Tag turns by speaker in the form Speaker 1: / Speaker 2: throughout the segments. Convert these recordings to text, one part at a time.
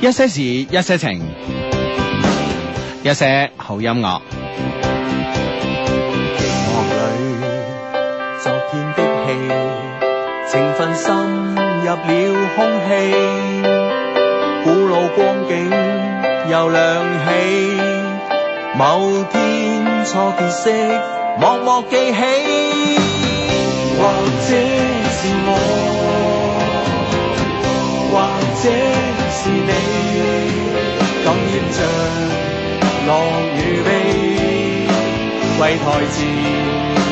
Speaker 1: 一些事，一些情，一些好音樂。
Speaker 2: 幕里昨天的戲，情分深入了空氣，古老光景又亮起。某天初結識，默默記起，或者是我，或者是你，感染着樂與悲。為台前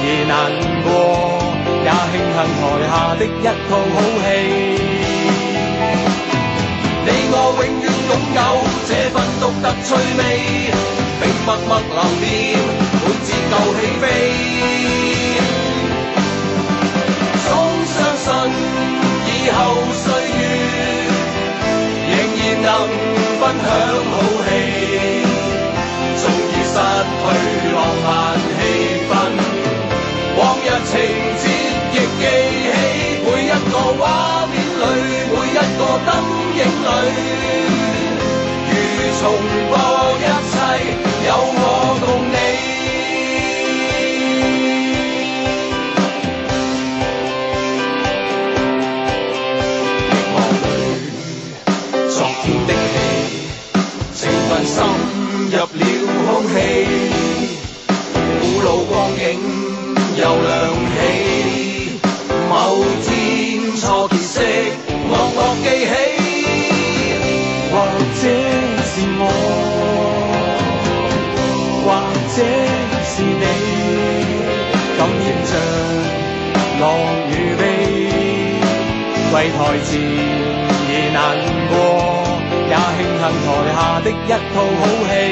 Speaker 2: 而難過，也慶幸台下的一套好戲。你我永遠擁有這份獨特趣味，並默默留念每節舊戲飛。總相信以後歲月，仍然能分享好戲。終於失去浪漫氣氛，往日情節亦記起，每一個畫面裏，每一個燈影裏，如重播一切，有我共你。我裏昨天的戲。情分深入了空氣，古老光景又亮起。某天初結識，默默記起，或者是我，或者是你，感染着浪與悲。為台前而難過，也慶幸台下的一套好戲。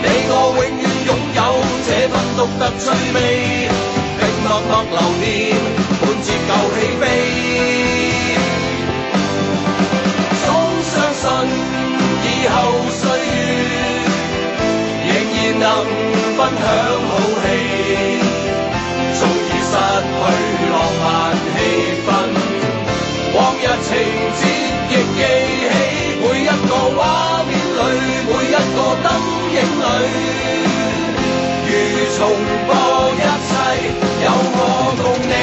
Speaker 2: 你我永遠擁有這份獨特趣味，並默默留念半截舊戲飛。總相信以後歲月，仍然能分享好戲。早已失去浪漫氣氛，往日情節亦記起，每一個畫面裏，每一個燈影裏，如重播一切，有我共你。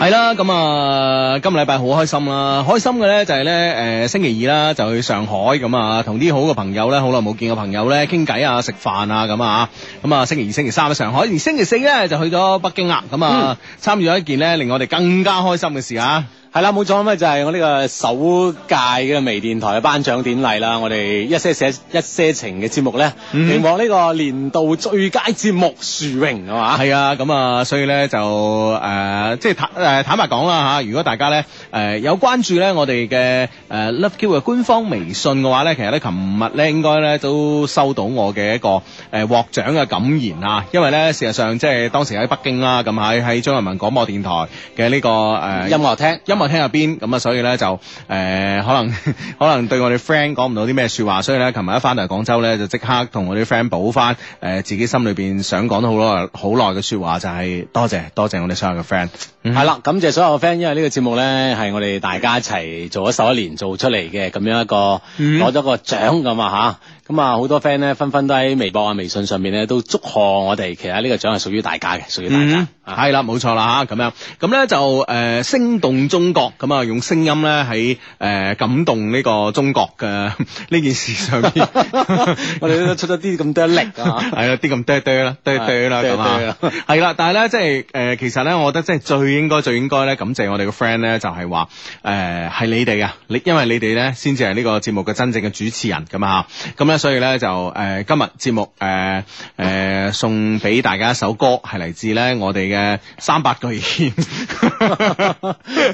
Speaker 1: 係啦，咁啊，今個禮拜好開心啦！開心嘅咧就係咧，誒星期二啦，就去上海咁啊，同啲好嘅朋友咧，好耐冇見嘅朋友咧傾偈啊、食飯啊咁啊，咁啊星期二、星期三喺上海，而星期四咧就去咗北京啦，咁啊參與咗一件咧令我哋更加開心嘅事啊！
Speaker 3: 係啦，冇錯咁啊，就係、我呢個首屆嘅微電台嘅頒獎典禮啦。我哋一些事一些情嘅節目咧，
Speaker 1: 嗯
Speaker 3: 迎獲呢個年度最佳節目殊榮啊嘛。
Speaker 1: 係啊，咁啊，所以咧就誒、呃即係坦誒坦白講啦嚇，如果大家咧誒、呃有關注咧我哋嘅誒 Love Q 嘅官方微信嘅話咧，其實咧琴日咧應該咧都收到我嘅一個誒、呃、獲獎嘅感言啊，因為咧事實上即係當時喺北京啦，咁喺喺張人民廣播電台嘅呢、個誒、呃
Speaker 3: 音樂廳
Speaker 1: 音樂廳入邊，咁啊，所以咧就誒、呃可能 可能對我哋 friend 講唔到啲咩説話，所以咧，琴日一翻嚟廣州咧，就即刻同我啲 friend 補翻誒、呃自己心裏邊想講咗好耐好耐嘅説話，就係、多謝多謝我哋所有嘅 friend，
Speaker 3: 係啦，感謝所有嘅 friend，因為呢個節目咧係我哋大家一齊做咗十一年做出嚟嘅，咁樣一個
Speaker 1: 嗯
Speaker 3: 攞咗個獎咁啊吓，咁啊好多 friend 咧紛紛都喺微博啊、微信上面咧都祝賀我哋，其實呢個獎係屬於大家嘅，屬於大家。啊
Speaker 1: 嗯，係啦，冇錯啦吓，咁樣，咁咧就誒、呃聲動中國，咁啊用聲音咧喺誒感動呢個中國嘅 呢件事上 邊，
Speaker 3: 我哋都出咗啲咁多力啊！
Speaker 1: 係啦，啲咁哚哚啦，哚哚啦
Speaker 3: 係
Speaker 1: 咁啊
Speaker 3: 哚哚，
Speaker 1: 係啦，但係咧，即係誒，其實咧，我覺得即係最應該、最應該咧，感謝我哋嘅 friend 咧，就係話誒係你哋啊，你因為你哋咧先至係呢個節目嘅真正嘅主持人咁啊，咁咧所以咧就誒、呃今日節目誒誒送俾大家一首歌，係嚟自咧我哋嘅三百巨獻。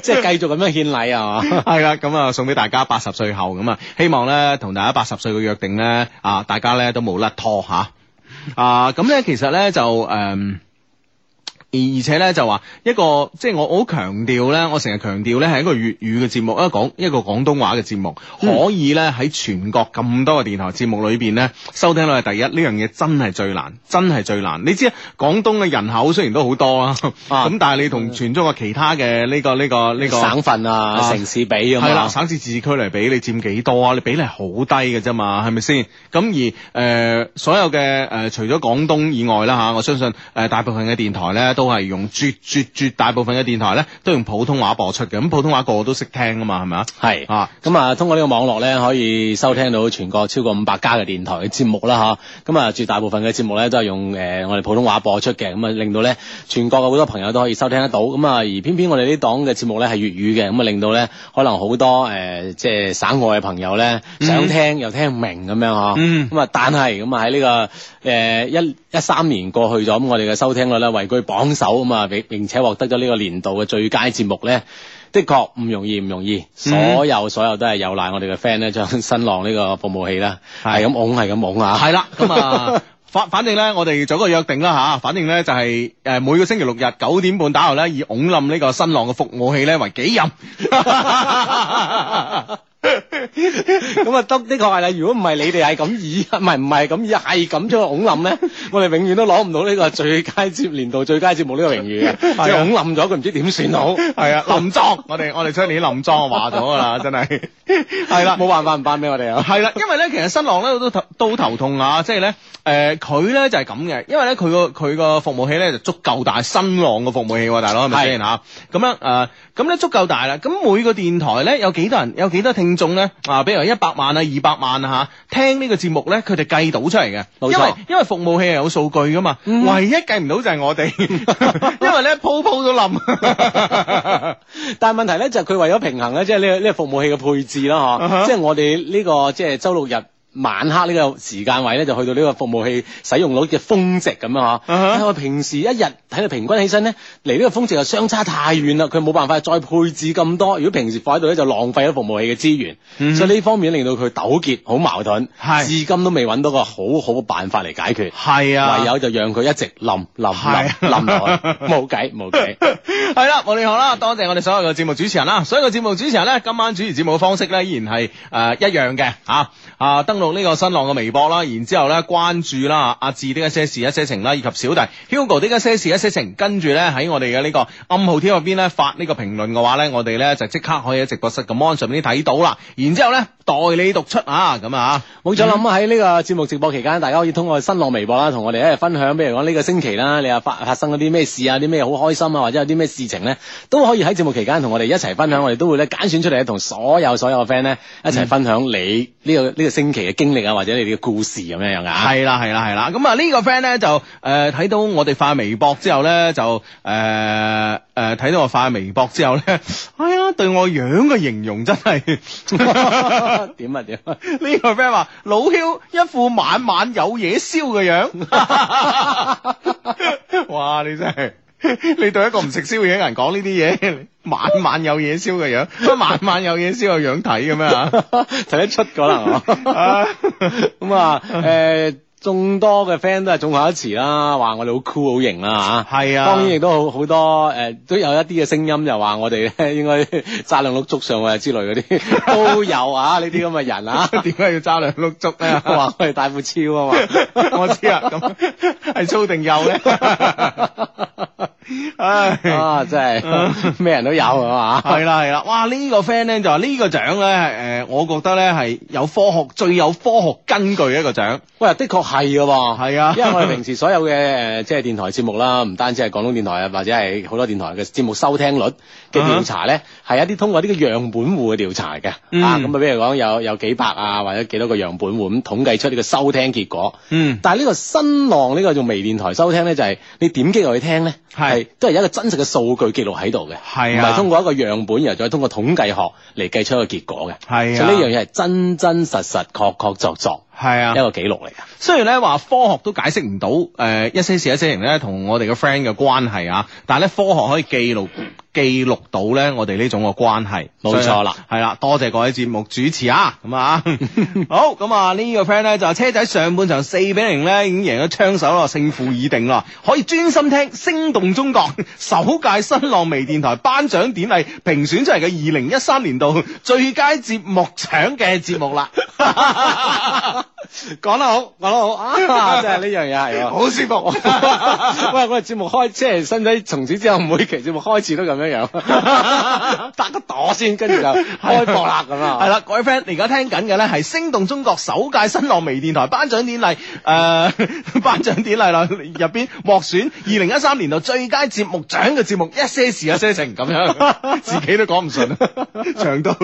Speaker 3: 即係繼續咁樣獻禮啊！
Speaker 1: 系啦，咁啊送俾大家八十歲後咁啊，希望咧同大家八十歲嘅約定咧啊，大家咧都冇甩拖吓啊，咁咧其實咧就誒。而嗯而且咧就話一個即係我我好強調咧，我成日強調咧係一個粵語嘅節目，一個廣一個廣東話嘅節目，
Speaker 3: 嗯
Speaker 1: 可以咧喺全國咁多嘅電台節目裏邊咧收聽率係第一，呢樣嘢真係最難，真係最難。你知啊廣東嘅人口雖然都好多啊，
Speaker 3: 啊
Speaker 1: 咁但係你同全中國其他嘅呢個呢個呢個
Speaker 3: 省份啊、
Speaker 1: 啊
Speaker 3: 城市比咁
Speaker 1: 係啦，
Speaker 3: 啊，
Speaker 1: 省市自治區嚟比你佔幾多啊？你比例好低嘅啫嘛，係咪先？咁而誒、呃所有嘅誒、呃除咗廣東以外啦嚇，我相信誒、呃大部分嘅電台咧都係用絕絕絕大部分嘅電台咧都用普通話播出嘅。咁普通話個個都識聽啊嘛，係咪啊？
Speaker 3: 係
Speaker 1: 啊，
Speaker 3: 咁啊，通過呢個網絡咧，可以收聽到全國超過五百家嘅電台嘅節目啦，嚇。咁啊，絕大部分嘅節目咧都係用誒、呃我哋普通話播出嘅，咁啊，令到咧全國嘅好多朋友都可以收聽得到。咁啊，而偏偏我哋呢檔嘅節目咧係粵語嘅，咁啊，令到咧可能好多誒、呃即係省外嘅朋友咧想聽又聽唔明咁樣嗬。
Speaker 1: 嗯
Speaker 3: 咁啊，但係咁啊喺呢個誒、呃一一三年過去咗，咁我哋嘅收聽率咧位居榜首咁啊，並並且獲得咗呢個年度嘅最佳節目咧。的確唔容易，唔容易。
Speaker 1: 嗯
Speaker 3: 所有所有都係有賴我哋嘅 friend 咧，將新浪呢個服務器啦，
Speaker 1: 係
Speaker 3: 係咁拱，係咁拱啊！
Speaker 1: 係啦，咁啊。 反反正咧，我哋做一個約定啦吓，反正咧就係、呃每個星期六日九點半打後咧，以擁冧呢個新浪嘅服務器咧為己任。
Speaker 3: 咁啊，得的確係啦。如果唔係你哋係咁以，唔係唔係咁以，係咁將佢拱冧 咧，我哋永遠都攞唔到呢個最佳節年度最佳節目呢個榮譽嘅，即
Speaker 1: 係
Speaker 3: 係
Speaker 1: 啊
Speaker 3: 拱冧咗佢，唔知點算好。
Speaker 1: 係啊，林莊，我哋我哋出年林莊話咗噶啦，真係係啦。
Speaker 3: 冇辦法唔頒俾我哋啊！
Speaker 1: 係啦，因為咧，其實新浪咧都頭都頭痛啊，即係咧，誒佢咧就係咁嘅，因為咧佢個佢個服務器咧就足夠大，新浪嘅服務器喎，大佬係咪先嚇？咁樣誒，呃咁、咧足夠大啦。咁每個電台咧有幾多人，有幾多聽眾咧？啊，比如一百萬啊、二百萬啊嚇，聽呢個節目咧，佢哋計到出嚟嘅，
Speaker 3: 冇錯
Speaker 1: 因為因為服務器係有數據噶嘛，
Speaker 3: 嗯
Speaker 1: 唯一計唔到就係我哋，因為咧鋪鋪都冧。
Speaker 3: 但係問題咧就係佢為咗平衡咧，即係呢個呢個服務器嘅配置啦，嗬、
Speaker 1: 啊哈
Speaker 3: 即係我哋呢、個即係周六日。晚黑呢個時間位咧，就去到呢個服務器使用率嘅峰值咁樣啊嗬。
Speaker 1: 哈
Speaker 3: 我平時一日睇到平均起身咧，離呢個峰值就相差太遠啦，佢冇辦法再配置咁多。如果平時放喺度咧，就浪費咗服務器嘅資源。
Speaker 1: 嗯哼
Speaker 3: 所以呢方面令到佢糾結，好矛盾，
Speaker 1: 係
Speaker 3: 至今都未揾到個好好嘅辦法嚟解決。
Speaker 1: 係啊，
Speaker 3: 唯有就讓佢一直冧冧冧
Speaker 1: 係
Speaker 3: 冧落去，冇計 冇計。
Speaker 1: 系啦，冇你好啦，多謝我哋所有嘅節目主持人啦。所有嘅節目主持人咧，今晚主持節目嘅方式咧，依然係诶、呃一樣嘅啊啊！登錄呢個新浪嘅微博啦，然之后咧關注啦阿志的一些事一些情啦，以及小弟 Hugo 的一些事一些情，跟住咧喺我哋嘅呢個暗號貼入邊咧發呢個評論嘅話咧，我哋咧就即刻可以喺直播室嘅 mon 上面睇到啦。然之后咧代你讀出啊，咁啊，
Speaker 3: 冇錯啦，咁喺呢個節目直播期間，大家可以通過新浪微博啦，同我哋一齊分享，譬如講呢個星期啦，你又發發生咗啲咩事啊，啲咩好開心啊，或者有啲咩事情咧，都可以喺節目期間同我哋一齊分享，我哋都會咧揀選出嚟，同所有所有嘅 friend 咧一齊分享你呢、個呢、個星期嘅經歷啊，或者你哋嘅故事咁樣樣噶。
Speaker 1: 係啦係啦係啦，咁啊呢個 friend 咧就呃誒睇、到我哋發微博之後咧就誒誒睇到我發微博之後咧， 哎呀對我樣嘅形容真係 呢
Speaker 3: 點啊點啊！
Speaker 1: 個 friend 話老囂一副晚晚有嘢燒嘅樣， 哇你真係你對一個唔食宵夜嘅人講呢啲嘢，晚晚有嘢燒嘅樣，乜晚晚有嘢燒嘅樣睇嘅咩啊？
Speaker 3: 睇得出可能啊
Speaker 1: 啊
Speaker 3: 咁啊誒。眾多嘅 friend 都係眾口一詞啦，話我哋好酷好型啦嚇，
Speaker 1: 係啊
Speaker 3: 當然亦都好好多誒、都有一啲嘅聲音就話我哋咧 應該揸兩碌竹上去啊之類嗰 啲都有啊，呢啲咁嘅人啊，
Speaker 1: 點解要揸兩碌竹咧？
Speaker 3: 話我哋大富超 啊嘛，
Speaker 1: 我知啊， 咁係粗定幼咧？唉，
Speaker 3: 啊真 係咩人都有啊嘛，
Speaker 1: 係啦係啦，哇！呢個 friend 咧就話呢個獎咧，誒，我覺得咧係有科學最有科學根據嘅一個獎，
Speaker 3: 喂的確係嘅喎，
Speaker 1: 係啊
Speaker 3: 因為我哋平時所有嘅誒、呃即係電台節目啦，唔單止係廣東電台啊，或者係好多電台嘅節目收聽率嘅調查咧，係、一啲通過呢個樣本户嘅調查嘅，
Speaker 1: 嗯
Speaker 3: 啊咁啊，比如講有有幾百啊，或者幾多個樣本户咁統計出呢個收聽結果。
Speaker 1: 嗯，
Speaker 3: 但係呢個新浪呢個做微電台收聽咧，就係、你點擊落去聽咧，
Speaker 1: 係
Speaker 3: 都係有一個真實嘅數據記錄喺度嘅，
Speaker 1: 係
Speaker 3: 唔
Speaker 1: 啊
Speaker 3: 係通過一個樣本，然後再通過統計學嚟計出一個結果嘅，
Speaker 1: 係啊
Speaker 3: 所以呢樣嘢係真真實實、確確鑿鑿。
Speaker 1: 係啊
Speaker 3: 一個記錄嚟嘅。
Speaker 1: 雖然咧話科學都解釋唔到誒一些事一些情咧同我哋嘅 friend 嘅關係啊，但係咧科學可以記錄記錄到咧我哋呢種嘅關係。
Speaker 3: 冇錯
Speaker 1: 所以呢，
Speaker 3: 啦
Speaker 1: 係啦，多謝各位節目主持啊，咁 啊，好咁啊呢個 friend 咧就話車仔上半場四比零咧已經贏咗槍手咯，勝負已定啦，可以專心聽《聲動中國》首屆新浪微電台頒獎典禮評選出嚟嘅二零一三年度最佳節目獎嘅節目 啦。
Speaker 3: 講得好，講得好 啊！真係呢樣嘢係 喎。
Speaker 1: 好舒服，
Speaker 3: 喂，我哋節目開，即係使唔使從此之後每期節目開始都咁樣 樣，搭個朵先，跟住就 開播啦咁啊！
Speaker 1: 係啦，各位 friend，你而家聽緊嘅咧係星動中國首屆新浪微電台頒獎典禮，誒、 頒獎典禮啦，入邊獲選二零一三年度最佳節目獎嘅節目《一些事一些情》 咁樣，自己都講唔順，長到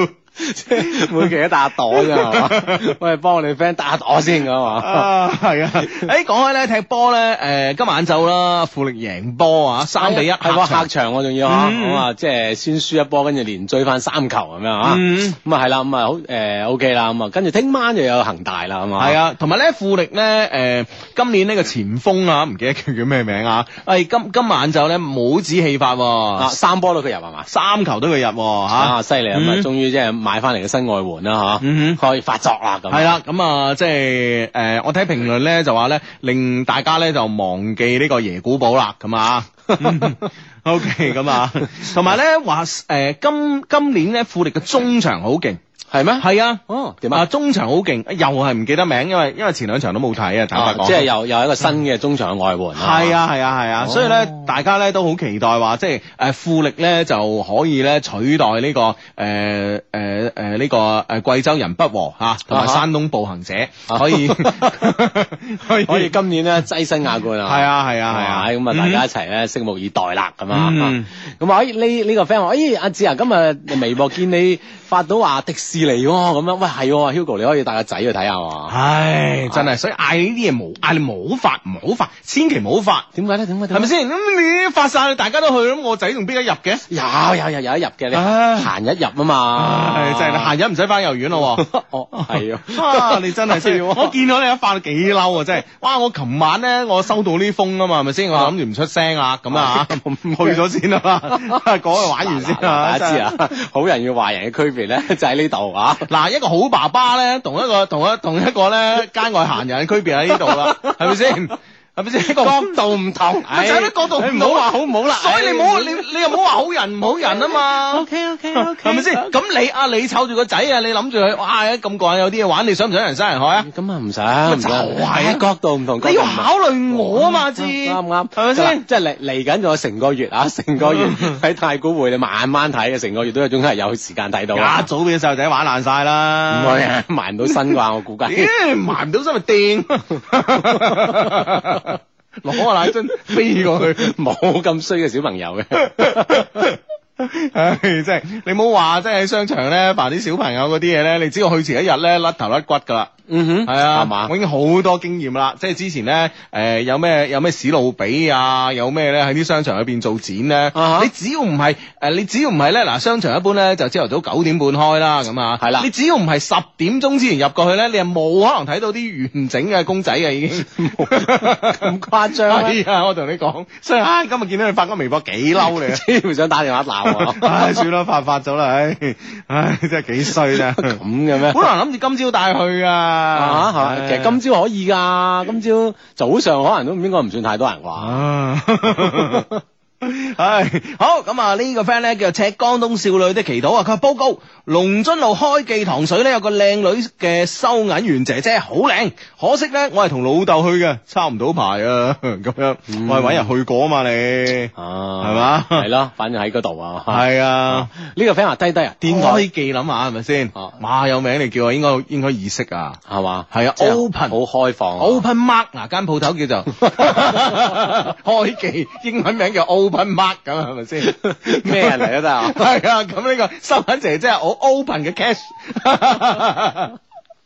Speaker 3: 每期都搭朵啫，係嘛？ 喂，幫我哋 friend 搭朵先咁啊！
Speaker 1: 啊，係啊，誒、講開咧踢波咧，誒、今晚晏晝啦，富力贏波啊，三比一
Speaker 3: 係
Speaker 1: 客
Speaker 3: 喎
Speaker 1: 場
Speaker 3: 客。場我仲要嚇，
Speaker 1: 嗯
Speaker 3: 咁啊，即係先輸一波，跟住連追翻三球咁樣啊！
Speaker 1: 嗯
Speaker 3: 咁啊係啦，咁啊好誒 OK 啦，咁啊跟住聽晚就有恒大啦，咁啊
Speaker 1: 系啊，同埋咧富力咧，诶、今年呢個前鋒啊，唔記得叫叫咩名啊，诶、今今晚就咧帽子戲法、
Speaker 3: 啊
Speaker 1: 喎，
Speaker 3: 三波都佢入啊係嘛？
Speaker 1: 三球都佢入喎吓，
Speaker 3: 啊，犀利啊！咁啊
Speaker 1: 嗯，
Speaker 3: 終於即係買翻嚟嘅新外援啦
Speaker 1: 嗯
Speaker 3: 嚇，可以發作啦咁。
Speaker 1: 係啦，咁啊，即係诶、誒我睇評論咧就話咧，令大家咧就忘記呢個耶古堡啦，咁啊。O K，咁啊，同埋咧話诶，今今年咧富力嘅中場好勁，
Speaker 3: 係咩？
Speaker 1: 係啊，
Speaker 3: 哦，點
Speaker 1: 啊
Speaker 3: 啊？
Speaker 1: 中場好勁，又係唔記得名，因為因為前兩場都冇睇啊，坦白
Speaker 3: 啊
Speaker 1: 講，
Speaker 3: 即係又又一個新嘅中場外援啊
Speaker 1: 係，啊係啊係啊，所以咧大家咧都好期待話，即係誒富力咧就可以咧取代呢、個誒誒誒呢個誒貴州人不和嚇，同、埋
Speaker 3: 啊哈啊
Speaker 1: 山東步行者、可 以可以
Speaker 3: 可以今年咧躋身亞冠啊！
Speaker 1: 係啊係啊係啊，
Speaker 3: 咁啊，大家一齊咧拭目以待啦，咁啊
Speaker 1: 嗯，
Speaker 3: 咁啊，哎呢呢個 friend 話，哎，阿志啊，今日微博見你發到話迪士尼喎，咁樣，喂，係喎，Hugo，你可以帶個仔去睇下
Speaker 1: 啊
Speaker 3: 喎。啊
Speaker 1: 唉真係，所以嗌呢啲嘢冇嗌你冇發唔好發，千祈唔好發，
Speaker 3: 點解咧？點解？
Speaker 1: 係咪？先？咁、嗯你發晒大家都去，咁我仔仲邊得入嘅？
Speaker 3: 有有有有一入 嘅，你
Speaker 1: 唉
Speaker 3: 行一入 啊嘛。
Speaker 1: 唉，哎真係你閒日唔使翻幼兒園咯喎。
Speaker 3: 哦，係啊。
Speaker 1: 啊！你真係衰， 我見到你一發到幾嬲啊！ 真係，哇！我琴晚咧，我收到呢封啊嘛，係咪先？我 諗住唔出聲啊，咁啊， 去咗先啊 嘛，嗰 去玩完先啊，
Speaker 3: 嗱大家知啊
Speaker 1: 真係。，
Speaker 3: 好人與壞人嘅區別咧就喺呢度啊。
Speaker 1: 嗱，一個好爸爸咧，同一個同一同一個咧街外閒人嘅區別喺呢度啦， 係咪先？係咪 先？一個
Speaker 3: 度 唔同，
Speaker 1: 咪就係咯角度唔同
Speaker 3: 你唔好話好唔好啦。
Speaker 1: 所以你唔好哎你你又唔好話好人唔好人啊 嘛。
Speaker 3: K O K
Speaker 1: 係咪先？咁你啊，你湊住個仔啊，你諗住佢，哇！咁過癮有啲嘢玩，你想唔想人山人海啊？
Speaker 3: 咁啊唔使，唔使，
Speaker 1: 就係啊
Speaker 3: 唉角度唔同，
Speaker 1: 你要
Speaker 3: 角度唔同
Speaker 1: 考慮我啊嘛，知
Speaker 3: 啱唔啱？
Speaker 1: 係咪先？
Speaker 3: 即係嚟嚟緊仲有成個月 啊，成個月喺太古匯你慢慢睇嘅，成個月都有總係有時間睇到
Speaker 1: 一
Speaker 3: 啦。
Speaker 1: 早俾啲細路仔玩爛晒
Speaker 3: 唔
Speaker 1: 啦，
Speaker 3: 會啊，埋唔到身啩，我估計。
Speaker 1: 咦，埋唔到心咪 掟，攞個奶樽飛過去。
Speaker 3: 冇咁衰嘅小朋友嘅，
Speaker 1: 唉，真係你冇話，即係喺商場咧扮啲小朋友嗰啲嘢咧，你只要去前一日咧甩頭甩骨噶啦，
Speaker 3: 嗯
Speaker 1: 係啊，
Speaker 3: 係嘛
Speaker 1: 我？已經好多經驗啦，即係之前咧，誒有咩有咩史努比啊，有咩咧喺啲商場裏邊做展咧
Speaker 3: 啊哈，
Speaker 1: 你只要唔係誒，你只要唔係咧，嗱商場一般咧就朝頭早九點半開啦，咁啊，
Speaker 3: 係啦
Speaker 1: 你只要唔係十點鐘之前入過去咧，你係冇可能睇到啲完整嘅公仔嘅已經。
Speaker 3: 咁誇張咩，
Speaker 1: 係啊，我同你講，所以唉，今日見到你發個微博幾嬲 你啊！
Speaker 3: 唔想打電話 鬧我。
Speaker 1: 唉，算啦，發發咗啦，唉，唉，真係幾衰 啦！
Speaker 3: 咁嘅咩？
Speaker 1: 本來諗住今朝帶去
Speaker 3: 啊
Speaker 1: 啊，
Speaker 3: 嚇
Speaker 1: 唉
Speaker 3: 其實今朝可以㗎，今朝早上可能都唔應該唔算太多人 啩。
Speaker 1: 啊。唉，好咁啊！呢個 friend 咧叫赤江東少女的祈禱啊，佢話報告龍津路開記糖水咧有個靚女嘅收銀員姐姐好靚，可惜咧我係同老豆去嘅， 抄唔到牌啊咁樣，我係揾人去過啊嘛你，
Speaker 3: 啊，
Speaker 1: 係嘛
Speaker 3: 係咯，反正喺嗰度啊。
Speaker 1: 係啊，
Speaker 3: 呢個 friend 話低低啊，電
Speaker 1: 開
Speaker 3: 台
Speaker 1: 記諗下係咪先
Speaker 3: 啊？
Speaker 1: 哇，有名你叫啊，應該應該意識啊。
Speaker 3: 係嘛？
Speaker 1: 係啊
Speaker 3: 即係
Speaker 1: open
Speaker 3: 好開放啊。
Speaker 1: Open Mark 嗱間鋪頭叫 做開記，英文名叫 Open Mark 咁係咪先？
Speaker 3: 咩人嚟都得啊
Speaker 1: 係啊，咁呢個收銀姐姐係好 open 嘅 cash，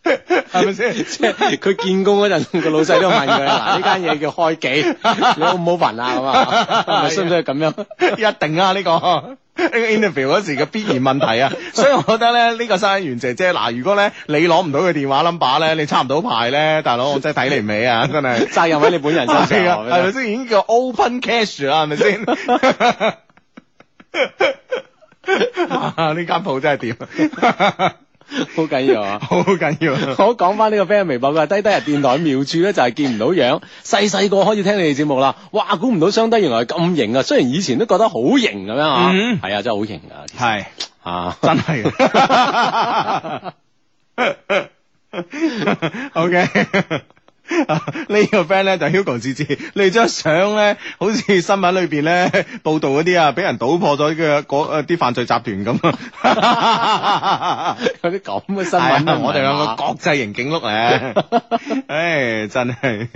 Speaker 1: 係咪先？
Speaker 3: 即係佢見工嗰陣，個老細都問 佢啦：嗱，呢間嘢叫開啊記，你好唔好運啊？咁啊，係咪需唔需要咁樣？
Speaker 1: 一定啊呢、個。呢個 interview 嗰時嘅必然問題啊，所以我覺得咧呢個生源姐姐嗱，如果咧你攞唔到佢電話 number 咧，你差唔到牌咧，大佬我真係睇你唔起啊，真係。
Speaker 3: 責任喺你本人身上，
Speaker 1: 係啊，
Speaker 3: 我
Speaker 1: 係
Speaker 3: 覺
Speaker 1: 咪
Speaker 3: 得
Speaker 1: 先已經叫 open cash 啦？係咪 先？啊！呢間鋪真係掂，啊
Speaker 3: 好緊要啊！
Speaker 1: 好緊要啊。
Speaker 3: 好講翻呢個 friend 微博，佢話低低日電台妙處咧就係見唔到樣，細細個開始聽你哋節目啦，哇，估唔到雙低原來係咁型啊！雖然以前都覺得好型咁樣啊，
Speaker 1: 嗯
Speaker 3: 係啊，真係好型啊，其實
Speaker 1: 係
Speaker 3: 啊，
Speaker 1: 真 係嘅。OK。呢個 friend 咧就 Hugo 志志，你張相咧好似新聞裏邊咧報道嗰啲啊，俾人搗破咗嘅嗰呃啲犯罪集團咁啊！
Speaker 3: 有啲咁嘅新
Speaker 1: 係
Speaker 3: 聞
Speaker 1: 啊
Speaker 3: 啊，
Speaker 1: 我哋兩
Speaker 3: 兩
Speaker 1: 個
Speaker 3: 個
Speaker 1: 國際刑警碌 咧，唉，真係。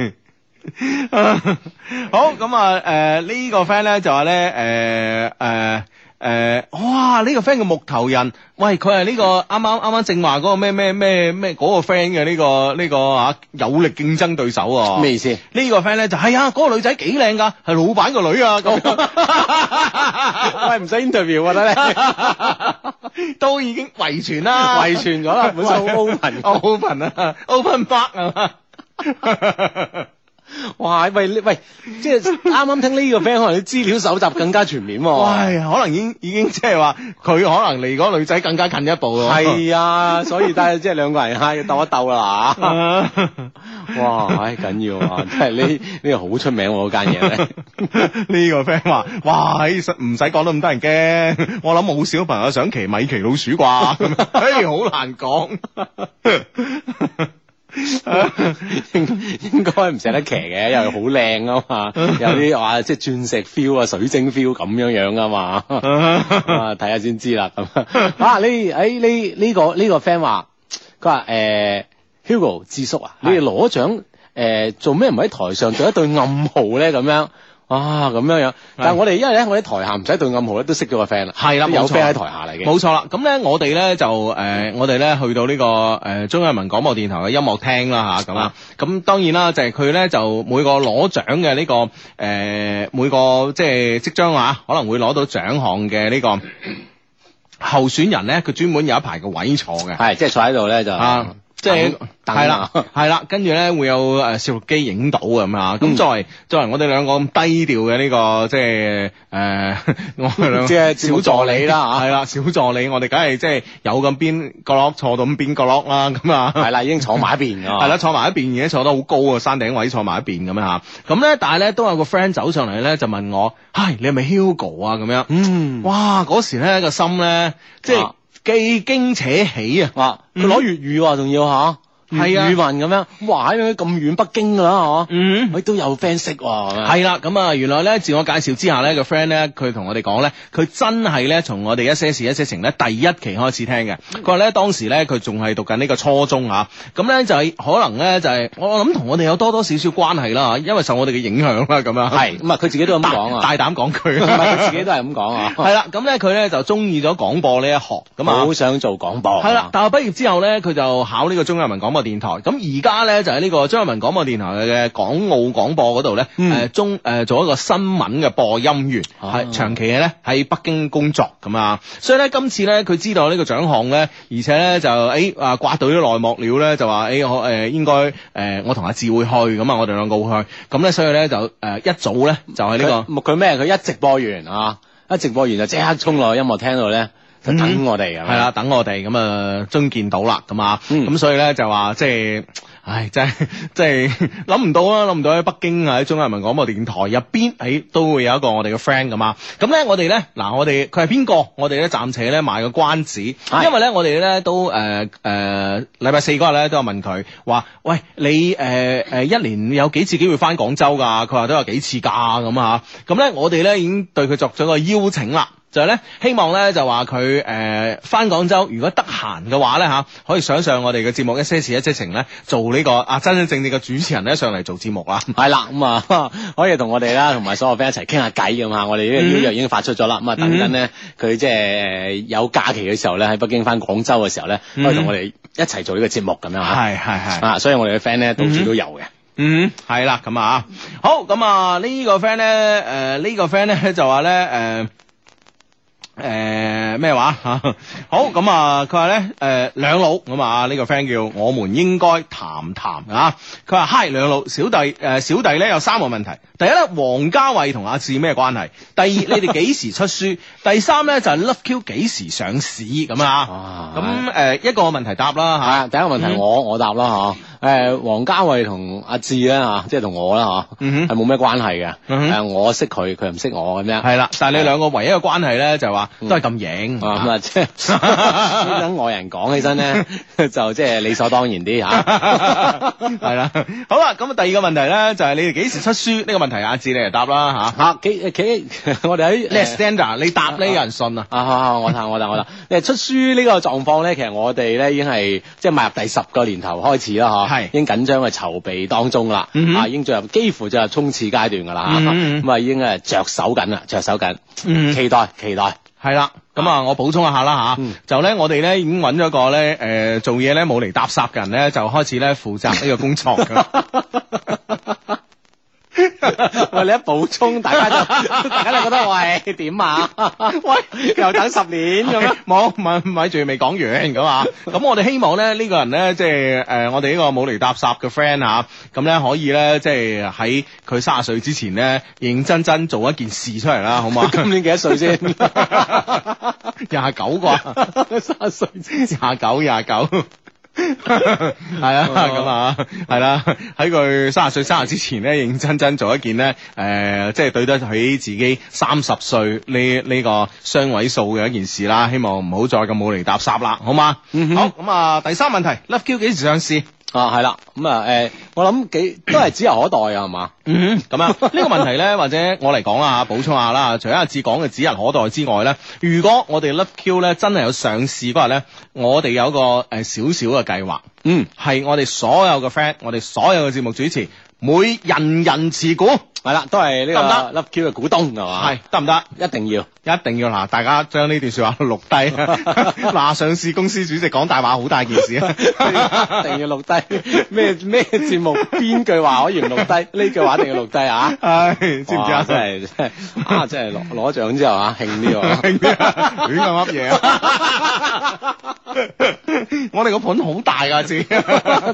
Speaker 1: 好咁啊！誒、呢、個 friend 咧就話咧誒誒誒，哇！呢、個 friend 嘅木頭人，喂，佢係呢個啱啱啱啱正話嗰個咩咩咩咩嗰個 friend 嘅呢個呢、個啊有力競爭對手喎、
Speaker 3: 咩意思？
Speaker 1: 呢個 friend 咧就係啊，嗰、個女仔幾靚㗎，係老闆個女啊咁 樣。
Speaker 3: 喂，唔使 interview 啊，得 咧，
Speaker 1: 都已經遺傳啦，
Speaker 3: 遺傳咗啦，本身好 open。
Speaker 1: open 啊，open book 啊嘛。
Speaker 3: 哇，喂呢喂，即係啱啱聽呢個 friend 可能啲資料搜集更加全面喎。
Speaker 1: 喂，可能已經已經即係話，佢可能離嗰個女仔更加近一步咯。
Speaker 3: 係啊，所以但係即係兩個人唉鬥一鬥啦 嚇。
Speaker 1: 啊。
Speaker 3: 哇，唉緊要啊！真係呢呢個好出名喎，嗰間嘢咧。
Speaker 1: 呢個 friend 話：，哇，唉實唔使講得咁得人驚，我諗冇小朋友想騎米奇老鼠啩，咁 樣唉，好難講。
Speaker 3: 應應該唔捨得騎嘅，因為好靚啊嘛，有啲話即係鑽石 feel 啊、水晶 feel 咁樣樣啊嘛，啊睇下先知啦咁啊呢誒呢呢個呢、個 friend 話，佢話誒 Hugo 智叔啊，你哋攞獎誒做咩唔喺台上做一對暗號咧咁樣？啊，咁樣樣，但係我哋因為咧，我喺台下唔使對暗號咧，都識咗個 friend 啦，
Speaker 1: 係啦
Speaker 3: 有
Speaker 1: 冇錯
Speaker 3: friend 喺台下嚟嘅，
Speaker 1: 冇錯啦，咁咧我哋咧就誒、呃我哋咧去到呢、個呃中央人民廣播電台嘅音樂廳啦吓，咁啊，咁當然啦，就係佢咧就每個攞獎嘅呢個誒、呃每個即係即將啊，可能會攞到獎項嘅呢個候選人咧，佢專門有一排嘅位坐嘅。
Speaker 3: 係即係坐喺度咧就
Speaker 1: 啊，即係
Speaker 3: 等
Speaker 1: 係啦， 係啦，跟住咧會有誒攝錄機影到啊咁
Speaker 3: 嗯
Speaker 1: 啊，咁作為作為我哋兩個咁低調嘅呢個即係誒 我哋兩個
Speaker 3: 即係節目助理啦啊
Speaker 1: 係啦，小助理，我哋梗係即係有咁邊角落坐到咁邊角落啦，咁啊，
Speaker 3: 係啦，已經坐埋一邊㗎啊 嘛，
Speaker 1: 係啦，坐埋一邊，而且坐得好高啊，山頂位坐埋一邊咁樣吓。咁咧，但係咧都有個 friend 走上嚟咧，就問我：，嗨，你係咪 Hugo 啊？咁樣，
Speaker 3: 嗯，
Speaker 1: 哇！嗰時咧個心咧，即係
Speaker 3: 啊
Speaker 1: 既驚且喜啊！
Speaker 3: 哇！佢
Speaker 1: 嗯
Speaker 3: 攞粵語喎，仲要嚇，
Speaker 1: 係啊
Speaker 3: 粵語文咁樣，哇！喺咁遠北京㗎啦，
Speaker 1: 嗯
Speaker 3: 嚇，佢都有 friend 識喎，咁樣
Speaker 1: 系啦，咁啊，原來咧自我介紹之下咧，個 friend 咧佢同我哋講咧，佢真係咧從我哋一些事一些情咧第一期開始聽嘅。
Speaker 3: 嗯
Speaker 1: 佢話咧當時咧佢仲係讀緊呢個初中啊，咁咧就係、可能咧就係、我諗同我哋有多多少少關係啦，因為受我哋嘅影響啦咁樣。
Speaker 3: 係咁啊！佢自己都咁 講啊，
Speaker 1: 大大膽講
Speaker 3: 唔 係
Speaker 1: 佢。
Speaker 3: 佢自己都係咁講啊，
Speaker 1: 係啦，咁咧佢咧就中意咗廣播呢一學咁啊。
Speaker 3: 好想做廣播，
Speaker 1: 係啦，，大學畢業之後咧，佢就考呢個中央人民廣播電台。咁而家咧就喺呢個中央人民廣播電台嘅港澳廣播嗰度咧，誒、
Speaker 3: 嗯
Speaker 1: 中誒、呃做一個新聞嘅播音員，
Speaker 3: 啊
Speaker 1: 係、長期嘅咧喺北京工作咁啊。所以咧今次咧佢知道呢個獎項咧，而且咧就誒啊刮到啲內幕料咧，就話誒、我誒、應該誒、我同阿志會去咁啊，我哋兩個會去。咁咧所以咧就誒、一早咧就喺呢、個。
Speaker 3: 佢佢咩？佢一直播完啊，一直播完就即刻衝落去音樂廳度咧，就等我哋咁樣
Speaker 1: 嗯係啦，，等我哋咁啊，終見到啦，咁啊，
Speaker 3: 嗯
Speaker 1: 咁所以咧就話即係，唉，真係 真係諗唔到啊，諗唔到喺北京啊，喺中央人民廣播電台入邊，喺都會有一個我哋嘅 friend 咁啊，咁咧我哋咧嗱，我哋佢係邊個？我哋咧暫且咧賣個關子，
Speaker 3: 係
Speaker 1: 因為咧我哋咧都誒誒禮拜四嗰日咧都有問佢話，喂，你誒誒、呃一年有幾次機會翻廣州㗎？佢話都有幾次㗎咁啊，咁咧我哋咧已經對佢作咗個邀請啦。就係咧，希望咧就話佢誒翻廣州，如果得閒嘅話咧嚇，可以上上我哋嘅節目一些事一些情咧，做呢、個啊真真正正嘅主持人咧上嚟做節目啦。
Speaker 3: 係啦，咁啊， 可以同我哋啦，同埋所有 friend 一齊傾下偈咁啊！我哋呢
Speaker 1: 嗯
Speaker 3: 個邀約已經發出咗啦，咁啊等緊咧，佢即係呃有假期嘅時候咧，喺北京翻廣州嘅時候咧，可以同我哋一齊做呢個節目咁樣啊！
Speaker 1: 係嗯係係。
Speaker 3: 啊，所以我哋嘅 friend 咧到處都有嘅。
Speaker 1: 嗯，係啦，咁啊，呃好，咁啊呢個 friend 咧，誒、呢個 friend 咧就話咧，誒、誒、诶呃咩話 吓？好咁啊，佢話咧诶兩老咁啊，呢個 friend 叫我們應該談談啊。佢話嗨兩老，小弟诶、呃小弟咧有三個問題。第一咧，王家衛同阿志咩關係？第二，你哋幾時出書？ 第三咧就係 Love Q 幾時上市咁啊？
Speaker 3: 哇
Speaker 1: 咁诶、呃一個問題答啦吓。
Speaker 3: 啊，第一個問題
Speaker 1: 嗯
Speaker 3: 我我答啦嚇，誒黃家衞同阿志咧嚇，即係同我啦嚇，
Speaker 1: 嗯
Speaker 3: 係
Speaker 1: 哼
Speaker 3: 冇咩關係嘅。
Speaker 1: 嗯哼
Speaker 3: 誒我識佢，佢唔識我咁樣。
Speaker 1: 係嗯啦，但係你兩個唯一嘅關係咧就係話都係咁型。
Speaker 3: 啊 咁啊，即 係等外人講起身咧， 就即係理所當然啲啊 嚇。
Speaker 1: 系啦，好啦，咁啊第二個問題咧就係你哋幾時出書呢、個問題，阿志你嚟答啦吓。
Speaker 3: 嚇幾幾，我哋喺
Speaker 1: 你係
Speaker 3: 誒
Speaker 1: standard，你答呢有人信嗯啊？
Speaker 3: 啊好好，我答我答我答。誒出書呢個狀況咧，其實我哋咧已經係即係邁入第十個年頭開始啦，嗬，
Speaker 1: 係
Speaker 3: 已經緊張嘅籌備當中啦，
Speaker 1: 嗯哼
Speaker 3: 啊已經進入幾乎進入衝刺階段㗎啦，
Speaker 1: 嗯嗯嗯
Speaker 3: 咁啊已經誒着手緊啦，着手緊，
Speaker 1: 嗯
Speaker 3: 期待 期待，
Speaker 1: 係啦。咁啊，我補充一下啦吓，
Speaker 3: 嗯
Speaker 1: 就咧我哋咧已經揾咗個咧誒、呃做嘢咧冇嚟搭霎嘅人咧，就開始咧負責呢個工作㗎啦。
Speaker 3: 喂你一補充，大家就 大家就覺得喂點啊？ 喂又等十年咁樣，
Speaker 1: 冇，咪咪住未講完咁啊！咁我哋希望咧呢個人咧，即係誒我哋呢個冇嚟搭霎嘅 friend 嚇，咁咧可以咧即係喺佢卅歲之前咧，認認真真做一件事出嚟啦，好 嘛？
Speaker 3: 今年幾多 歲先？
Speaker 1: 廿九啊啩，
Speaker 3: 三歲之前。
Speaker 1: 廿九廿九。係
Speaker 3: 哦
Speaker 1: 啊，咁啊，係啦，喺佢卅歲生日之前咧，認真真做一件咧，誒、即係對得起自己三十歲呢呢個雙位數嘅一件事啦。希望唔好再咁冇厘搭霎啦，好嘛？
Speaker 3: 嗯哼
Speaker 1: 好，咁啊，第三問題，Love Q 幾時上市？
Speaker 3: 啊，係啦，咁啊，誒，我諗幾都係指日可待啊，係嘛？
Speaker 1: 嗯，咁 啊，呢個問題咧，或者我嚟講啦，補充下啦。除咗阿志講嘅指日可待之外咧，如果我哋 Love Q 咧真係有上市嗰日咧，我哋有一個誒少少嘅計劃，
Speaker 3: 嗯。
Speaker 1: 係我哋所有嘅 friend，我哋所有嘅節目主持，每人人持股，
Speaker 3: 系啦，都係
Speaker 1: 得
Speaker 3: 呢個 Love Q 嘅股東係嘛？
Speaker 1: 係得唔得？
Speaker 3: 一定 要
Speaker 1: 一定要嗱，大家將呢段説話錄低。 嗱，上市公司主席講大話好大件事啊！
Speaker 3: 一定要錄低咩咩節目邊句話可以唔錄 低？呢句話一定要錄低啊！
Speaker 1: 唉，知唔知
Speaker 3: 哇
Speaker 1: 啊？
Speaker 3: 真係真係啊！真係攞攞獎之後啊，興 啲喎。
Speaker 1: 亂咁噏嘢啊！我哋個盤好大噶，知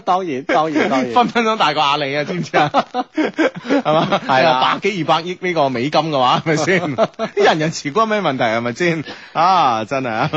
Speaker 3: 當然當然當然
Speaker 1: 分。分鐘大過阿里啊，知唔知 啊？係嘛？
Speaker 3: 係啊
Speaker 1: 百幾二百億呢個美金嘅話，係咪 先？人人持股有咩問題係咪先？啊，真係啊！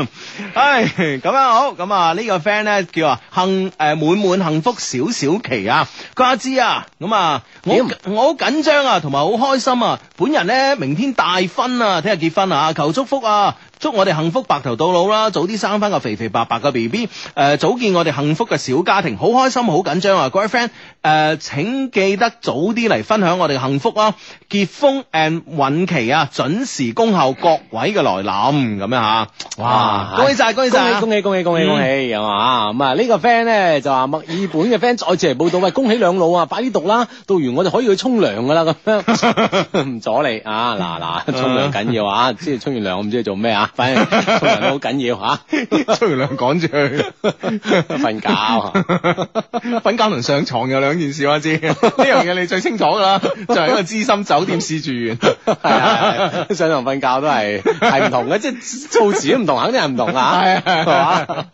Speaker 1: 唉，咁樣好，咁啊呢個 friend 咧叫啊幸誒滿滿幸福小小琪啊，佢話知啊，咁啊我
Speaker 3: 點
Speaker 1: 我好緊張啊，同埋好開心啊！本人咧明天大婚啊，聽日結婚啊，求祝福啊！祝我哋幸福白頭到老啦，早啲生翻個肥肥白白嘅 B B，誒早見我哋幸福嘅小家庭，好開心，好緊張啊！各位 friend，誒、請記得早啲嚟分享我哋嘅幸福啦、結峰 and 允琪啊，準時恭候各位嘅來臨咁樣嚇，哇！
Speaker 3: 哇
Speaker 1: 恭喜晒，恭喜晒啊！
Speaker 3: 恭喜嗯恭喜恭喜恭喜咁啊！咁啊呢個 friend 咧就話墨爾本嘅 friend 再次嚟報道，喂恭喜兩老啊！快啲讀啦，讀完我哋可以去沖涼噶啦咁 樣，唔阻你啊！ 嗱嗱，沖涼緊要啊！知沖完涼我唔知你做咩啊，反正沖涼都好緊要嚇，
Speaker 1: 吹完兩趕住去。
Speaker 3: 瞓覺啊。
Speaker 1: 瞓覺同上床有兩件事我知，呢樣嘢你最清楚㗎啦，就係一個資深酒店試住員。
Speaker 3: 係啊，係啊上堂瞓覺都係係唔同嘅，即係措辭都唔同，肯定係唔同啊，
Speaker 1: 係啊
Speaker 3: 係嘛？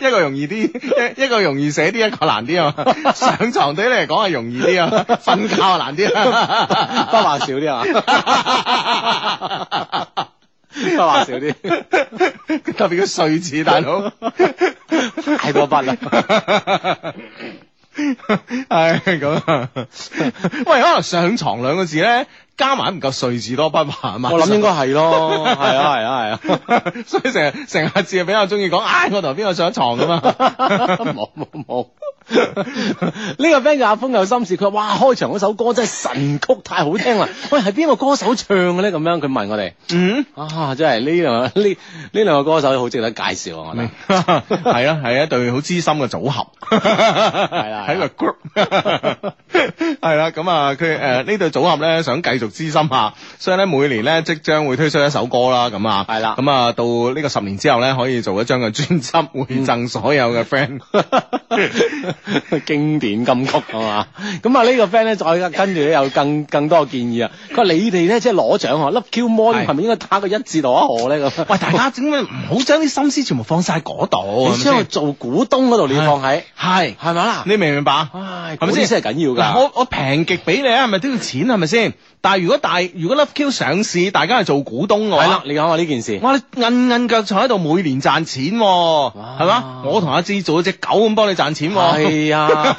Speaker 1: 一一個容易啲，一一個容易寫啲，一個難啲啊 嘛。上床對你嚟講係容易啲啊，瞓覺係難啲 啊。
Speaker 3: 筆畫少啲啊，筆畫少啲，
Speaker 1: 特別嘅碎字，大佬。
Speaker 3: 太 過筆啦。
Speaker 1: 係咁啊！喂，可能上床兩個字咧，加埋唔夠碎字多筆畫啊嘛。
Speaker 3: 我諗應該係咯，係啊，係啊，係啊。
Speaker 1: 所以成日成日字比較中意講，唉，我同邊個上床咁 啊？
Speaker 3: 冇冇冇。呢個 friend 叫阿峰有心事，佢話：哇，開場嗰首歌真係神曲，太好 聽啦！喂，係邊個歌手唱嘅咧？咁樣佢問我哋，
Speaker 1: 嗯。
Speaker 3: 啊，真係呢兩個呢呢兩個歌手好值得介紹啊！我覺得
Speaker 1: 明， 係啊，係一對好資深嘅組合，係
Speaker 3: 啦
Speaker 1: 喺個 group，係啦，咁啊，佢誒呢對組合咧想繼續資深下，所以咧每年咧即將會推出一首歌啦，咁啊，
Speaker 3: 係啦
Speaker 1: 咁啊到嗯呢個十年之後咧可以做一張嘅專輯，會贈所有嘅 friend，
Speaker 3: 經典金曲啊嘛。咁啊呢個 friend 咧再跟住咧有更更多嘅建議啊，佢話你哋咧即係攞獎啊，Love Q More
Speaker 1: 係
Speaker 3: 係咪應該打個一字落一河咧咁？
Speaker 1: 喂，大家點解唔好將啲心思全部放晒嗰度？啊
Speaker 3: 你將佢做股東嗰度你要放喺，
Speaker 1: 係
Speaker 3: 係咪啦？
Speaker 1: 你明唔明白？
Speaker 3: 唉，
Speaker 1: 係咪
Speaker 3: 咁
Speaker 1: 先
Speaker 3: 先係緊要㗎。
Speaker 1: 嗱，我我平極俾你啊，係咪都要錢係咪先？但係如果大如果 Love Q 上市，大家係做股東嘅
Speaker 3: 係啦
Speaker 1: 話，，
Speaker 3: 你講下呢件事。
Speaker 1: 哇！你摁摁腳坐喺度，每年賺錢喎，係嘛？我同阿芝做咗只狗咁幫你賺錢喎，
Speaker 3: 係啊，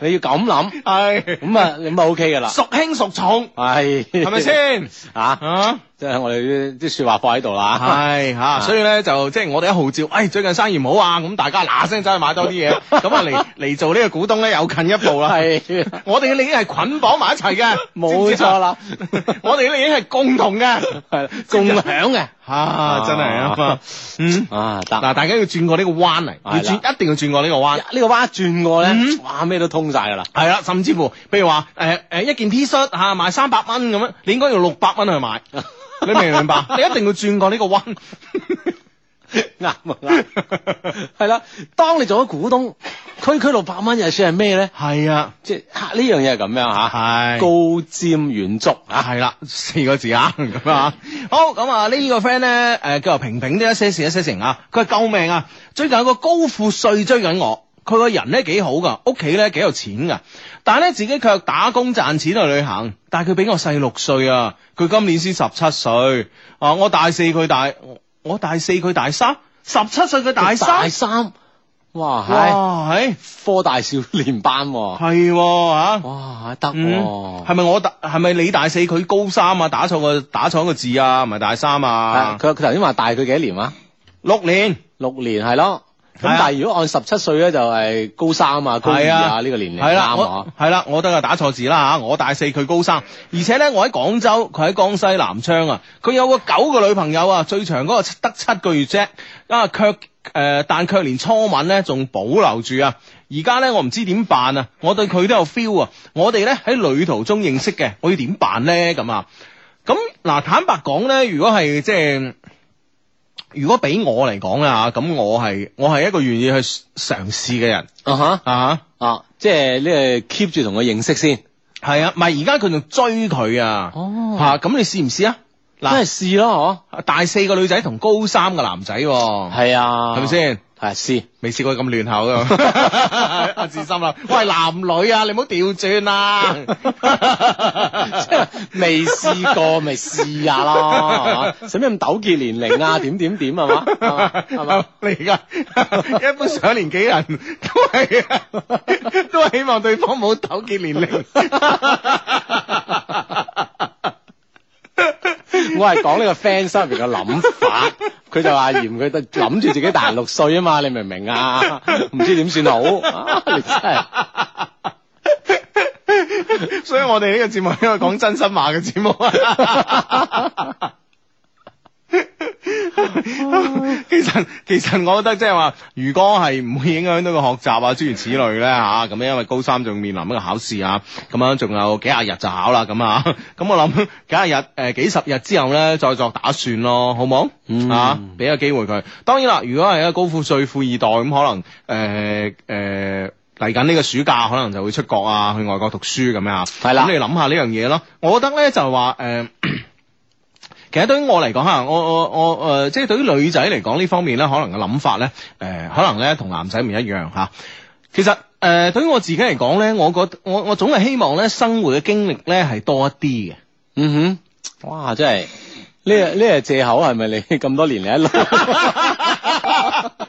Speaker 3: 你要咁諗，
Speaker 1: 係
Speaker 3: 咁啊，咁啊 OK 㗎啦。
Speaker 1: 孰輕孰 重，
Speaker 3: 係
Speaker 1: 係咪？先？
Speaker 3: 啊，
Speaker 1: 啊！
Speaker 3: 即係我哋啲啲説話放喺度啦。
Speaker 1: 系吓，
Speaker 3: 啊
Speaker 1: 所以咧就即系我哋一號召，哎最近生意唔好啊，咁大家嗱聲走去買多啲 嘢，咁啊嚟嚟做呢個股東咧又近一步啦。
Speaker 3: 係啊
Speaker 1: 我哋嘅利益係捆綁埋一齊嘅，
Speaker 3: 冇
Speaker 1: 知唔知啊
Speaker 3: 錯啦，
Speaker 1: 我哋嘅利益係共同嘅，
Speaker 3: 係啦共享嘅。
Speaker 1: 啊真係啊嘛，嗯。
Speaker 3: 啊，得
Speaker 1: 嗱，大家要轉過呢個彎嚟，要
Speaker 3: 係啦
Speaker 1: 轉一定要轉過呢個彎。
Speaker 3: 呢個彎一轉過咧
Speaker 1: 嗯，
Speaker 3: 哇咩都通晒㗎啦。
Speaker 1: 係啦，甚至乎，譬如話，誒誒一件 T 恤嚇賣三百蚊咁樣，你應該用六百蚊去 買，你明唔明白？你一定要轉過呢個彎。
Speaker 3: 啱啊啱，啊係啦。當你做咗股東，區區六百蚊又算係咩咧？
Speaker 1: 係啊，
Speaker 3: 即係啊呢樣嘢係咁樣嚇，
Speaker 1: 係
Speaker 3: 高瞻遠矚
Speaker 1: 啊，
Speaker 3: 啊。
Speaker 1: 系啦，四個字啊，咁啊，好咁啊，呢個 friend 咧，诶，叫做平平啲一些事一些情啊，佢話救命啊，最近有個高富帥追緊我，佢個人咧幾好噶，屋企咧幾有錢噶，但係咧自己卻打工賺錢去旅行，但係佢比我細六歲啊，佢今年先十七歲啊，我大四佢大，我我大四佢大三，十七歲佢大
Speaker 3: 大
Speaker 1: 三，
Speaker 3: 三，哇係
Speaker 1: 哇，係
Speaker 3: 科大少年班喎，
Speaker 1: 係喎啊吓。
Speaker 3: 哇得
Speaker 1: 嗯，系
Speaker 3: 喎。
Speaker 1: 咪我大？系咪你大四佢高三啊？打錯個打錯個字啊，唔係大三
Speaker 3: 啊
Speaker 1: 啊，
Speaker 3: 佢佢頭先話大佢幾多年話？
Speaker 1: 六年
Speaker 3: 六年係咯。咁
Speaker 1: 係啊
Speaker 3: 但係如果按十七歲咧，就係高三啊、高二
Speaker 1: 係
Speaker 3: 啊呢個年齡
Speaker 1: 係啦，
Speaker 3: 啱啊
Speaker 1: 我。係啦，我得啊打錯字啦吓，我大四佢高三，而且咧我喺廣州，佢喺江西南昌啊，佢有個九個女朋友啊，最長嗰個得七個月啫，啊卻诶、但卻連初吻咧仲保留住啊。而家咧，我唔知點辦啊！我對佢都有 feel 啊！我哋咧喺旅途中認識嘅，我要點辦咧？咁啊，咁嗱，坦白講咧，如果係即係。如果俾我嚟講啦嚇，咁我係我係一個願意去嘗試嘅人
Speaker 3: 啊哈
Speaker 1: 啊
Speaker 3: 啊，即係呢個 keep 住同佢認識先。
Speaker 1: 嚇，係啊，唔係而家佢仲追佢啊，嚇咁、
Speaker 3: 哦
Speaker 1: 你試唔試啊？
Speaker 3: 真係
Speaker 1: 嗱，
Speaker 3: 試咯，
Speaker 1: 大四個女仔同高三嘅男仔喎、
Speaker 3: 嗬。係啊，
Speaker 1: 係咪？先？
Speaker 3: 係試。
Speaker 1: 未試過咁亂口㗎， 阿志 深啦，喂男女啊，你唔好調轉啊啦，
Speaker 3: 即係未試過，咪試下咯，係嘛使咩咁糾結年齡啊？點點點係嘛係嘛，係嘛？
Speaker 1: 你而家一般上年紀人都係都係希 望對方冇糾結年 齡。
Speaker 3: 我係講呢個 friend 心入邊嘅諗法，佢就話嫌佢諗住自己大人六歲啊嘛，你明唔 明啊？唔知點算好，啊你真係
Speaker 1: 所以我哋呢個節目因為講真心話嘅節目啊。 其實其實我覺得即係話，如果係唔會影響到個學習 啊，諸如此類咧吓，咁、因為高三仲面臨一個考試啊，咁樣仲有幾廿日就考啦，咁啊， 咁我諗幾廿日誒、幾十日之後咧，再作打算咯，好冇？
Speaker 3: 嗯
Speaker 1: 啊，俾個機會佢。當然啦，如果係一個高富帥富二代咁，可能誒誒。呃嚟緊呢個暑假可能就會出國啊，去外國讀書咁樣啊。
Speaker 3: 係啦
Speaker 1: 咁你諗下呢樣嘢咯。我覺得咧就係話誒。 其實對於我嚟講嚇，我我我誒、呃即係對於女仔嚟講呢方面咧，可能嘅諗法咧，誒、可能咧同男仔唔一樣嚇。其實誒、呃，對於我自己嚟講咧，我覺我我總係希望咧生活嘅經歷咧係多一啲嘅。
Speaker 3: 嗯哼，哇真係呢個呢個藉口係咪你 咁多年嚟一路？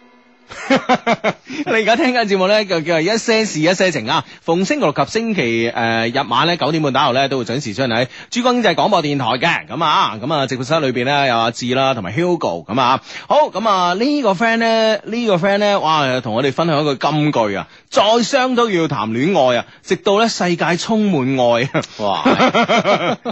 Speaker 1: 你而家聽緊節目咧，就叫做一些事一些情啊。逢星期六及星期誒、呃日晚咧九點半打後咧，都會準時出現喺珠江經濟廣播電台嘅。咁啊，咁啊，直播室裏邊咧有阿志啦，同埋 Hugo 咁啊。好，咁啊呢個 friend 咧，呢、個 friend 咧，哇，同我哋分享一句金句啊，再傷都要談戀愛啊，直到咧世界充滿愛啊。
Speaker 3: 哇！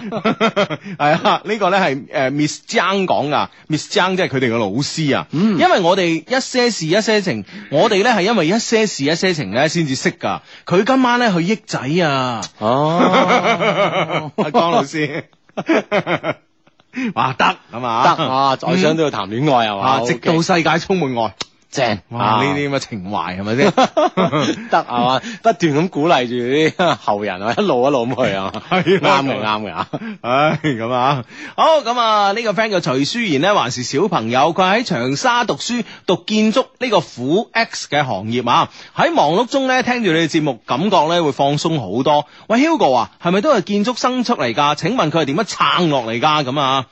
Speaker 1: 系啊，哎呢個咧係诶 Miss Zhang 講噶，Miss Zhang 即係佢哋嘅老師啊。
Speaker 3: 嗯
Speaker 1: 因為我哋一些事一些情，我哋咧係因為一些事一些情咧先至識噶。佢今晚咧去益仔啊，
Speaker 3: 哦，
Speaker 1: 阿江老 師，哇得咁
Speaker 3: 得
Speaker 1: 啊，
Speaker 3: 啊，在商都要談戀愛係
Speaker 1: 嗯
Speaker 3: 嘛
Speaker 1: 啊，直到世界充滿愛，
Speaker 3: 正
Speaker 1: 哇！
Speaker 3: 啊
Speaker 1: 呢啲咁嘅情懷係咪先？
Speaker 3: 得係嘛，不斷咁鼓勵住啲後人啊，一路一路咁去啊，
Speaker 1: 係啊
Speaker 3: 啱嘅啱嘅啊，
Speaker 1: 唉，咁啊，好咁啊，呢、個 friend 叫徐舒賢呢，還是小朋友，佢喺長沙讀書，讀建築呢個苦 X 嘅行業啊。喺忙碌中呢，聽住你嘅節目，感覺呢會放鬆好多。喂，Hugo 啊，係咪都係建築生出嚟㗎？請問佢係點樣撐落嚟㗎？咁啊？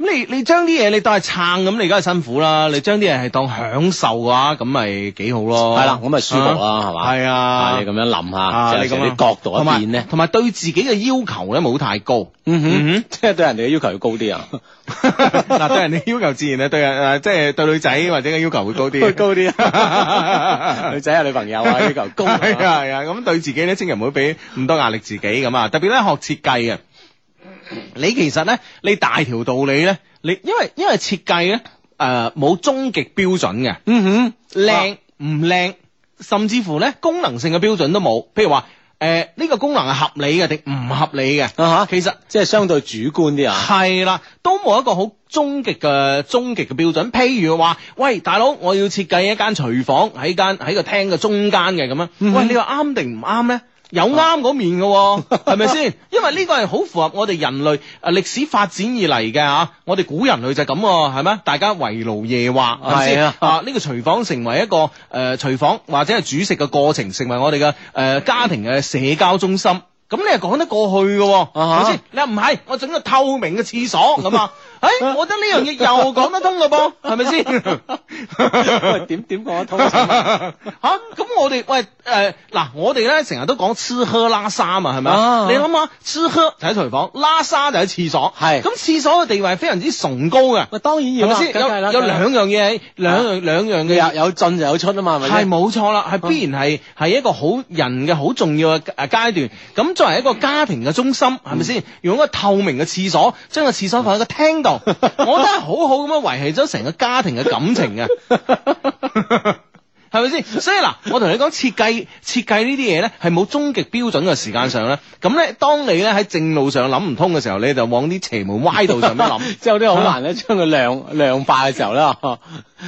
Speaker 1: 咁你你將啲嘢你當係撐咁，你梗係辛苦啦。你將啲嘢係當享受嘅話，咁咪幾好咯。
Speaker 3: 係啦，咁咪舒服啦，係嘛，
Speaker 1: 係啊
Speaker 3: 啊，你咁樣諗
Speaker 1: 啊
Speaker 3: 下，
Speaker 1: 你
Speaker 3: 就
Speaker 1: 咁
Speaker 3: 係
Speaker 1: 樣
Speaker 3: 啲角度
Speaker 1: 同
Speaker 3: 一
Speaker 1: 埋
Speaker 3: 變咧，
Speaker 1: 同埋對自己嘅要求咧冇太高。
Speaker 3: 嗯
Speaker 1: 嗯
Speaker 3: 哼，即係對人哋嘅要求要高啲啊，
Speaker 1: 嗱，對人哋要求自然咧，啊對人誒，即係對女仔或者嘅要求會 高啲。
Speaker 3: 高啲啊， 女仔啊女朋 友啊要求高啊，
Speaker 1: 係啊係啊，咁對自己咧，千祈唔好俾咁多壓力自己咁啊。特別咧學設計嘅，你其實咧，你大條道理咧，你因為因為設計咧，誒、冇終極標準嘅，
Speaker 3: 嗯
Speaker 1: 靚唔靚，甚至乎咧功能性嘅標準都冇。譬如話誒呢個功能係合理嘅定唔合理嘅，
Speaker 3: 哼，啊嚇，
Speaker 1: 其實。
Speaker 3: 即係相對主觀啲啊，
Speaker 1: 係啦，都冇一個好終極嘅終極嘅標準。譬如話，喂，大佬，我要設計一間廚房喺間喺個廳嘅中間嘅咁樣。
Speaker 3: 嗯
Speaker 1: 喂，你話啱定唔啱咧？有啱嗰面嘅 喎，係咪先？因為呢個係好符合我哋人類啊歷史發展以嚟嘅嚇，我哋古人類就係咁喎，係咪？大家圍爐夜話係咪先
Speaker 3: 係啊
Speaker 1: 啊？呢個廚房成為一個誒、呃、廚房或者係煮食嘅過程，成為我哋嘅誒家庭嘅社交中心。咁你係講得過去嘅喎，係咪
Speaker 3: 啊哈
Speaker 1: 先？你話唔係，我整個透明嘅廁所咁啊！誒，我覺得呢樣嘢又講得通嘅噃，係咪 先？
Speaker 3: 喂點點講得通啊？想問
Speaker 1: 吓，咁我哋喂誒嗱，我哋咧成日都講吃喝拉撒啊，係咪啊
Speaker 3: 啊？
Speaker 1: 你諗下，吃喝就喺廚房，拉撒就喺廁所，
Speaker 3: 係
Speaker 1: 咁廁所嘅地位非常之崇高嘅，
Speaker 3: 喂，當然
Speaker 1: 係
Speaker 3: 要
Speaker 1: 咪
Speaker 3: 啦，
Speaker 1: 先？
Speaker 3: 梗係啦
Speaker 1: 有有
Speaker 3: 梗係啦啊
Speaker 1: 兩樣嘢喺，兩樣兩樣嘅
Speaker 3: 有有進就有嗯出啊嘛，係咪
Speaker 1: 嗯係
Speaker 3: 先？
Speaker 1: 冇錯啦，係必然係係一個好人嘅好重要嘅誒階段。咁作為一個家庭嘅中心，係咪
Speaker 3: 嗯
Speaker 1: 先？用一個透明嘅廁所，將個廁所放喺個廳 度，我覺得係好好咁樣維係咗成個家庭嘅感情嘅。 係咪先？所以嗱，我同你講設計設計呢啲嘢咧，係冇終極標準嘅時間上咧。咁咧，當你咧喺正路上諗唔通嘅時候，你就往啲邪門歪道上面諗。
Speaker 3: 之後啲好難咧，將佢量量化嘅時候咧，係
Speaker 1: 啊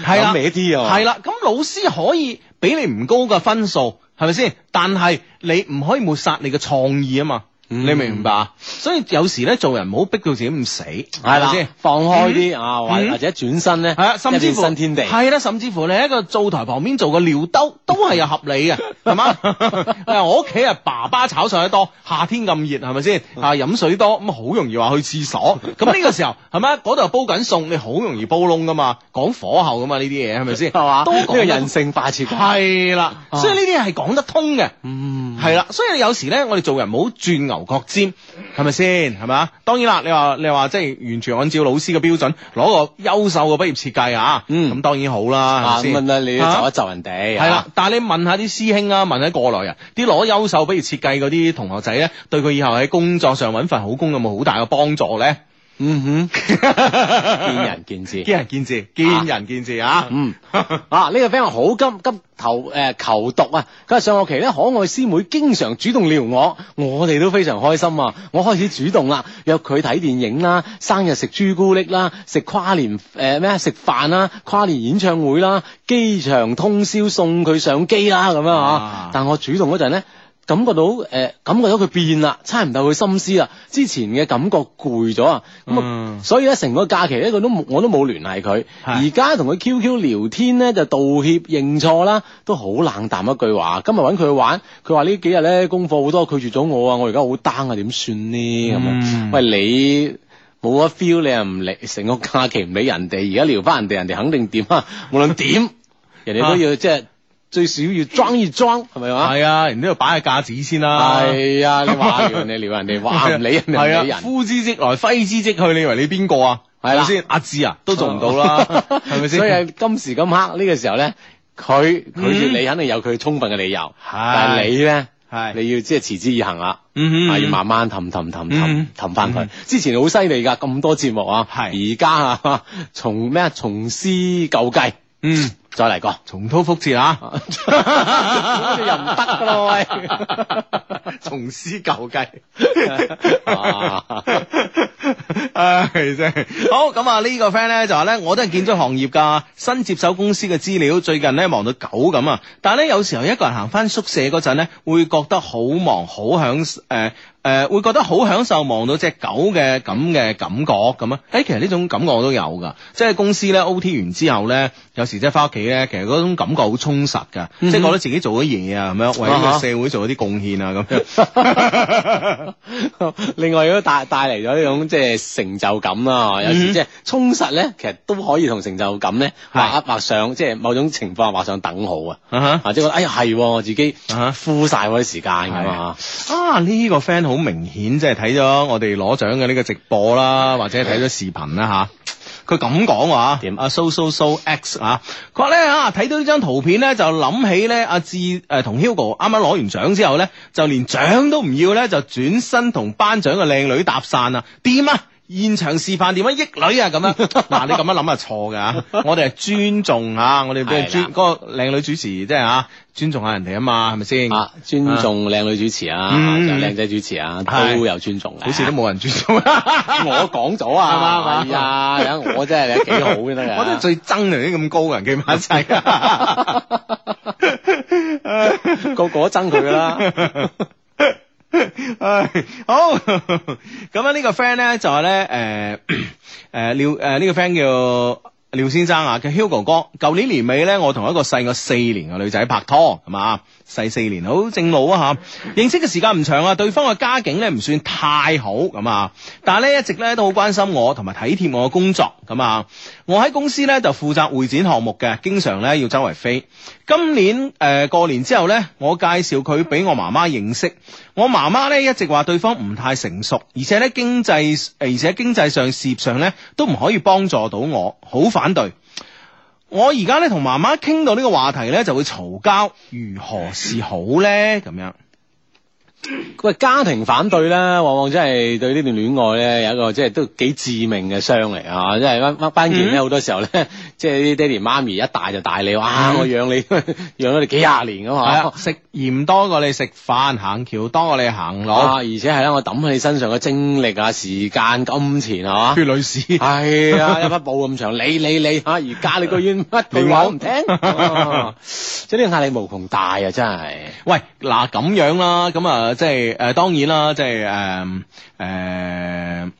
Speaker 1: 係啦
Speaker 3: 歪啲啊，
Speaker 1: 係啦，咁老師可以俾你唔高嘅分數，係咪先？但係你唔可以抹殺你嘅創意啊嘛，
Speaker 3: 嗯
Speaker 1: 你明唔明白啊？所以有時咧做人唔好逼到自己咁死，係
Speaker 3: 係
Speaker 1: 咪
Speaker 3: 啦
Speaker 1: 先？，
Speaker 3: 放開啲啊，或
Speaker 1: 嗯
Speaker 3: 或者轉身咧，
Speaker 1: 係啊，甚至
Speaker 3: 一
Speaker 1: 乎
Speaker 3: 片新天地，
Speaker 1: 係啦，甚至乎你喺個灶台旁邊做個尿 兜，都係有合理嘅，係嘛？誒我屋企啊，爸爸炒菜得多，夏天咁熱，係咪先？
Speaker 3: 嗯
Speaker 1: 啊，飲水多，咁好容易話去廁所。咁呢個時候係咪？嗰度又煲緊餸，你好容易煲窿噶嘛，講火候噶嘛，呢啲嘢係咪先？
Speaker 3: 係嘛？
Speaker 1: 都
Speaker 3: 呢
Speaker 1: 講
Speaker 3: 個
Speaker 1: 得
Speaker 3: 人性化設計，
Speaker 1: 係啦，
Speaker 3: 啊
Speaker 1: 所以呢啲係講得通嘅。
Speaker 3: 嗯，
Speaker 1: 係啦，所以有時咧，我哋做人唔好轉牛角尖，係咪先？係咪啊？當然啦，你話你話即係完全按照老師嘅標準攞個優秀嘅畢業設計啊，
Speaker 3: 嗯
Speaker 1: 咁當然好啦，
Speaker 3: 啊
Speaker 1: 係咪
Speaker 3: 咁
Speaker 1: 先？
Speaker 3: 啊，你
Speaker 1: 啊
Speaker 3: 要就一就人哋，
Speaker 1: 係啦，但係你問下啲師兄啊，問下過來人，啲攞優秀畢業設計嗰啲同學仔咧，對佢以後喺工作上揾份好工有冇好大嘅幫助咧？
Speaker 3: 嗯哼， 見仁見智。
Speaker 1: 見仁見智，見仁見智啊！
Speaker 3: 嗯， 啊呢、個 friend 話好急急頭誒、求讀啊！佢話上學期咧，可愛師妹經常主動撩我，我哋都非常開心啊！我開始主動啦，約佢睇電影啦，生日食朱古力啦，食跨年誒咩啊食飯啦，跨年演唱會啦，機場通宵送佢上機啦咁樣
Speaker 1: 啊
Speaker 3: 啊！但我主動嗰陣咧。感覺到誒、感覺到佢變啦，猜唔到佢心思啦。之前嘅感覺攰咗啊，咁啊、
Speaker 1: 嗯
Speaker 3: 所以咧成個假期咧，佢都冇我都冇聯繫佢。
Speaker 1: 係
Speaker 3: 而家同佢 QQ 聊天咧，就道歉認錯啦，都好冷淡一句話。今日揾佢玩，佢話呢幾日咧功課好多，拒絕咗我啊，我而家好 down 啊，點算呢？咁
Speaker 1: 嗯
Speaker 3: 啊，喂你。冇乜 feel，你又唔理成個假期唔理人哋，而家聊翻人哋，人哋肯定點啊？ 無論點，人哋都要即係最少要裝要裝，係咪 啊？
Speaker 1: 啊係啊，人都要擺下架子先啦。
Speaker 3: 係啊，你話撩人哋撩人哋，話唔理人哋唔理
Speaker 1: 係啊
Speaker 3: 人，
Speaker 1: 呼之即來，揮之即去，你以為你邊個啊？
Speaker 3: 係啦
Speaker 1: 咪先？阿志啊，都做唔到 啦，係咪先？
Speaker 3: 所以喺今時今刻呢個時候咧，佢拒絕你肯定有佢充分嘅理由，但係你咧，
Speaker 1: 嗯係
Speaker 3: 你要即係持之以恒啦，啊
Speaker 1: 嗯
Speaker 3: 係要慢慢氹氹氹
Speaker 1: 嗯
Speaker 3: 氹氹翻佢。之前好犀利㗎，咁多節目啊，
Speaker 1: 係
Speaker 3: 而家啊， 從咩啊，從師舊計，
Speaker 1: 嗯，
Speaker 3: 再嚟 過。
Speaker 1: 重蹈覆轍啊！
Speaker 3: 咁你又唔得㗎咯，喂！
Speaker 1: 重施舊計。
Speaker 3: 哇
Speaker 1: 唉，真係好咁啊！呢個 friend 咧就話咧，我都係建築行業㗎，新接手公司嘅資料，最近咧忙到狗咁啊！但係咧有時候一個人行翻宿舍嗰陣咧，會覺得好忙，好享誒。誒、會覺得好享受望到只狗嘅咁嘅感覺咁 啊！誒、其實呢種感覺我都有㗎，即係公司咧 O.T. 完之後咧，有時即係翻屋企咧，其實嗰種感覺好充實㗎，即係覺得自己做咗嘢啊，咁樣為呢
Speaker 3: 啊
Speaker 1: 個
Speaker 3: 哈
Speaker 1: 社會做咗啲貢獻啊，咁樣。
Speaker 3: 另外亦都帶帶嚟咗呢種即係成就感啦，有
Speaker 1: 嗯
Speaker 3: 時即係充實咧，其實都可以同成就感咧
Speaker 1: 係
Speaker 3: 畫一畫上，即係某種情況下畫上等號啊！
Speaker 1: 啊哈
Speaker 3: 啊，即係覺得哎呀係喎，我自己
Speaker 1: 啊哈
Speaker 3: 敷晒嗰啲時間咁啊！
Speaker 1: 啊！呢、個 friend 好明顯，即係睇咗我哋攞獎嘅呢個直播啦，或者係睇咗視頻啦吓，佢咁講話，
Speaker 3: 點
Speaker 1: 啊？So so so X 啊，佢話咧啊，睇到呢張圖片咧，就諗起咧阿志誒同 Hugo 啱啱攞完獎之後咧，就連獎都唔要咧，就轉身同頒獎嘅靚女搭訕啊！點啊？現場示範點樣益女啊咁樣， 嗱你咁樣諗係啊錯㗎，我哋係尊重啊，我哋都係
Speaker 3: 係
Speaker 1: 尊
Speaker 3: 啦
Speaker 1: 嗰個靚女主持即係啊，尊重下人哋啊嘛，係咪先？
Speaker 3: 啊，尊重靚女主持啊，
Speaker 1: 嗯
Speaker 3: 就靚仔主持啊，
Speaker 1: 係
Speaker 3: 都有尊重嘅。
Speaker 1: 好似都 冇人尊重。
Speaker 3: 我講咗
Speaker 1: 係嘛係
Speaker 3: 啊，
Speaker 1: 嘛
Speaker 3: 係 啊，你睇我真係你幾好先得㗎。
Speaker 1: 我都係最憎你啲咁高嘅人企埋一齊。
Speaker 3: 個個都憎佢㗎啦。
Speaker 1: 唉，好咁啊！呢個 friend 咧就係咧，誒誒廖誒呢個 friend 叫廖先生啊，叫 Hugo 哥。舊年年尾咧，我同一個細我四年嘅女仔拍拖，係嘛？細四年好正路啊嚇！認識嘅時間唔長啊，對方嘅家境咧唔算太好咁啊，但係咧一直咧都好關心我同埋體貼我嘅工作咁啊。我喺公司咧就負責會展項目嘅，經常咧要周圍飛。今年誒、呃、過年之後咧，我介紹佢俾我媽媽認識。我媽媽咧一直話對方唔太成熟，而且咧經濟呃誒而且經濟上事業上咧都唔可以幫助到我，好反對。我而家咧同媽媽傾到呢個話題咧就會嘈交，如何是好咧？咁樣
Speaker 3: 喂，家庭反對咧，往往真係對呢段戀愛咧有一個即係都幾致命嘅傷嚟啊！即係關關
Speaker 1: 嗯
Speaker 3: 鍵咧，好多時候咧， 即係啲爹哋媽咪一大就大你，哇！我養你 養咗你幾廿年
Speaker 1: 嗯係
Speaker 3: 咁嘛
Speaker 1: 啊，，食鹽多過你食飯，行橋多過你行路，
Speaker 3: 啊！而且係啦，我抌喺你身上嘅精力啊、時間、金 錢啊。
Speaker 1: 缺女士。
Speaker 3: 係啊，一匹布咁長，你你你吓，而家你居然乜
Speaker 1: 你
Speaker 3: 句
Speaker 1: 話
Speaker 3: 話都唔聽，啊 即係呢個壓力無窮大啊！真係。
Speaker 1: 喂，嗱咁樣啦，咁啊，即係誒、呃，當然啦，即係誒誒，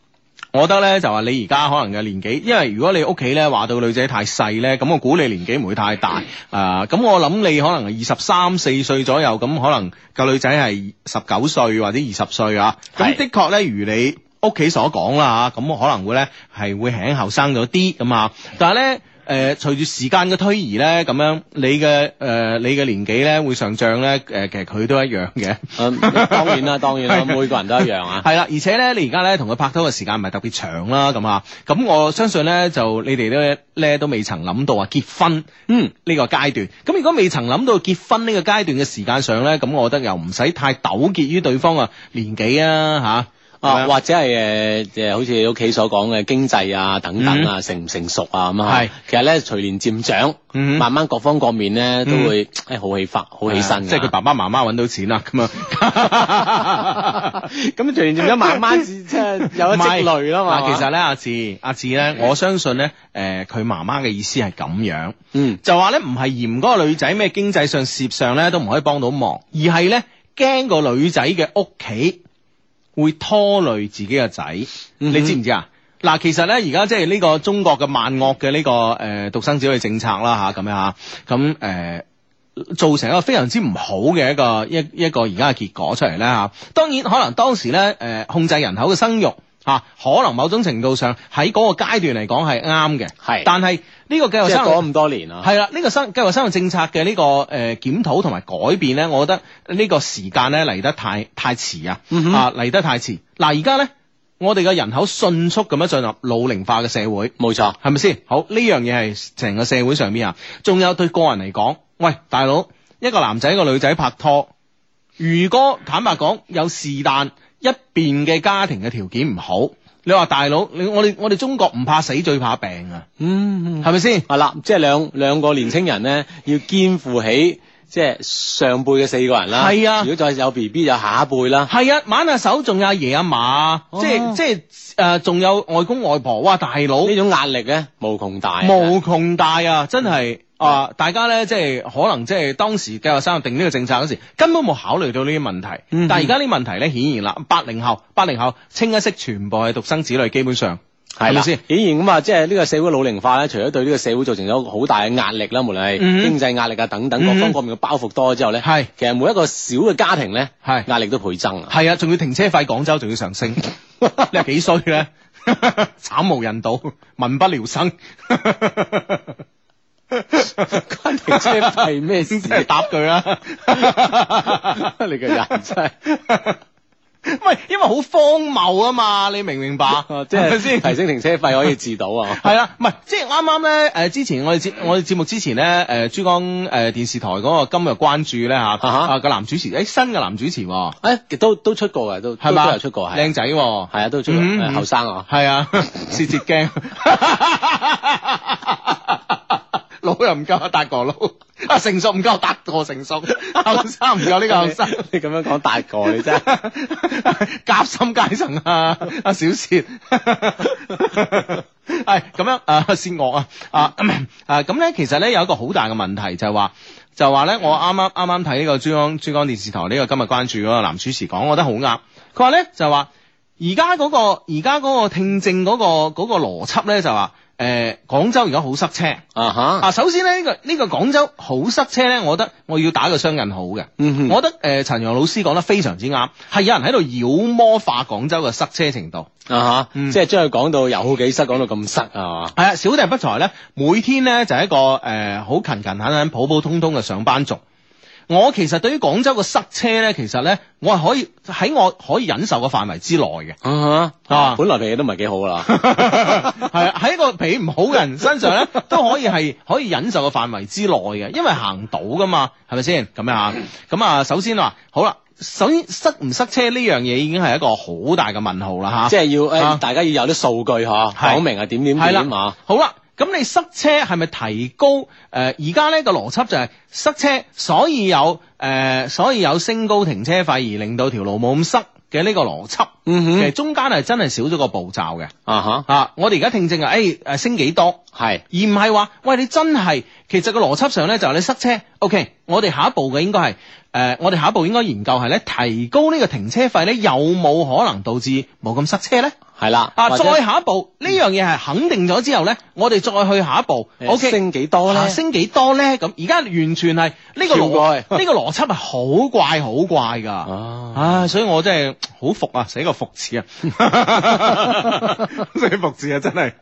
Speaker 1: 我覺得咧就話你而家可能嘅年紀，因為如果你屋企咧話到女仔太細咧，咁我估你年紀唔會太大啊。咁、我諗你可能二十三四歲左右，咁可能個女仔係十九歲或者二十歲啊。咁
Speaker 3: 係
Speaker 1: 的確咧，如你屋企所講啦嚇，咁可能會咧係會輕後生咗啲咁啊。但係咧。誒、隨住時間嘅推移咧，咁樣你嘅誒、你嘅年紀咧會上漲咧，誒、其實佢都一樣嘅。
Speaker 3: 嗯，當然啦，當 然啦，每個人都一樣啊。
Speaker 1: 係啦，而且咧，你而家咧同佢拍拖嘅時間唔係特別長啦，咁啊，咁我相信咧就你哋咧咧都未曾諗到啊結婚
Speaker 3: 嗯
Speaker 1: 呢個階段。咁如果未曾諗到結婚呢個階段嘅時間上咧，咁我覺得又唔使太糾結於對方嘅年紀啊吓。
Speaker 3: 啊，或者係誒誒，好似你屋企所講嘅經濟啊等等啊，成唔成熟啊咁
Speaker 1: 嗯
Speaker 3: 啊。
Speaker 1: 係
Speaker 3: 其實咧隨年漸長，
Speaker 1: 嗯
Speaker 3: 慢慢各方各面咧都會誒好起發，好起身㗎。
Speaker 1: 即係佢爸爸媽媽揾到錢啦， 咁啊。
Speaker 3: 咁隨年漸長，慢慢至即係有一積累啦嘛。
Speaker 1: 嗱其實咧，阿志，阿志咧，我相信咧，誒、佢媽媽嘅意思係咁樣，
Speaker 3: 嗯
Speaker 1: 就話咧，唔係嫌嗰個女仔咩經濟上、事業上咧都唔可以幫到忙，而係咧驚個女仔嘅屋企會拖累自己嘅仔，
Speaker 3: 嗯哼
Speaker 1: 你知唔知啊？嗱，其實咧，而家即係呢個中國嘅萬惡嘅呢、個誒、獨生子女政策啦吓，咁樣吓，咁誒。呃造成一個非常之唔好嘅一個一一個而家嘅結果出嚟咧嚇。當然可能當時咧誒、呃控制人口嘅生育嚇、啊可能某種程度上喺嗰個階段嚟講係啱嘅。
Speaker 3: 係
Speaker 1: 但係呢個計劃
Speaker 3: 即係
Speaker 1: 生
Speaker 3: 過
Speaker 1: 育
Speaker 3: 咁多年啊。
Speaker 1: 係啦，呢、個生計劃生育政策嘅呢、個誒、呃、檢討同埋改變咧，我覺得呢個時間咧嚟得太太遲啊，
Speaker 3: 嗯哼
Speaker 1: 啊嚟得太遲。嗱而家咧，我哋嘅人口迅速咁樣進入老齡化嘅社會。
Speaker 3: 冇錯。
Speaker 1: 係咪先？好呢樣嘢係成個社會上邊啊，仲有對個人嚟講，喂，大佬，一個男仔一個女仔拍拖，如果坦白講有是但一邊嘅家庭嘅條件唔好，你話大佬，你我哋我哋中國唔怕死，最怕病啊，
Speaker 3: 嗯。
Speaker 1: 係咪先？
Speaker 3: 係啦，即係兩兩個年青人咧，要肩負起即係上輩嘅四個人啦。
Speaker 1: 係啊
Speaker 3: 如果再有 B B 就下一輩啦。
Speaker 1: 系啊，挽下手，仲有阿爺阿嫲，
Speaker 3: 哦
Speaker 1: 即係即係诶，仲、有外公外婆，哇，大佬
Speaker 3: 呢種壓力咧無窮大。啊嗯
Speaker 1: 無窮大啊，真係啊！大家咧即係可能即係當時計劃生育定呢個政策嗰時，根本冇考慮到呢啲問題。
Speaker 3: 嗯哼
Speaker 1: 但係而家呢啲問題咧，顯然啦，八零後、八零後清一色全部係獨生子女，基本上係
Speaker 3: 係
Speaker 1: 咪
Speaker 3: 啦，
Speaker 1: 先
Speaker 3: 顯？然咁啊，即係呢個社會老齡化咧，除咗對呢個社會造成咗好大嘅壓力啦，無論係
Speaker 1: 嗯
Speaker 3: 經濟壓力啊等等各
Speaker 1: 嗯
Speaker 3: 方各面嘅包袱多咗之後咧，
Speaker 1: 係
Speaker 3: 其實每一個小嘅家庭咧，
Speaker 1: 係
Speaker 3: 壓力都倍增啊。
Speaker 1: 係啊，仲要停車費，廣州仲要上 升，你話幾衰咧？慘無人道，民不聊生。
Speaker 3: 關停車費咩事
Speaker 1: 真？係答佢啦，
Speaker 3: 你個人真係
Speaker 1: 唔係因為好荒謬啊嘛，你明唔明白？
Speaker 3: 哦即
Speaker 1: 係咪
Speaker 3: 係
Speaker 1: 先？
Speaker 3: 提升停車費可以治到 啊！
Speaker 1: 係啦，唔係即係啱啱咧，誒、之前我哋節我哋節目之前咧，誒、珠江誒、電視台嗰個今日關注咧嚇，
Speaker 3: 哈
Speaker 1: 啊個男主持，誒、新嘅男主持喎，
Speaker 3: 誒，都都出過嘅，都
Speaker 1: 係
Speaker 3: 都都
Speaker 1: 嘛？
Speaker 3: 有出過，係
Speaker 1: 靚仔喎，
Speaker 3: 係啊，都出過，
Speaker 1: 嗯
Speaker 3: 誒後生啊。
Speaker 1: 係 啊，切切驚， 老又唔夠啊，達哥佬，啊成熟唔夠達哥成熟，後生唔夠呢個後生。
Speaker 3: 你咁樣講大個，你真 係
Speaker 1: 夾心階層啊，阿小薛。 係咁樣啊，薛岳啊，啊啊咁咧，其實咧有一個好大嘅問題就係話，就話咧我啱啱啱啱睇呢個珠江珠江電視台呢個今日關注嗰個男主持講，我覺得好啱。佢話咧就話，而家嗰個而家嗰個聽證嗰、個嗰、個邏輯咧就話，誒、廣州而家好塞車
Speaker 3: 啊哈，
Speaker 1: 啊。首先咧呢、個呢、個廣州好塞車咧，我覺得我要打個雙引號嘅。
Speaker 3: 嗯哼，
Speaker 1: 我覺得誒呃陳陽老師講得非常之啱，係有人喺度妖魔化廣州嘅塞車程度。
Speaker 3: 啊哈，
Speaker 1: 嗯
Speaker 3: 即係將佢講到有幾塞，講到咁塞啊嘛，
Speaker 1: 係啊，小弟不才咧，每天咧就係一個呃誒好、勤勤懇懇、普普通通嘅上班族。我其實對於廣州嘅塞車咧，其實咧我係可以喺我可以忍受嘅範圍之內嘅。
Speaker 3: 啊哈，
Speaker 1: 啊
Speaker 3: 啊，本來脾氣都唔係幾好啦，
Speaker 1: 係啊，喺一個脾唔好嘅人身上咧，都可以係可以忍受嘅範圍之內嘅，因為行到噶嘛，係咪先？咁樣啊，咁啊，首先話好啦，首先塞唔塞車呢樣嘢已經係一個好大嘅問號啦吓。
Speaker 3: 即係要
Speaker 1: 啊
Speaker 3: 誒，大家要有啲數據嗬，
Speaker 1: 係
Speaker 3: 講明啊點點
Speaker 1: 係
Speaker 3: 點啊，
Speaker 1: 好啦，咁你塞車係咪提高？誒、而家呢個邏輯就係塞車，所以有誒、所以有升高停車費而令到條路冇咁塞嘅呢個邏輯。
Speaker 3: 嗯
Speaker 1: 其實
Speaker 3: 哼，
Speaker 1: 中間係真係少咗個步驟嘅。
Speaker 3: 啊哈，
Speaker 1: 啊，我哋而家聽證啊，誒、誒升幾多？
Speaker 3: 係，
Speaker 1: 而唔係話，喂，你真係其實個邏輯上咧，就係你塞車。OK，我哋下一步嘅應該係誒、呃我哋下一步應該研究係咧，提高呢個停車費咧，有冇可能導致冇咁塞車咧？
Speaker 3: 係啦，
Speaker 1: 啊，
Speaker 3: 或者
Speaker 1: 再下一步呢樣嘢係肯定咗之後咧，我哋再去下一步
Speaker 3: 誒
Speaker 1: ，O K，
Speaker 3: 升幾多咧？
Speaker 1: 啊升幾多咧？咁而家完全係呢個
Speaker 3: 跳過
Speaker 1: 邏 呢
Speaker 3: 去
Speaker 1: 個邏輯係好怪好怪噶。
Speaker 3: 啊，
Speaker 1: 唉，所以我真係好服啊，寫個服字 啊，寫服字啊，真係。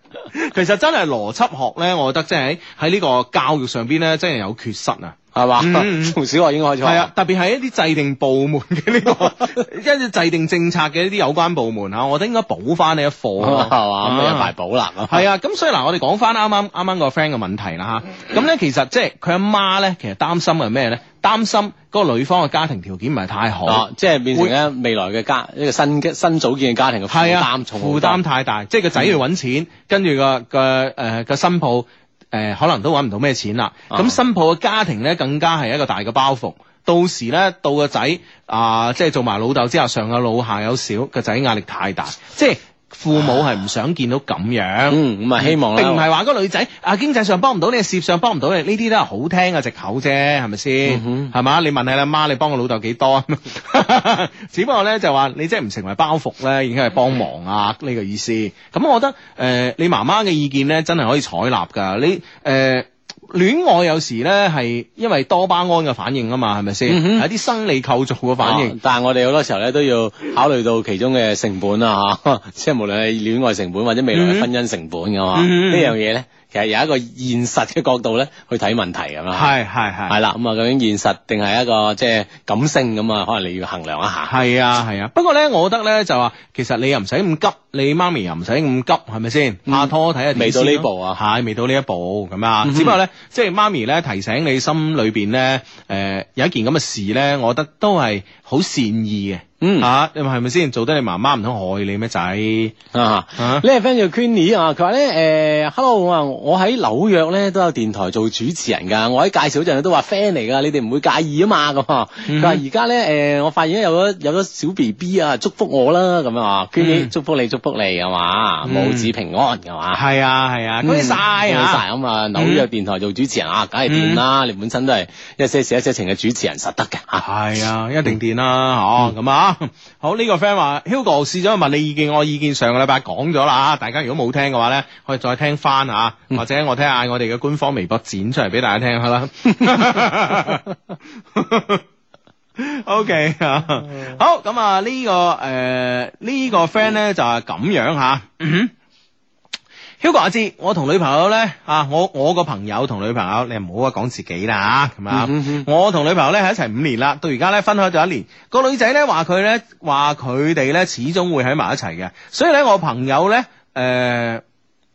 Speaker 1: 其實真係邏輯學咧，我覺得真係喺呢個教育上邊咧，真係有缺失啊。
Speaker 3: 係
Speaker 1: 嗯嗯
Speaker 3: 嘛， 從小學已經開始學
Speaker 1: 係啊，，特別係一啲制定部門嘅呢、個， 一啲制定政策嘅呢啲有關部門嚇，我覺得應該補翻呢一課咯
Speaker 3: 係嘛，咁啊有大寶啦，
Speaker 1: 係啊，咁所以嗱，我哋講翻啱啱啱啱個 friend 嘅問題啦
Speaker 3: 嗯
Speaker 1: 吓，咁咧其實即係佢阿媽咧，其實擔心係咩咧？擔心嗰個女方嘅家庭條件唔係太好
Speaker 3: 啊，，即係變成咧未來嘅家一個新嘅新組建嘅家庭嘅負
Speaker 1: 係啊，
Speaker 3: 擔嗯重好多
Speaker 1: 負擔太大，即係個仔要揾錢，跟住個個誒個新抱誒可能都揾唔到咩錢啦，
Speaker 3: 啊
Speaker 1: 咁新抱嘅家庭咧更加係一個大嘅包袱。到時咧，到個仔啊，即係做埋老豆之後，上有老下有小，個仔壓力太大，即係父母係唔想見到咁樣。
Speaker 3: 嗯，咁啊希望
Speaker 1: 並唔
Speaker 3: 啦，
Speaker 1: 係話嗰個女仔啊經濟上幫唔到你，事業上幫唔到你，呢啲都係好聽嘅藉口啫，係咪
Speaker 3: 嗯
Speaker 1: 先？係嘛、你問下你阿媽，你幫我老豆幾多啊？ 只不過咧就話你即係唔成為包袱咧，已經係幫忙 啊呢、個意思。咁我覺得誒、呃你媽媽嘅意見咧真係可以採納㗎。你誒。呃戀愛有時咧係因為多巴胺嘅反應啊嘛，係咪先？
Speaker 3: 嗯哼
Speaker 1: 係一啲生理構造嘅反應
Speaker 3: 啊。但係我哋好多時候咧都要考慮到其中嘅成本啊，嚇， 即係無論係戀愛成本或者未來嘅婚姻成本㗎嘛，
Speaker 1: 嗯嗯嗯嗯
Speaker 3: 呢樣嘢咧其實有一個現實嘅角度咧去睇問題咁啦。
Speaker 1: 係係係。
Speaker 3: 係啦，咁啊究竟現實定係一個即係感性咁啊？可能你要衡量一下。
Speaker 1: 係啊係啊，不過咧，我覺得咧就話，其實你又唔使咁急，你媽咪又唔使咁急，係咪先？
Speaker 3: 嗯
Speaker 1: 拍拖睇下
Speaker 3: 未到呢步啊
Speaker 1: 係未到呢一步咁啊
Speaker 3: 嗯。哼
Speaker 1: 只不過咧，即係媽咪咧提醒你心裏邊咧，誒有一件咁嘅事咧，我覺得都係好善意嘅。
Speaker 3: 嗯
Speaker 1: 啊，你話係咪先？做得你媽媽唔通害你咩仔？
Speaker 3: 啊
Speaker 1: 啊
Speaker 3: 呢個 friend 叫 Queenie 啊，佢話咧誒，hello 我話我喺紐約咧都有電台做主持人㗎，我喺介紹嗰陣都話 friend 嚟㗎，你哋唔會介意啊嘛咁啊。
Speaker 1: 嗯
Speaker 3: 佢話而家咧誒，我發現咧有咗有咗小 B B 啊，祝福我啦咁樣啊，Queenie
Speaker 1: 嗯
Speaker 3: 祝福你祝福你係嘛，
Speaker 1: 嗯
Speaker 3: 母子平安係嘛。
Speaker 1: 係啊係啊，恭喜晒
Speaker 3: 恭喜
Speaker 1: 啊！
Speaker 3: 晒咁嗯啊！紐約電台做主持人啊，梗係掂啦！
Speaker 1: 嗯
Speaker 3: 你本身都係一些事一些情嘅主持人，實得嘅嚇。
Speaker 1: 係啊，一定掂啦，嚇咁啊！好呢個 friend 話，Hugo 試咗問你意見，我意見上個禮拜講咗啦，大家如果冇聽嘅話咧，可以再聽翻啊，或者我睇下我哋嘅官方微博剪出嚟俾大家聽下啦。O K 啊，
Speaker 3: 嗯
Speaker 1: 好咁啊呢個誒呢個 friend 咧就係咁樣吓。嗯哼 Hugo 阿志，我同女朋友咧啊，我我個朋友同女朋友，你唔好話啊講自己啦吓，咁啊
Speaker 3: 嗯哼，
Speaker 1: 我同女朋友咧喺一齊五年啦，到而家咧分開咗一年。個女仔咧話佢咧話佢哋咧始終會喺埋一齊嘅，所以咧我朋友咧誒、呃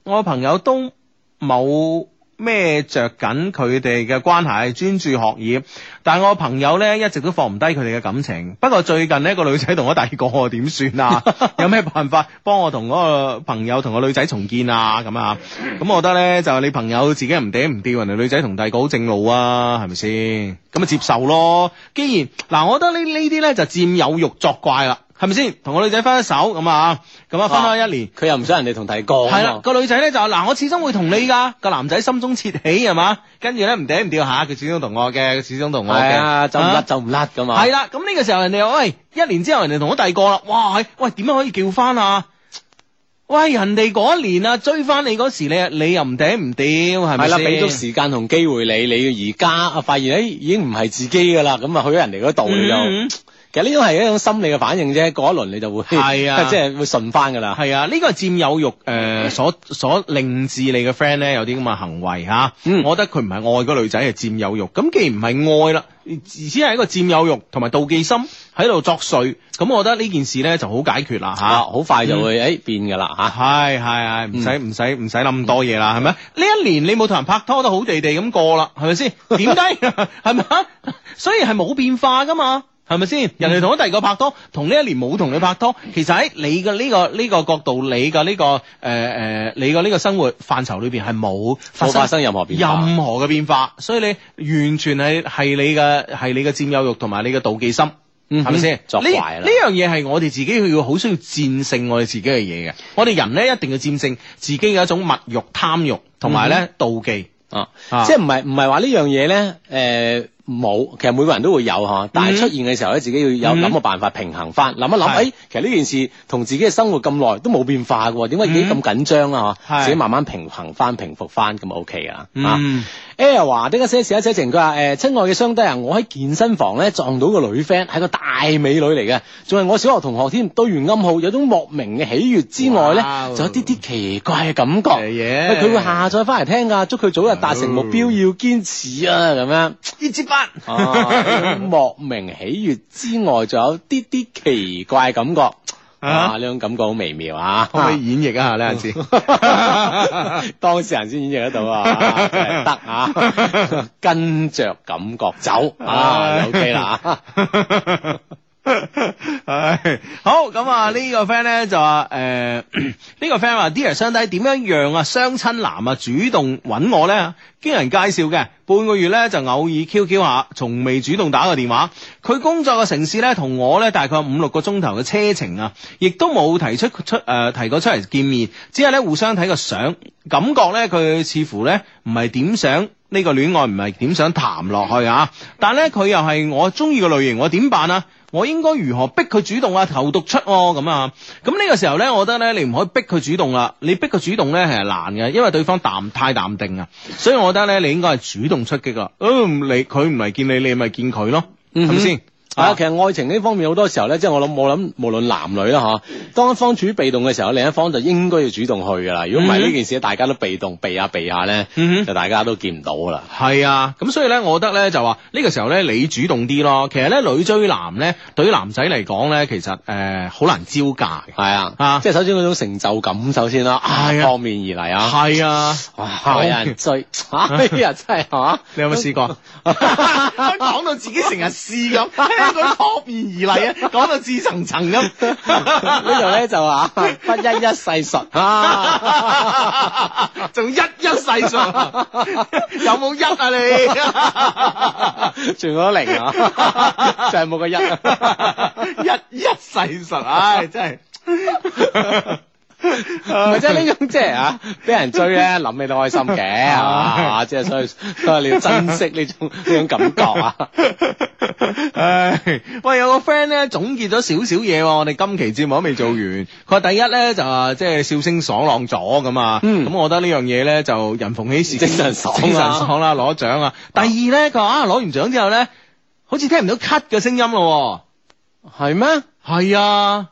Speaker 1: 我朋友都冇咩着緊佢哋嘅關係，專注學業。但係我朋友咧一直都放唔低佢哋嘅感情。不過最近呢個女仔同咗第二個，點算啊？有咩辦法幫我同嗰個朋友同個女仔重建啊？咁啊，咁我覺得咧就你朋友自己唔嗲唔吊，人哋女仔同第二個好正路啊，係咪先？咁啊咪接受咯。既然嗱，我覺得呢呢啲咧就佔有欲作怪啦，係咪先？同個女仔分咗手咁啊，咁啊分開一年。
Speaker 3: 佢又唔想人哋同提過。
Speaker 1: 系啦，個女仔咧就話嗱，我始終會同你噶，個男仔心中竊喜係嘛，跟住咧唔嗲唔吊下，佢始終同我嘅，佢始終同我嘅，
Speaker 3: 係啊，走唔甩走唔甩啊噶嘛。
Speaker 1: 係啦，咁呢個時候人哋話喂，一年之後人哋同我第二個啦，哇，係喂點樣可以叫翻啊？喂，人哋嗰一年啊追翻你嗰時，你你又唔嗲唔吊，係咪
Speaker 3: 係啦，
Speaker 1: 先
Speaker 3: 俾足時間同機會你，你而家啊發現誒已經唔係自己噶啦，咁啊去咗人哋嗰度你
Speaker 1: 嗯
Speaker 3: 就，其實呢種係一種心理嘅反應啫，過一輪你就會
Speaker 1: 係啊
Speaker 3: 即係會順翻噶啦。嗯
Speaker 1: 係啊，呢、個係佔有欲誒、呃所所令至你嘅 friend 咧有啲咁嘅行為吓，
Speaker 3: 嗯
Speaker 1: 我覺得佢唔係愛個女仔，係佔有欲。咁既然唔係愛啦，而只係一個佔有欲同埋妒忌心喺度作祟，咁我覺得呢件事咧就好解決啦吓。
Speaker 3: 啊，好快
Speaker 1: 嗯
Speaker 3: 就會誒變噶啦啊嚇。
Speaker 1: 係係係，唔
Speaker 3: 嗯
Speaker 1: 使唔使唔使諗咁多嘢啦，係咪？呢一年你冇同人拍拖都好地地咁過啦，係咪 先？點解係咪啊？所以係冇變化噶嘛，係咪先？人哋同咗第二個拍拖，同呢一年冇同你拍拖，其實喺你嘅呢、個呢、個角度，你嘅呢、個誒誒、呃你嘅呢個生活範疇裏邊係冇發
Speaker 3: 冇
Speaker 1: 生
Speaker 3: 發生任何變化。
Speaker 1: 任何嘅變化，所以你完全係係你嘅係你嘅佔有欲同埋你嘅妒忌心。
Speaker 3: 嗯
Speaker 1: 係
Speaker 3: 哼
Speaker 1: 咪先？
Speaker 3: 作
Speaker 1: 呢
Speaker 3: 怪啦
Speaker 1: 呢樣嘢係我哋自己要好需要戰勝我哋自己嘅嘢嘅。我哋人咧一定要戰勝自己嘅一種物欲、貪欲同埋
Speaker 3: 嗯
Speaker 1: 咧妒忌。
Speaker 3: 啊
Speaker 1: 啊，
Speaker 3: 即係唔係唔係話呢樣嘢咧？誒冇，其實每個人都會有嚇，但係出現嘅時候咧，自己要有
Speaker 1: 嗯
Speaker 3: 諗個辦法平衡翻，諗一諗，
Speaker 1: 係
Speaker 3: 誒，其實呢件事同自己嘅生活咁耐都冇變化嘅喎，點解自
Speaker 1: 嗯
Speaker 3: 己咁緊張啊？嚇，
Speaker 1: 係
Speaker 3: 自己慢慢平衡翻、平復翻咁就 OK 噶啦。啊
Speaker 1: 嗯，
Speaker 3: Air 話的一些事一些情，啊佢話誒親愛嘅雙低啊，我喺健身房咧撞到個女 friend，係個大美女嚟嘅，仲係我小學同學添，對完暗號有種莫名嘅喜悅之外咧
Speaker 1: 哇哦，哎
Speaker 3: 就有啲啲奇怪嘅感覺。
Speaker 1: 係嘢
Speaker 3: 喂佢會下載翻嚟聽㗎，祝佢早日達成目標，要堅持啊咁樣。
Speaker 1: 一支筆。哎哦
Speaker 3: 啊， 莫名喜悅之外，仲有啲啲奇怪嘅感覺。啊！呢種感覺好微妙啊，
Speaker 1: 可唔可以演繹一下呢？下 次
Speaker 3: 當事人先演繹得到啊，真係得 啊，跟着感覺走啊就，OK 啦啊。
Speaker 1: 唉，好咁啊！呢個 friend 咧就話誒， 呢個 friend 話 Dear 相低點樣讓啊相親男啊主動揾我咧？經人介紹嘅，半個月咧就偶爾 QQ 下，從未主動打過電話。佢工作嘅城市咧同我咧大概五六個鐘頭嘅車程啊，亦都冇提出出誒、呃提過出嚟見面，只係咧互相睇個相，感覺咧佢似乎咧唔係點想。呢個戀愛唔係點想談落去啊，但咧佢又係我中意嘅類型，我點辦啊？我應該如何逼佢主動啊？投毒出哦咁啊！咁呢個時候呢，我覺得呢，你唔可以逼佢主動啦。你逼佢主動呢，係難嘅，因為對方淡太淡定啊。所以我覺得呢，你應該係主動出擊啦。嗯，你佢唔嚟見你，你咪見佢咯，係
Speaker 3: 嗯哼
Speaker 1: 咪先？
Speaker 3: 啊，其實愛情呢方面好多時候咧，即係我諗，我諗無論男女啦嚇，當一方處於被動嘅時候，另一方就應該要主動去噶啦。如果唔係
Speaker 1: 嗯
Speaker 3: 呢件事，大家都被動避下避下咧，
Speaker 1: 嗯哼
Speaker 3: 就大家都見唔到噶啦。
Speaker 1: 係啊，咁所以咧，我覺得咧就話呢、個時候咧，你主動啲咯。其實咧，女追男咧，對於男仔嚟講咧，其實誒好、難招架嘅。
Speaker 3: 係啊，
Speaker 1: 啊
Speaker 3: 即係首先嗰種成就感首先啦，啊
Speaker 1: 係啊
Speaker 3: 撲面而嚟啊，
Speaker 1: 係啊，
Speaker 3: 哇，有人 追，哎呀，真係係嘛？
Speaker 1: 你有冇試過？講到自己成日試咁，佢撲面而嚟啊，講到似層層咁。
Speaker 3: 呢度咧就話不一一細述啊，
Speaker 1: 仲一一細數， 有冇一啊你？
Speaker 3: 全部都零啊，就係冇個一啊。
Speaker 1: 一一細數，唉，真係。
Speaker 3: 唔係即係呢種即係啊，俾人追咧諗你都開心嘅， 係嘛？即係所以所以你要珍惜呢種呢種感覺啊！
Speaker 1: 唉， 喂，有個 friend 咧總結咗少少嘢喎，我哋今期節目都未做完。佢話第一咧就話即係笑聲爽朗咗咁啊，
Speaker 3: 嗯
Speaker 1: 咁我覺得呢樣嘢咧就人逢喜事
Speaker 3: 精神爽啊
Speaker 1: 精神爽啦，攞獎啊。第二咧佢話啊攞完獎之後咧，好似聽唔到咳嘅聲音咯
Speaker 3: 係咩？
Speaker 1: 喎。係啊，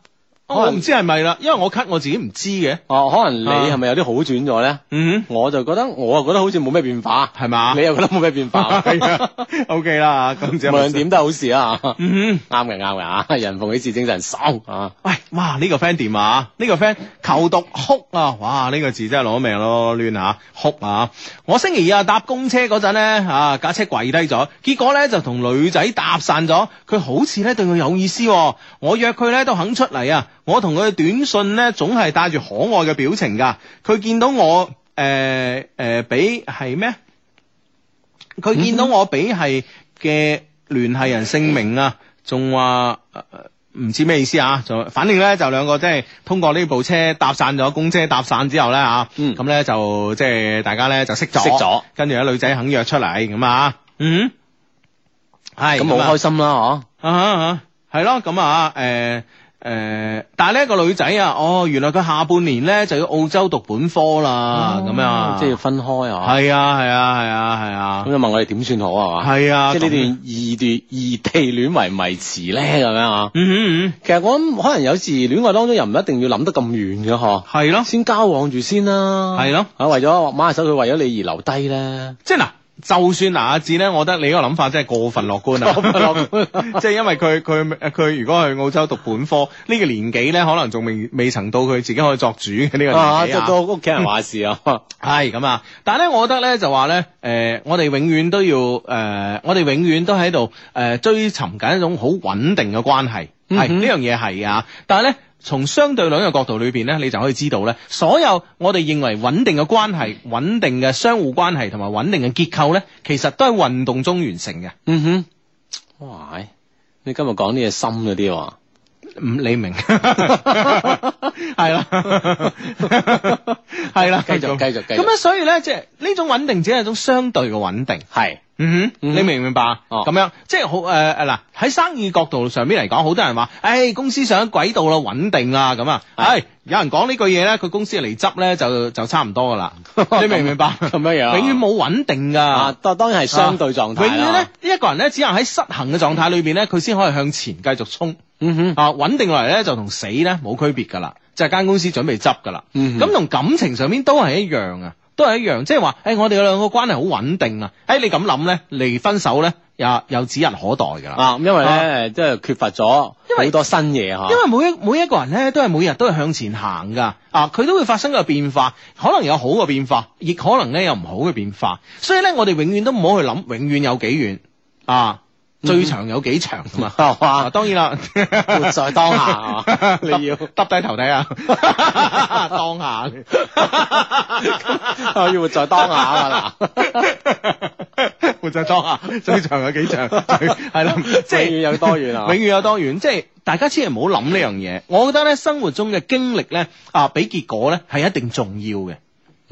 Speaker 3: 可能
Speaker 1: 我唔知係咪啦，因為我咳我自己唔知嘅。
Speaker 3: 哦，可能你係咪有啲好轉咗咧？
Speaker 1: 嗯，
Speaker 3: 我就覺得我啊覺得好似冇咩變化，
Speaker 1: 係 嘛
Speaker 3: 你？又覺得冇咩變 化，
Speaker 1: 係啊，OK 啦，咁
Speaker 3: 啊無
Speaker 1: 就
Speaker 3: 論點都係好事啊！
Speaker 1: 嗯。
Speaker 3: 啱嘅，啱嘅啊！人逢喜事精神爽啊！
Speaker 1: 喂，哇！呢、個 friend 點啊？呢、個 friend 求讀哭啊！哇！呢、個字真係攞命咯，亂啊！哭啊！我星期二啊搭公車嗰陣咧，啊架車跪低咗，結果咧就同女仔搭散咗。佢好似咧對佢有意思、喎，我約佢咧都肯出嚟啊！我同佢嘅短信咧總係帶住可愛嘅表情㗎。佢見到我誒誒俾係咩？佢見到我俾係嘅聯繫人姓名啊，仲話呃唔知咩意思啊，就反正咧就兩個即係通過呢部車搭散咗，公車搭散之後咧啊，
Speaker 3: 嗯
Speaker 1: 咁咧、就即係大家咧就識咗，
Speaker 3: 識咗，
Speaker 1: 跟住咧女仔肯約出嚟咁啊，嗯，係
Speaker 3: 咁好
Speaker 1: 啊
Speaker 3: 開心啦，哦嗬！
Speaker 1: 啊啊，係咯，咁啊，誒、誒，但係呢個女仔啊，哦，原來佢下半年咧就要澳洲讀本科啦，咁、樣啊，
Speaker 3: 哦即係要分開啊！
Speaker 1: 係啊，係啊，係啊，係啊
Speaker 3: 咁，就問我哋點算好啊？係嘛？
Speaker 1: 係啊，
Speaker 3: 即係呢段
Speaker 1: 咁
Speaker 3: 異段異地戀為迷詞咧，咁樣啊？
Speaker 1: 嗯嗯
Speaker 3: 其實我諗可能有時戀愛當中又唔一定要諗得咁遠嘅
Speaker 1: 嗯，，
Speaker 3: 嗬
Speaker 1: 係咯，
Speaker 3: 先交往住先啦。
Speaker 1: 係咯
Speaker 3: 啊為咗馬下手，佢為咗你而留低咧。
Speaker 1: 即係嗱。就算嗱阿志咧，我覺得你嗰個諗法真係過分樂觀啊！過分樂觀， 即係因為佢佢佢如果去澳洲讀本科，呢、個年紀咧，可能仲未未曾到佢自己可以作主嘅呢個年紀
Speaker 3: 啊，即係都屋企人話事啊。
Speaker 1: 係咁啊！但係咧，我覺得咧就話咧，誒、我哋永遠都要誒、我哋永遠都喺度誒追尋緊一種好穩定嘅關係，
Speaker 3: 嗯
Speaker 1: 係
Speaker 3: 哼
Speaker 1: 呢樣嘢係啊！但係咧，從相對論嘅角度裏邊咧，你就可以知道咧，所有我哋認為穩定嘅關係、穩定嘅相互關係同埋穩定嘅結構咧，其實都係運動中完成嘅。
Speaker 3: 嗯哼，哇！你今日講啲嘢深咗啲喎。嗯
Speaker 1: 唔，你明係 啦，係啦，
Speaker 3: 繼續繼續繼續
Speaker 1: 咁啊，所以咧，即係呢種穩定只係一種相對嘅穩定。
Speaker 3: 係，
Speaker 1: 嗯哼，
Speaker 3: 嗯
Speaker 1: 你明唔明白？
Speaker 3: 哦
Speaker 1: 咁樣即係好誒誒嗱，喺生意角度上邊嚟講，好多人話，誒公司上咗軌道啦，穩定啦咁啊。
Speaker 3: 係
Speaker 1: 係有人講呢句嘢咧，佢公司嚟執咧就就差唔多噶 啦。你明唔明白？
Speaker 3: 咁樣樣
Speaker 1: 永遠冇穩定
Speaker 3: 啊
Speaker 1: 噶，。
Speaker 3: 當當然係相對狀態
Speaker 1: 永遠
Speaker 3: 啦
Speaker 1: 咧，一個人咧，只能喺失衡嘅狀態裏邊咧，佢先可以向前繼續衝。
Speaker 3: 嗯哼，
Speaker 1: 啊，穩定落嚟咧就同死咧冇區別㗎啦，就係、間公司準備執㗎啦。
Speaker 3: 嗯
Speaker 1: 咁同、感情上面都係一樣啊，都係一樣，即係話，誒、我哋兩個關係好穩定啊，誒、你咁諗咧，離分手咧又又指日可待㗎啦。
Speaker 3: 啊，咁因為
Speaker 1: 啊
Speaker 3: 咧，即係缺乏咗好多新嘢嚇。
Speaker 1: 因為每一每一個人咧，都係每日都係向前行㗎，啊，佢都會發生個變化，可能有好嘅變化，亦可能咧有唔好嘅變化，所以咧我哋永遠都唔好去諗，永遠有幾遠啊，
Speaker 3: 嗯
Speaker 1: 最長有幾長㗎 嘛，
Speaker 3: 係
Speaker 1: 啊，
Speaker 3: 嘛，
Speaker 1: 當然 啦。，
Speaker 3: 活在當下啊 你要
Speaker 1: 耷低頭睇啊， 當下。
Speaker 3: 我要活在當下啊嗱，
Speaker 1: 活在當下，最長有幾長？最 係啦，即係
Speaker 3: 永遠有多遠啊
Speaker 1: 永遠有多遠？即係大家千祈唔好諗呢樣嘢。我覺得咧，生活中嘅經歷咧，啊，比結果咧係一定重要嘅。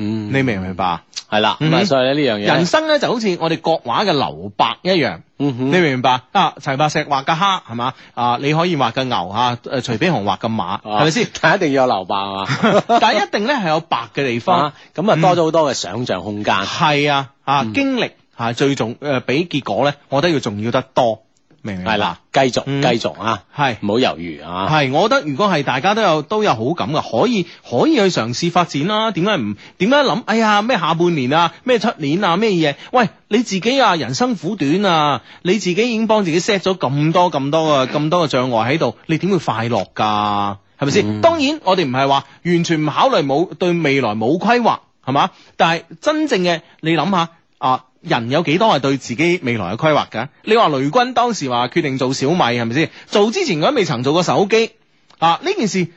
Speaker 3: 嗯
Speaker 1: 你明唔明白？
Speaker 3: 係啦，咁
Speaker 1: 嗯
Speaker 3: 啊，所以咧呢樣嘢，
Speaker 1: 人生咧就好似我哋國畫嘅留白一樣。
Speaker 3: 嗯
Speaker 1: 你
Speaker 3: 哼，
Speaker 1: 明唔明白啊？齊白石畫嘅蝦係嘛啊？你可以畫嘅牛啊，誒徐悲鴻畫嘅
Speaker 3: 啊
Speaker 1: 馬係 咪先？
Speaker 3: 但一定要有留 白啊嘛，
Speaker 1: 但係一定咧係有白嘅地方
Speaker 3: 啊，咁啊多咗好多嘅想像空間。
Speaker 1: 嗯係啊，啊、
Speaker 3: 嗯
Speaker 1: 經歷啊最重誒、呃比結果咧，我覺得要重要得多，明唔明白？
Speaker 3: 係啦，，繼續
Speaker 1: 嗯
Speaker 3: 繼續啊，
Speaker 1: 係。
Speaker 3: 唔好猶豫啊。
Speaker 1: 係，我覺得如果係大家都有都有好感嘅，可以可以去嘗試發展啦。點解唔點解諗？哎呀，咩下半年啊，咩出年啊，咩嘢？喂，你自己啊，人生苦短啊，你自己已經幫自己 set 咗咁多咁多嘅咁多嘅障礙喺度，你點會快樂㗎？係咪先？
Speaker 3: 嗯
Speaker 1: 當然，我哋唔係話完全唔考慮冇對未來冇規劃，係嘛？但係真正嘅你諗下啊，人有幾多係對自己未來嘅規劃㗎？你話雷軍當時話決定做小米係咪先？做之前佢都未曾做過手機啊！呢件事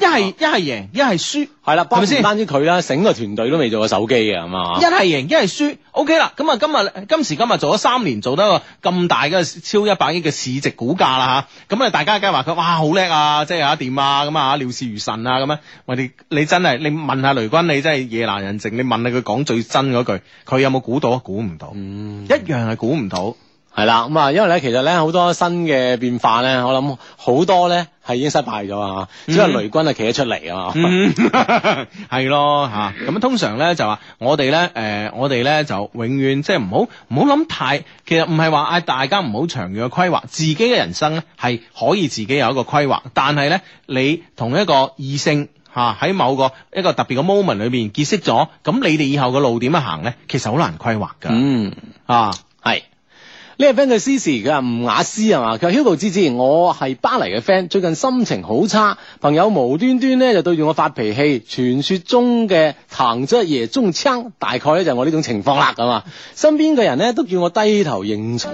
Speaker 1: 一係一係贏，一係輸。
Speaker 3: 係啦，
Speaker 1: 係咪
Speaker 3: 係咪
Speaker 1: 先
Speaker 3: 先？唔單止佢啦，成個團隊都未做過手機嘅，啊係嘛
Speaker 1: 一？係贏一係輸，OK 啦。咁啊，今日今時今日做咗三年，做得個咁大嘅超一百億嘅市值股價啦吓，咁啊大家梗係話佢哇好叻啊，即係啊掂啊咁啊料事如神啊咁樣。喂你你真係你問下雷軍，你真係夜難人靜，你問下佢講最真嗰句，佢有冇估到？估唔到，
Speaker 3: 嗯
Speaker 1: 一樣係估唔到。
Speaker 3: 係啦，咁啊，因為咧，其實咧好多新嘅變化咧，我諗好多咧係已經失敗咗啊，只係
Speaker 1: 嗯
Speaker 3: 雷軍啊企咗出嚟啊嘛，
Speaker 1: 嗯，系咯吓，咁、通常咧就話我哋咧，诶、我哋咧就永遠即係唔好唔好諗太，其實唔係話嗌哎大家唔好長遠嘅規劃，自己嘅人生咧係可以自己有一個規劃，但係咧你同一個異性。吓喺某個一個特別嘅 moment 裏面結識咗，咁你哋以後嘅路點樣行咧？其實好難規劃㗎、
Speaker 3: 嗯。
Speaker 1: 啊！
Speaker 3: 系。呢個 friend 佢 C 時佢話吳雅詩係嘛？佢話 Hugo 芝芝，我係巴黎嘅 friend，最近心情好差，朋友無端端咧就對住我發脾氣，傳說中嘅藤則爺中槍，大概咧就我呢種情況啦咁啊！身邊嘅人咧都叫我低頭認錯。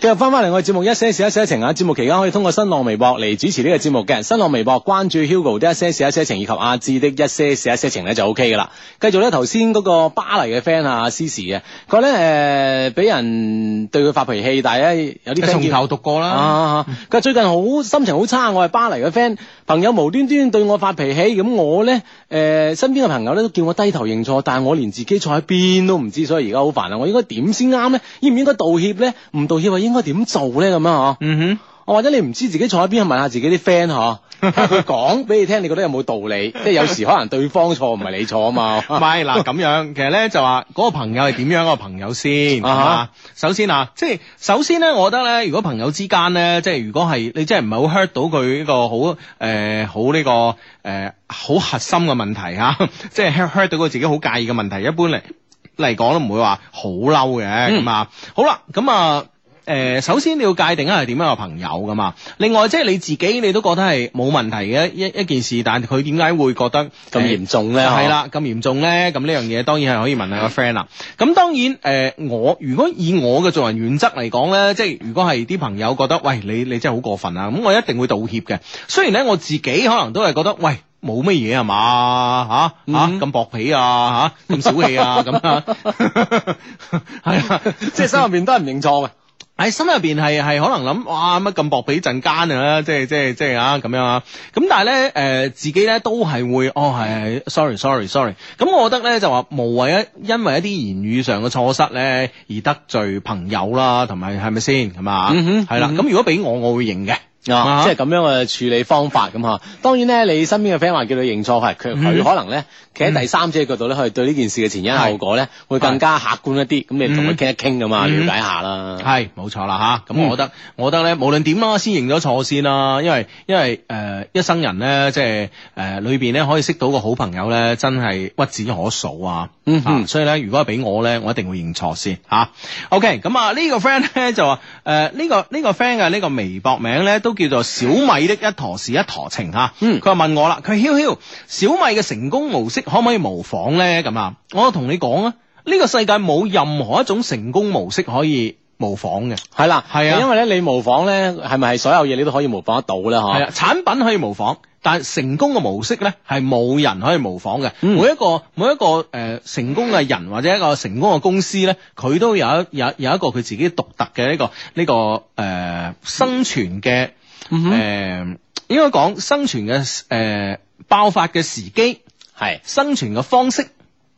Speaker 3: 繼續翻翻嚟我哋節目一些事一些情啊！節目期間可以通過新浪微博嚟主持呢個節目嘅，新浪微博關注 Hugo 的一些事一些情以及阿志的一些事一些情咧就 O K 噶啦。繼續咧頭先嗰個巴黎嘅 friend 啊，C 時嘅，佢咧誒俾人對佢發脾氣，但係咧有啲 friend
Speaker 1: 從
Speaker 3: 見
Speaker 1: 頭讀過啦。
Speaker 3: 啊！佢話最近好心情好差，我係巴黎嘅 friend，朋友無端端對我發脾氣，咁我咧誒、呃身邊嘅朋友咧都叫我低頭認錯，但係我連自己錯喺邊都唔知，所以而家好煩啊！我應該點先啱咧？應唔應該道歉咧？唔道歉啊，應該點做咧？咁樣嗬？
Speaker 1: 嗯
Speaker 3: 我或者你唔知自己錯喺邊，問下自己啲 friend 嗬，睇下佢講俾你聽，你覺得有冇道理？ 即係有時可能對方錯唔 係你錯啊嘛。
Speaker 1: 唔係嗱咁樣，其實咧就話嗰個朋友係點樣一個朋友先，係
Speaker 3: 啊哈
Speaker 1: 嘛？首先啊，即係首先咧，我覺得咧，如果朋友之間咧，即係如果係你真係唔係好 hurt 到佢呢個好誒、呃好呢、個誒、呃好核心嘅問題嚇、即係 hurt hurt 到佢自己好介意嘅問題，一般嚟嚟講都唔會話好嬲嘅
Speaker 3: 嗯
Speaker 1: 咁啊。好啦，咁啊。誒、首先你要界定係點樣嘅朋友噶嘛？另外，即係你自己，你都覺得係冇問題嘅一一件事，但係佢點解會覺得
Speaker 3: 咁
Speaker 1: 呃
Speaker 3: 嚴 重哦咧？
Speaker 1: 係啦，咁嚴重咧，咁呢樣嘢當然係可以問下個 friend 啦。咁當然，誒、我如果以我嘅做人原則嚟講咧，即係如果係啲朋友覺得，喂，你你真係好過分啊，咁我一定會道歉嘅。雖然咧我自己可能都係覺得，喂。冇乜嘢係啊嘛嚇嚇
Speaker 3: 嗯
Speaker 1: 咁薄皮啊嚇咁小氣啊咁 啊，係啊，
Speaker 3: 嗬，即係心入面都係唔認錯嘅。
Speaker 1: 喺心入邊係係可能諗，哇乜咁薄俾陣間啊，即係即係即係啊咁樣啊，咁但係咧誒自己咧都係會，哦係係，sorry sorry sorry，咁我覺得咧就話無謂一因為一啲言語上嘅錯失咧而得罪朋友啦，同埋係咪先係嘛？
Speaker 3: 嗯哼
Speaker 1: 係啦，
Speaker 3: 嗯
Speaker 1: 咁如果俾我，我會認嘅。啊
Speaker 3: 啊，即係咁樣嘅處理方法咁嚇。當然咧，你身邊嘅 friend 話叫你認錯，係佢
Speaker 1: 嗯
Speaker 3: 佢可能咧，企喺第三者嘅角度咧，去對呢件事嘅前因後果咧，會更加客觀一啲。咁你同佢傾一傾咁嘛，
Speaker 1: 嗯
Speaker 3: 了解下啦。
Speaker 1: 係冇錯啦吓，咁、
Speaker 3: 嗯
Speaker 1: 我覺得，我覺得咧，無論點啦，先認咗錯先啦，因為因為誒、呃一生人咧，即係誒裏邊咧可以識到個好朋友咧，真係屈指可數啊！
Speaker 3: 嗯哼
Speaker 1: 啊所以咧，如果係俾我咧，我一定會認錯先吓、啊 OK，咁啊呢個 friend 咧就話誒呢個呢、個 friend 嘅呢個微博名咧都叫做小米的一坨是一坨情吓，
Speaker 3: 嗯
Speaker 1: 佢話問我啦，佢曉曉小米嘅成功模式可唔可以模仿咧？咁啊，我同你講啊，呢、個世界冇任何一種成功模式可以模仿嘅，
Speaker 3: 係啦，
Speaker 1: 係啊
Speaker 3: 因為咧你模仿咧，係咪係所有嘢你都可以模仿得到咧？
Speaker 1: 係
Speaker 3: 嗬，
Speaker 1: 啊，產品可以模仿。但係成功嘅模式咧，係冇人可以模仿嘅。
Speaker 3: 嗯
Speaker 1: 每一個每一個誒、呃成功嘅人或者一個成功嘅公司咧，佢都有一有有一個佢自己獨特嘅呢、個呢、個誒、呃生存嘅
Speaker 3: 嗯
Speaker 1: 誒、
Speaker 3: 哼
Speaker 1: 呃、應該講生存嘅誒、呃爆發嘅時機、
Speaker 3: 係
Speaker 1: 生存嘅方式。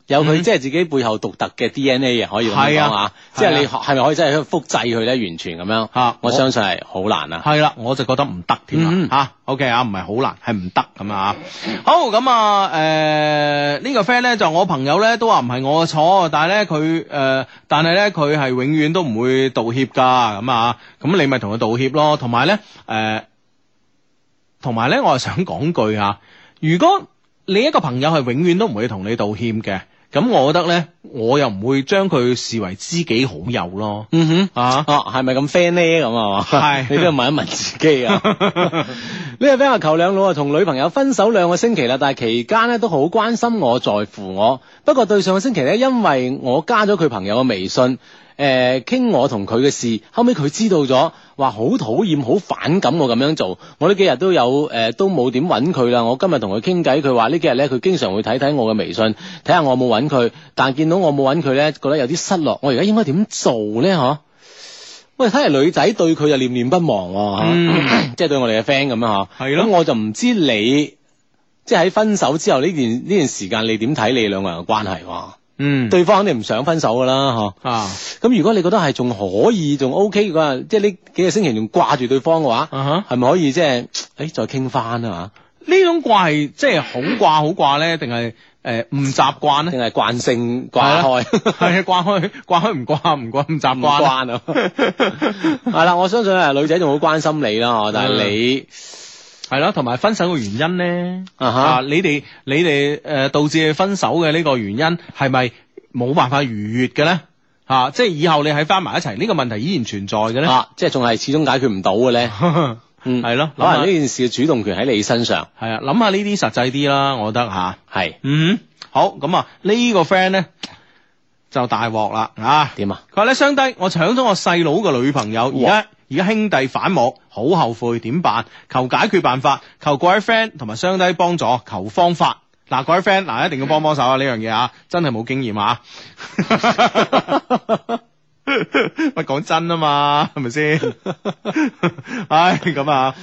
Speaker 3: 有佢
Speaker 1: 嗯
Speaker 3: 即係自己背後獨特嘅 DNA 啊，可以咁
Speaker 1: 係
Speaker 3: 樣
Speaker 1: 啊
Speaker 3: 講
Speaker 1: 係
Speaker 3: 啊。
Speaker 1: 啊
Speaker 3: 即係你學係咪可以真係去複製佢咧？完全咁樣
Speaker 1: 啊，我
Speaker 3: 我相信係好難啊。
Speaker 1: 係啦，我就覺得唔得添啦
Speaker 3: 嗯
Speaker 1: 嚇。OK 啊，唔係好難，係唔得咁啊。好咁啊，誒、呢、個 friend 咧就我朋友咧都話唔係我嘅錯，但係咧佢誒，但係咧佢係永遠都唔會道歉㗎咁啊。咁你咪同佢道歉咯。同埋咧誒，同埋咧我係想講句啊，如果你一個朋友係永遠都唔會同你道歉嘅，咁我覺得咧我又唔會將佢視為知己好友咯。
Speaker 3: 嗯哼。
Speaker 1: 啊！
Speaker 3: 哦，係咪咁 friend 咧咁啊？
Speaker 1: 係
Speaker 3: 你都要問一問自己啊。呢個 friend 話求兩老啊，同女朋友分手兩個星期啦，但係期間咧都好關心我，在乎我。不過對上個星期咧，因為我加咗佢朋友嘅微信。誒傾、我同佢嘅事，後尾佢知道咗，話好討厭、好反感我咁樣做。我呢幾日都有誒、呃都冇點揾佢啦。我今日同佢傾偈，佢話呢幾日咧，佢經常會睇睇我嘅微信，睇下我有冇揾佢。但見到我冇揾佢咧，覺得有啲失落。我而家應該點做咧？嗬？喂，睇嚟女仔對佢就念念不忘喎、嚇
Speaker 1: 嗯
Speaker 3: 即係對我哋嘅 friend 咁樣嗬。
Speaker 1: 係咯
Speaker 3: 咁我就唔知你即係喺分手之後呢段呢段時間，你點睇你兩個人嘅關係喎、
Speaker 1: 嗯，
Speaker 3: 對方肯定唔想分手噶啦，嗬。
Speaker 1: 啊，
Speaker 3: 咁如果你覺得係仲可以，仲 OK 嘅話，即係呢幾個星期仲掛住對方嘅話，
Speaker 1: 啊哈
Speaker 3: 係咪可以即係誒再傾翻啊？
Speaker 1: 呢種掛係即係好掛好掛咧，定係誒唔習慣
Speaker 3: 定
Speaker 1: 咧？
Speaker 3: 係慣性掛開？
Speaker 1: 係啊，掛開掛開唔掛唔掛唔習
Speaker 3: 唔
Speaker 1: 慣啊。
Speaker 3: 慣啊！ 係啦，我相信啊，女仔仲好關心你啦，
Speaker 1: 嗯
Speaker 3: 嗬但係你
Speaker 1: 係咯，同埋分手嘅原因咧，
Speaker 3: 啊哈
Speaker 1: 你哋你哋誒、呃、導致你分手嘅呢個原因係咪冇辦法逾越嘅咧？嚇、即係以後你喺翻埋一齊，呢、個問題依然存在嘅咧。
Speaker 3: 啊，即係仲係始終解決唔到嘅咧。嗯，
Speaker 1: 係咯啊
Speaker 3: 可
Speaker 1: 諗下
Speaker 3: 能呢件事嘅主動權喺你身上，
Speaker 1: 係啊，諗下呢啲實際啲啦，我覺得嚇。
Speaker 3: 係
Speaker 1: 嗯，好，咁啊，呢個 friend 咧就大鑊啦啊！
Speaker 3: 點啊？
Speaker 1: 佢話咧，相低，我搶咗我細佬嘅女朋友，而
Speaker 3: 哇
Speaker 1: 家而家兄弟反目，好後悔，點辦？求解決辦法，求各位 friend 同埋相低幫助，求方法。嗱，各位 friend，嗱，一定要幫幫手啊！呢樣嘢啊，真係冇經驗啊！ 喂，講真啊嘛，係咪先？ 唉，咁啊，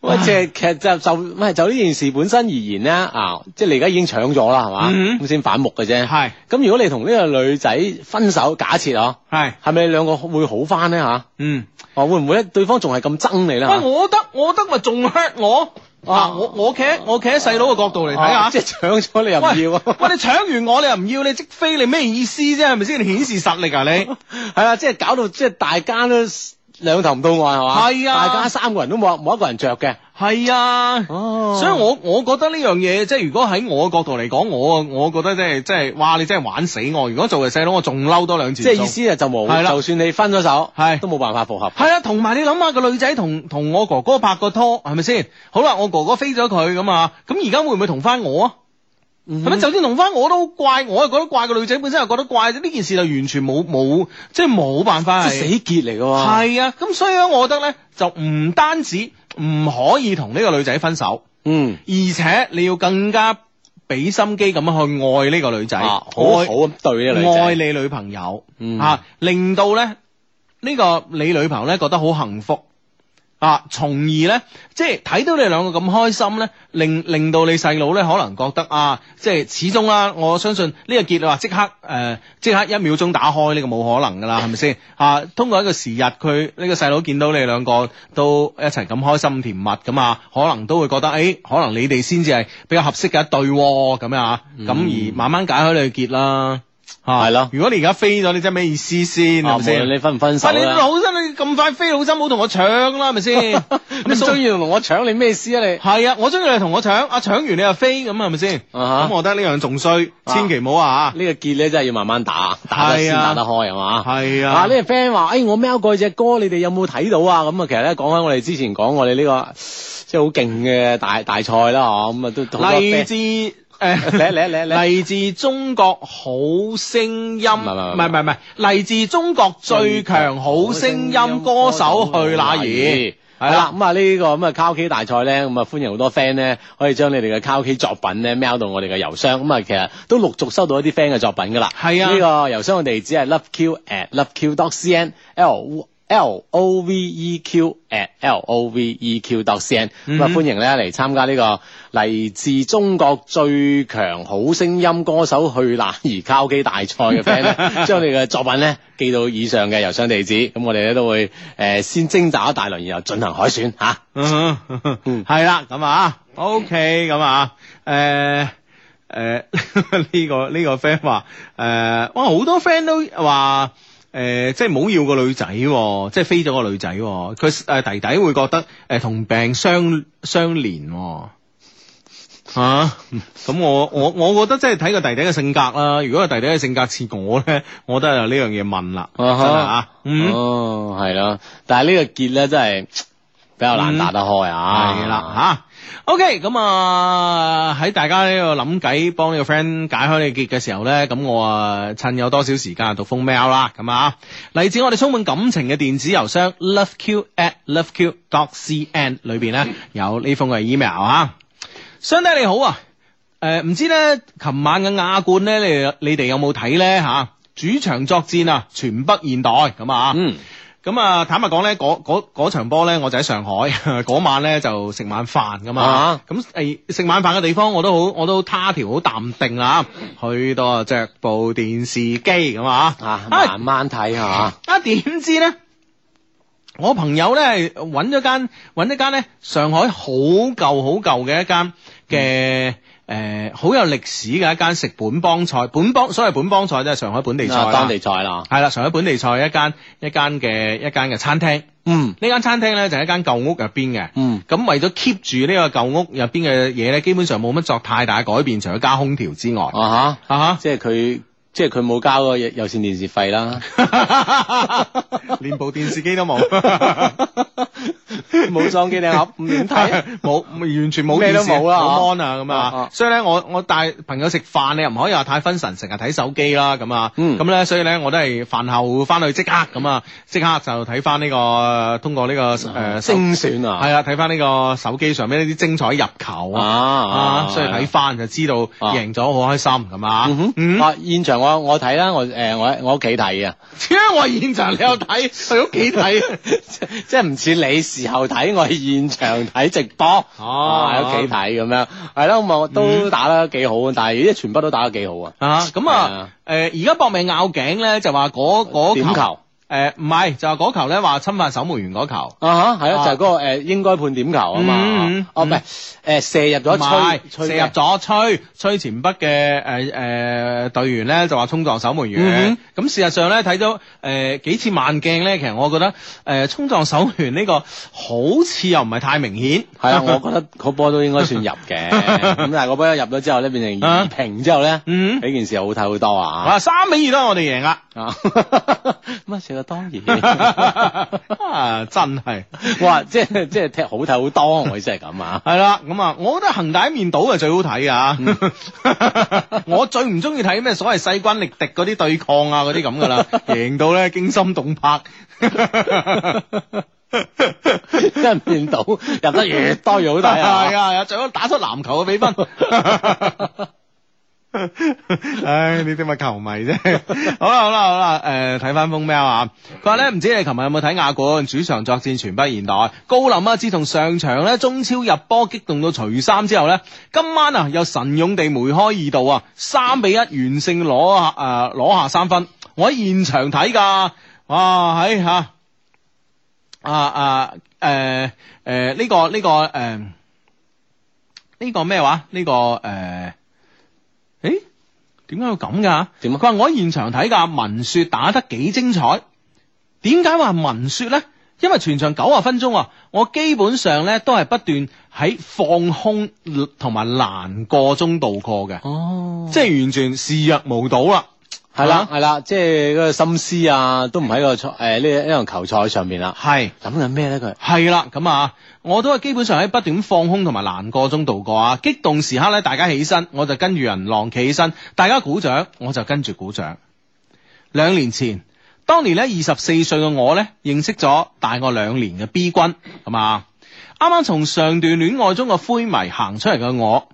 Speaker 3: 喂，即係其實就就喂就呢件事本身而言咧，啊，即係你而家已經搶咗啦，係嘛？
Speaker 1: 嗯
Speaker 3: 咁先反目嘅啫。
Speaker 1: 係
Speaker 3: 咁如果你同呢個女仔分手，假設啊，
Speaker 1: 係，
Speaker 3: 係咪你兩個會好翻咧吓？
Speaker 1: 嗯。
Speaker 3: 哦，會唔會咧對方仲係咁憎你咧？
Speaker 1: 喂，我覺得我覺得咪仲 hurt 我啊！
Speaker 3: 啊
Speaker 1: 我我企喺我企喺細佬嘅角度嚟睇下，
Speaker 3: 啊即係搶咗你又唔要啊？
Speaker 1: 喂，你搶完我你又唔要，你即飛你咩意思啫？係咪先？你顯示實力啊你？
Speaker 3: 係啦，即係搞到即係大家都兩頭唔到岸係嘛？
Speaker 1: 係啊
Speaker 3: 大家三個人都冇冇一個人着嘅。
Speaker 1: 係啊。
Speaker 3: 哦
Speaker 1: 所以我我覺得呢樣嘢，即係如果喺我嘅角度嚟講，我我覺得即係即係，哇！你真係玩死我！如果做為細佬，我仲嬲多兩次。
Speaker 3: 即係意思啊，就
Speaker 1: 係
Speaker 3: 冇，
Speaker 1: 啦
Speaker 3: 就算你分咗手，
Speaker 1: 係
Speaker 3: 都冇辦法復合。
Speaker 1: 係啦，同埋你諗下個女仔同同我哥哥拍過拖，係咪先？好啦，我哥哥飛咗佢咁啊，咁而家會唔會同翻我啊？
Speaker 3: 嗯
Speaker 1: 係咪？就算同翻我都好怪，我又覺得怪個女仔本身又覺得怪，呢件事就完全冇冇，即係冇辦法
Speaker 3: 即係
Speaker 1: 係
Speaker 3: 死結嚟嘅喎。
Speaker 1: 係啊，咁所以咧，我覺得咧就唔單止唔可以同呢個女仔分手，
Speaker 3: 嗯。
Speaker 1: 而且你要更加俾心機咁樣去愛呢個女仔，
Speaker 3: 啊，好好
Speaker 1: 愛
Speaker 3: 咁對呢個女仔，
Speaker 1: 愛你女朋友，
Speaker 3: 嗯
Speaker 1: 啊，令到咧呢、個你女朋友咧覺得好幸福。啊，從而咧，即係睇到你兩個咁開心咧，令令到你細佬咧可能覺得啊，即係始終啦、我相信呢個結你話即刻誒、呃即刻一秒鐘打開呢、個冇可能噶 啦，係咪先？啊，通過一個時日，佢呢、個細佬見到你兩個都一齊咁開心甜蜜咁啊，可能都會覺得誒、可能你哋先至係比較合適嘅一對喎咁、樣啊，咁、
Speaker 3: 嗯
Speaker 1: 而慢慢解開你嘅結啦。啊
Speaker 3: 係咯
Speaker 1: 如果你而家飛咗，你真係咩意思先？
Speaker 3: 啊
Speaker 1: 係
Speaker 3: 無
Speaker 1: 咪先？啊
Speaker 3: 論你分唔分手
Speaker 1: 但你
Speaker 3: 啦，
Speaker 1: 好心，你咁快飛，好心唔好同我搶啦，係咪先？
Speaker 3: 你中意同我搶你咩事啊你？
Speaker 1: 係啊，我中意你同我搶，啊搶完你又飛，咁係咪先？
Speaker 3: 啊哈
Speaker 1: 咁我覺得呢樣仲衰，
Speaker 3: 啊
Speaker 1: 千祈唔好啊！
Speaker 3: 呢個結咧真係要慢慢打，打得先
Speaker 1: 係啊
Speaker 3: 打得開係嘛？
Speaker 1: 係
Speaker 3: 啊！
Speaker 1: 啊，
Speaker 3: 呢個 friend 話：，誒，我喵過只歌，你哋有冇睇到啊？咁啊，其實咧講緊我哋之前講我哋呢個即係好勁嘅大大賽啦，嗬，咁啊都好多
Speaker 1: 嚟
Speaker 3: friend
Speaker 1: 自誒
Speaker 3: 嚟嚟嚟嚟
Speaker 1: 嚟自中國好聲音，唔
Speaker 3: 係唔係
Speaker 1: 係唔係唔係，嚟自中國最強好聲音歌手去哪兒？
Speaker 3: 係啦，咁啊呢個咁啊卡拉 OK 大賽咧，咁啊歡迎好多 friend 咧，可以將你哋嘅卡拉 OK 作品咧 mail 到我哋嘅郵箱，咁啊其實都陸續收到一啲 friend 嘅作品噶啦。
Speaker 1: 係啊
Speaker 3: 呢個郵箱嘅地址係 loveq at loveq dot cn，l L O V E Q at L O V E Q dot cn，咁啊
Speaker 1: 嗯
Speaker 3: 歡迎咧嚟參加呢個嚟自中國最強好聲音歌手去哪兒卡拉 OK 大賽嘅 friend 咧，將你嘅作品咧寄到以上嘅郵箱地址，咁我哋咧都會誒、呃先徵集一大輪，然後進行海選嚇。
Speaker 1: 嗯，
Speaker 3: 嗯
Speaker 1: 係啦，咁啊，OK，咁啊，誒誒 呢個呢個 friend 話誒，哇好多 friend 都話誒，即係冇要個女仔喎，即係飛咗個女仔喎，佢誒弟弟會覺得誒同病相相連喎。啊，咁我我我覺得真係睇個弟弟嘅性格啦。如果個弟弟嘅性格似我咧，我覺得有呢樣嘢問啦，真係啊，嗯。
Speaker 3: 哦，係咯，但係呢個結咧真係比較難打得開啊。
Speaker 1: 嗯系啦吓。OK，咁啊喺大家呢度諗計幫呢個 friend 解開呢個結嘅時候咧，咁我啊趁有多少時間讀封 mail 啦，咁啊嚟自我哋充滿感情嘅電子郵箱 loveq at loveq dot cn 裏邊咧有呢封嘅 email 啊。相弟你好啊，诶、唔知咧，琴晚嘅亞冠咧，你你哋有冇睇咧吓？主場作戰啊，全北現代咁啊。
Speaker 3: 嗯，
Speaker 1: 咁啊，坦白講咧，嗰嗰嗰場波咧，我就喺上海， 嗰晚咧就食晚飯噶嘛
Speaker 3: 啊。
Speaker 1: 咁誒食晚飯嘅地方，我都好，我都他條好淡定啦。去到啊，着部電視機咁啊。
Speaker 3: 啊，慢慢睇下。
Speaker 1: 啊，點知咧？我朋友咧揾咗間揾咗間咧上海好舊好舊嘅一間嘅誒好有歷史嘅一間食本幫菜，本幫所謂本幫菜即係上海本地菜啦
Speaker 3: 啊，當地菜啦。
Speaker 1: 係啦，上海本地菜一間一間嘅一間嘅餐廳。
Speaker 3: 嗯
Speaker 1: 呢間餐廳咧就係一間舊屋入邊嘅。
Speaker 3: 嗯，
Speaker 1: 咁為咗 keep 住呢個舊屋入邊嘅嘢咧，基本上冇乜作太大改變，除咗加空調之外，啊
Speaker 3: 啊
Speaker 1: 哈
Speaker 3: 吓，即係佢，即係佢冇交嗰個有線電視 費啦，
Speaker 1: 連部電視機都冇，
Speaker 3: 冇裝機頂盒，唔點睇。
Speaker 1: 冇完全冇
Speaker 3: 啊咩都
Speaker 1: 電視
Speaker 3: 冇啦
Speaker 1: 冇 mon 啊咁
Speaker 3: 啊
Speaker 1: 啊
Speaker 3: 啊，
Speaker 1: 所以咧我我帶朋友食飯，你又唔可以話太分神，成日睇手機啦咁啊，
Speaker 3: 嗯
Speaker 1: 咁咧所以咧我都係飯後翻去即刻咁啊，即刻就睇翻呢個通過呢個誒手
Speaker 3: 精選啊，
Speaker 1: 係啊，睇翻呢個手機上面呢啲精彩入球
Speaker 3: 啊
Speaker 1: 啊。啊，所以睇翻就知道
Speaker 3: 啊
Speaker 1: 贏咗好開心咁
Speaker 3: 嗯
Speaker 1: 啊
Speaker 3: 哼！
Speaker 1: 嗯，
Speaker 3: 啊，現場我我睇啦，我誒我喺我屋企睇啊嘅，
Speaker 1: 點解我現場你有睇，去屋企睇？
Speaker 3: 即係唔似你事後睇，我係現場睇直播，
Speaker 1: 哦
Speaker 3: 啊喺屋企睇咁樣，係咯，咁我啊都打得幾好，啊但係啲全部都打得幾好啊，
Speaker 1: 啊，咁
Speaker 3: 係
Speaker 1: 啊
Speaker 3: 啊，
Speaker 1: 誒而家搏命拗頸咧，就話嗰嗰
Speaker 3: 點球
Speaker 1: 誒唔係，就話嗰球咧話侵犯守門員嗰球。
Speaker 3: 啊嚇，係
Speaker 1: 啊
Speaker 3: 咯，就係嗰個誒應該判點球啊
Speaker 1: 嗯
Speaker 3: 嘛
Speaker 1: 嗯，
Speaker 3: 哦唔係誒射入
Speaker 1: 唔係
Speaker 3: 咗吹
Speaker 1: 射
Speaker 3: 吹
Speaker 1: 入
Speaker 3: 嘅
Speaker 1: 咗吹吹前北嘅誒誒隊員咧就話衝撞守門員，咁
Speaker 3: 嗯、
Speaker 1: 事實上咧睇到誒、呃、幾次慢鏡咧，其實我覺得誒、呃、衝撞守門員呢個好似又唔係太明顯，
Speaker 3: 係 啊，我覺得嗰波都應該算入 嘅，咁但係嗰波一入咗之後咧，變成
Speaker 1: 啊
Speaker 3: 二平之後咧，
Speaker 1: 嗯
Speaker 3: 呢件事好睇好多啊！
Speaker 1: 啊三比二都係我哋贏啦，
Speaker 3: 啊，咁啊，射到當 然，
Speaker 1: 啊真係
Speaker 3: 我話即係即係踢好睇好多，我意思係咁 啊。
Speaker 1: 係啦，咁啊，我覺得恒大一面倒係最好睇啊！
Speaker 3: 嗯
Speaker 1: 我最唔中意睇咩所謂勢均力敵嗰啲對抗啊，嗰啲咁噶 啦，贏到咧驚心動魄。
Speaker 3: 即係變到入得越多越好睇
Speaker 1: 係
Speaker 3: 啊！
Speaker 1: 啊，有最好打出籃球嘅比分。 唉，呢啲咪球迷啫。好啦，好啦，好啦，誒、睇翻封 mail 啊。佢話咧，唔知你琴日有冇睇亞冠主場作戰全不現代？高林啊，自從上場咧中超入波激動到除衫之後咧，今晚啊又神勇地梅開二度啊，三比一完勝攞下誒攞、下三分。我喺現場睇㗎，哇，喺、吓。啊啊誒誒呃呢個呢、個誒呢、個咩話？呢、個誒誒點解要咁噶？
Speaker 3: 點啊
Speaker 1: 佢話我喺現場睇㗎，文雪打得幾精彩。點解話文雪咧？因為全場九啊分鐘啊，我基本上咧都係不斷喺放空同埋難過中度過嘅，
Speaker 3: 哦，
Speaker 1: 即係完全視若無睹啦。
Speaker 3: 係啦係啦，即係嗰個心思啊，都唔喺個賽誒呢呢場球賽上面啦。
Speaker 1: 係。
Speaker 3: 諗緊咩咧佢？
Speaker 1: 系啦，咁啊，我都係基本上喺不斷放空同埋難過中度過啊。激動時刻咧，大家起身，我就跟住人浪企起身；大家鼓掌，我就跟住鼓掌。兩年前，當年咧二十四歲嘅我咧，認識咗大我兩年嘅 B 君，咁啊，啱啱從上段戀愛中嘅灰迷行出嚟嘅我。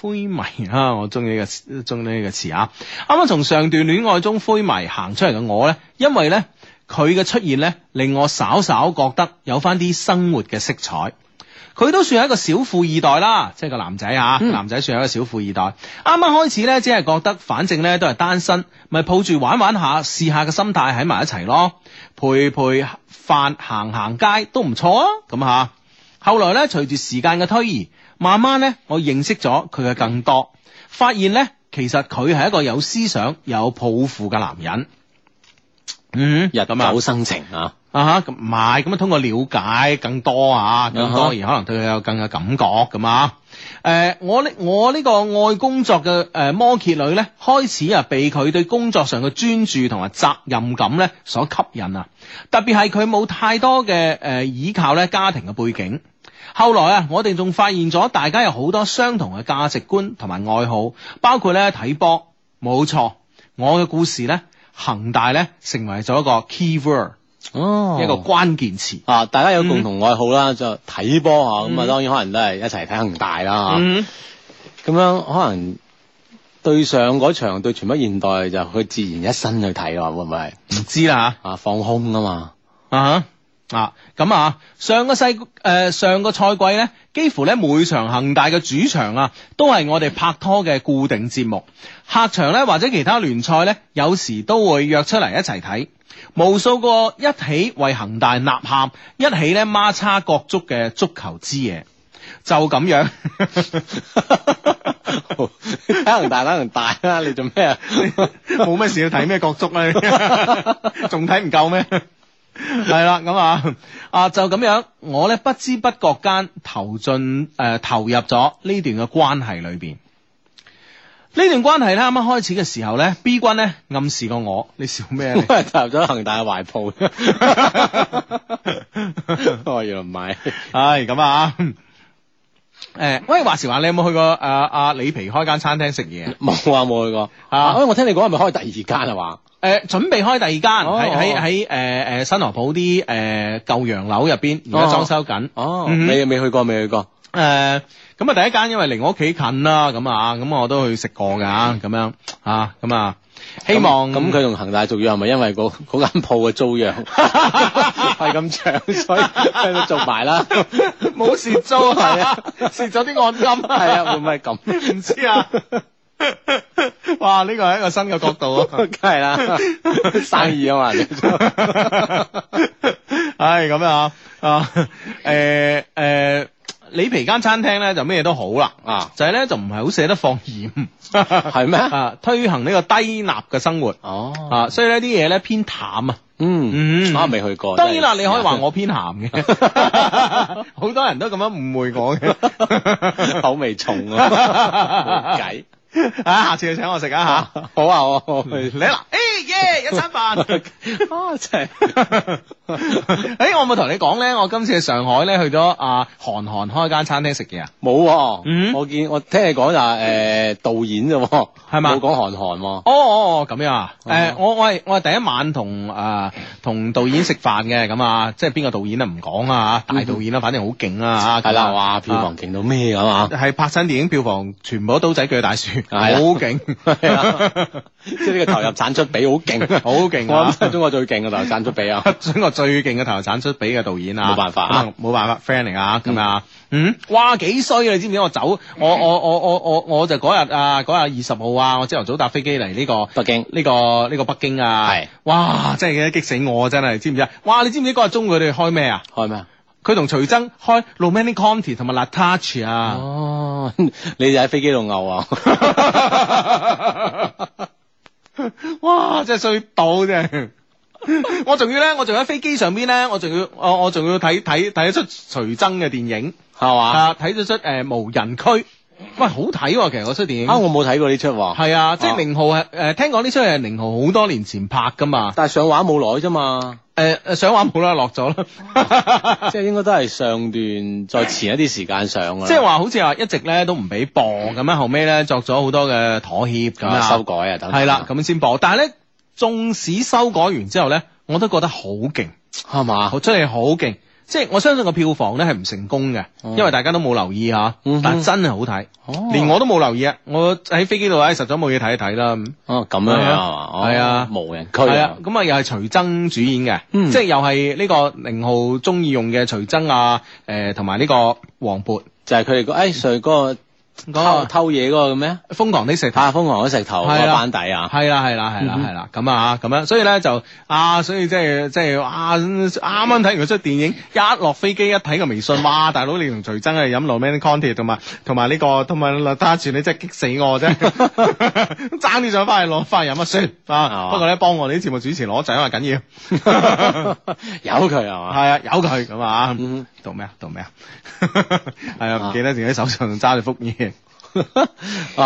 Speaker 1: 灰迷啊，我中意呢個詞中意呢個詞啊！啱啱從上段戀愛中灰迷行出嚟嘅我咧，因為咧佢嘅出現咧，令我稍稍覺得有翻啲生活嘅色彩。佢都算係一個小富二代啦，即係個男仔啊，
Speaker 3: 嗯
Speaker 1: 男仔算係一個小富二代。啱啱開始咧，只係覺得反正咧都係單身，咪抱住玩玩下、試下嘅心態喺埋一齊咯，陪陪飯、行行街都唔錯啊，咁吓。後來咧，隨住時間嘅推移，慢慢咧，我認識咗佢嘅更多，發現咧，其實佢係一個有思想、有抱負嘅男人。嗯
Speaker 3: 日
Speaker 1: 咁啊
Speaker 3: 久生情啊，
Speaker 1: 啊吓，咁唔係咁啊，通過了解更多啊，更多
Speaker 3: 啊哈
Speaker 1: 而可能對佢有更嘅感覺咁啊。诶、我呢我呢個愛工作嘅诶、誒摩羯女咧，開始啊被佢對工作上嘅專注同埋責任感咧所吸引啊。特別係佢冇太多嘅诶、誒依靠咧家庭嘅背景。後來啊，我哋仲發現咗大家有好多相同嘅價值觀同埋愛好，包括咧睇波。冇錯，我嘅故事咧，恒大咧成為咗一個 key word。
Speaker 3: 哦
Speaker 1: 一個關鍵詞。
Speaker 3: 啊，大家有共同愛好啦，就睇波啊，咁啊，當然可能都係一齊睇恒大啦，嚇
Speaker 1: 嗯，
Speaker 3: 咁樣可能對上嗰場對全北現代就佢自然一身去睇喎，會唔會係
Speaker 1: 唔知啦
Speaker 3: 啊放空啊嘛？
Speaker 1: 吓啊哈啊咁啊，上個世誒、呃上個賽季咧，幾乎咧每場恒大嘅主場啊，都係我哋拍拖嘅固定節目。客場咧或者其他聯賽咧，有時都會約出嚟一齊睇。無數個一起為恒大呐喊，一起咧孖叉國足嘅足球之夜，就咁樣。
Speaker 3: 睇恒大睇恒大啦，你做咩啊？
Speaker 1: 冇咩事要睇咩國足咧，仲睇唔夠咩？係啦，咁啊，啊就咁樣，我咧不知不覺間投進誒、呃投入咗呢段嘅關係裏邊。呢段關係咧，啱啱開始嘅時候咧，B 君咧暗示過我，你笑咩
Speaker 3: 我
Speaker 1: 咧？
Speaker 3: 係踏入咗恒大嘅懷抱。 哦，原來唔係，
Speaker 1: 唉，咁啊，誒，喂，話時話，你有冇去過誒阿、啊李皮開間餐廳食嘢啊？
Speaker 3: 冇啊冇去過
Speaker 1: 啊
Speaker 3: 啊！喂，我聽你講係咪開第二間啊？話
Speaker 1: 誒、準備開第二間
Speaker 3: 哦
Speaker 1: 喺喺喺誒誒新河浦啲誒舊洋樓入邊，而家裝修緊。
Speaker 3: 哦，
Speaker 1: 嗯
Speaker 3: 你未去過，未去過。
Speaker 1: 誒咁啊，第一間因為離我屋企近啦，咁啊，咁我都去食過㗎，咁樣啊，咁啊，希望
Speaker 3: 嗯咁咁佢同恒大續約係咪因為嗰嗰間鋪嘅租 約係咁長，所以佢都續埋啦？
Speaker 1: 冇蝕租係啊，蝕咗啲按金
Speaker 3: 係啊，會唔會係咁？
Speaker 1: 唔知啊。 哇！呢個係一個新嘅角度啊。
Speaker 3: 梗係 啦，生意啊嘛，人哋
Speaker 1: 唉，咁啊，啊，诶、诶、里皮間餐廳咧就咩都好啦，
Speaker 3: 啊
Speaker 1: 就係咧就唔係好捨得放鹽，
Speaker 3: 係咩？
Speaker 1: 啊，推行呢個低鈉嘅生活，
Speaker 3: 哦，
Speaker 1: 啊，所以呢啲嘢咧偏淡啊。
Speaker 3: 嗯
Speaker 1: 嗯
Speaker 3: 啊，未去過。
Speaker 1: 當然啦，你可以話我偏鹹嘅， 好多人都咁樣誤會我嘅。
Speaker 3: 口味重啊， 冇 計。
Speaker 1: 啊，下次你請我食啊吓，
Speaker 3: 好啊，我我
Speaker 1: 你
Speaker 3: 去。
Speaker 1: 嗱，誒耶，一餐飯。
Speaker 3: 啊，真係
Speaker 1: 诶、哎我有冇同你講咧，我今次去上海咧去咗啊韓寒開間餐廳食嘢啊，
Speaker 3: 冇
Speaker 1: 嗯
Speaker 3: 喎。我見我聽你講就係誒導演啫喎，
Speaker 1: 係嘛
Speaker 3: 冇講韓寒喎。
Speaker 1: 哦哦哦，咁樣啊！誒、
Speaker 3: 哦
Speaker 1: 我我係我係第一晚同啊同導演食飯嘅，咁啊，即係邊個導演啊唔講啊大導演啦、反正好勁啊嚇，
Speaker 3: 嗯係啦，
Speaker 1: 咁啊
Speaker 3: 哇！票房勁到咩咁啊？
Speaker 1: 係拍親電影票房全部都刀仔鋸大樹，好
Speaker 3: 啦
Speaker 1: 勁，
Speaker 3: 係啊即係呢個投入產出比好勁，
Speaker 1: 好勁
Speaker 3: 我
Speaker 1: 啊！
Speaker 3: 諗中國最勁嘅投入產出比啊！
Speaker 1: 中國最勁嘅投入產出俾嘅導演啊，
Speaker 3: 冇辦法啊
Speaker 1: 咁，冇辦法 friend 嚟啊，咁啊，嗯，哇幾衰啊！你知唔知我走，我我我我我我就嗰日啊，嗰日二十號啊，我朝頭早搭飛機嚟呢個。
Speaker 3: 北京
Speaker 1: 呢、個呢、個北京啊，
Speaker 3: 係
Speaker 1: 哇，真係激死我真係，知唔知啊？哇，你知唔知嗰日中午佢哋開咩啊？
Speaker 3: 開咩啊？
Speaker 1: 佢同徐峥開 Romantic Comedy 同埋 La Touch 啊，
Speaker 3: 哦， 你就喺飛機度牛啊！
Speaker 1: 哇，真係衰到真係。我仲要咧，我仲喺飛機上邊咧，我仲要我我仲要睇睇睇得出徐峥嘅電影
Speaker 3: 係嘛？
Speaker 1: 啊，睇得出誒、呃、無人區，喂好睇喎、其實嗰出電影
Speaker 3: 啊，我冇睇過呢出喎，
Speaker 1: 係啊，即係
Speaker 3: 啊
Speaker 1: 寧浩係誒，聽講呢出係寧浩好多年前拍噶嘛。
Speaker 3: 但係上畫冇耐啫嘛，
Speaker 1: 诶、誒呃想玩冇啦，落咗 啦。
Speaker 3: 即係應該都係上段再前一啲時間上啊㗎啦。
Speaker 1: 即係話好似話一直咧都唔俾播咁啊樣，後尾咧作咗好多嘅妥協咁
Speaker 3: 咁啊，修
Speaker 1: 樣，
Speaker 3: 改啊，等等
Speaker 1: 係啦，，咁先播。但係咧，縱使修改完之後咧，我都覺得好勁，
Speaker 3: 係嘛？
Speaker 1: 好真係好勁。即係我相信個票房咧係唔成功嘅，
Speaker 3: 哦
Speaker 1: 因為大家都冇留意吓，
Speaker 3: 嗯哼
Speaker 1: 但係真係好睇，
Speaker 3: 哦
Speaker 1: 連我都冇留意啊！我喺飛機度哎咧，實在冇嘢睇一睇啦。
Speaker 3: 哦咁樣樣係嘛？哦
Speaker 1: 係啊
Speaker 3: 無人區
Speaker 1: 係
Speaker 3: 啊
Speaker 1: 啊，，咁啊又係徐峥主演嘅，
Speaker 3: 嗯
Speaker 1: 即係又係呢個寧浩呃中意用嘅徐峥啊，誒同埋呢個黃渤。
Speaker 3: 就係佢哋個誒上嗰個
Speaker 1: 嗰
Speaker 3: 偷
Speaker 1: 個
Speaker 3: 哎偷嘢嗰個叫咩啊？
Speaker 1: 瘋狂的石頭。
Speaker 3: 啊，瘋狂嘅石頭嗰
Speaker 1: 係
Speaker 3: 個
Speaker 1: 啦
Speaker 3: 班底 啊！
Speaker 1: 系啦系啦系啦
Speaker 3: 嗯哼
Speaker 1: 系啦，咁啊咁样，所以咧就啊，所以即系即系啊，啱啱睇完嗰出電影，一落飛機一睇個微信，哇！大佬你同徐峥係飲 romantic content 同埋同埋呢個同埋 l a t a 你真係 激死我啫，爭啲想翻去攞翻去飲啊算啊！
Speaker 3: 嘛
Speaker 1: 不過咧幫我哋啲節目主持攞獎啊緊 要，
Speaker 3: 有佢係嘛？
Speaker 1: 係啊由佢咁啊
Speaker 3: 嗯，
Speaker 1: 讀咩啊讀咩啊？ 係啊唔記得自己手上揸住幅嘢。
Speaker 3: 啊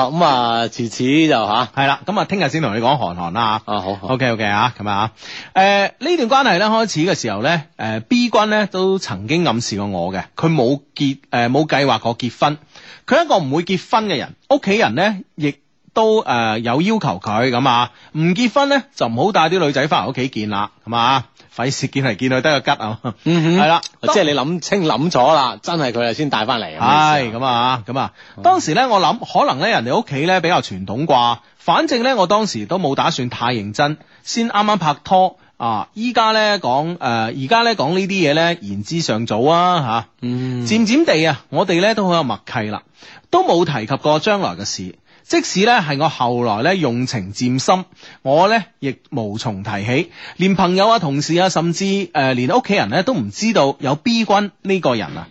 Speaker 3: 咁啊，自此就吓啊
Speaker 1: 係啦，咁啊，聽日先同你講韓寒啦嚇
Speaker 3: 好哦好
Speaker 1: OK OK 啊，咁啊，诶、呢段關係咧開始嘅時候咧，诶、B 君咧都曾經暗示過我嘅，佢冇結诶冇計劃過結婚，佢係一個唔會結婚嘅人，屋企人咧亦都诶、呃有要求佢咁啊，唔結婚咧就唔好帶啲女仔翻嚟屋企見啦，咁啊，費事見嚟見去得個吉啊，
Speaker 3: 嗯哼
Speaker 1: 係啦、
Speaker 3: 即係你諗清諗楚啦，真係佢啊先帶翻嚟。
Speaker 1: 系咁啊，咁啊，當時咧，我諗可能咧，人哋屋企咧比較傳統啩，反正咧，我當時都冇打算太認真，先啱啱拍拖啊，依家咧講誒，呃而家咧講呢啲嘢咧言之尚早啊嚇。
Speaker 3: 嗯，
Speaker 1: 漸漸地啊，我哋咧都好有默契啦，都冇提及過將來嘅事。即使咧係我後來咧用情漸深，我咧亦無從提起，連朋友啊、同事啊，甚至誒、呃、連屋企人咧都唔知道有 B 君呢個人啊。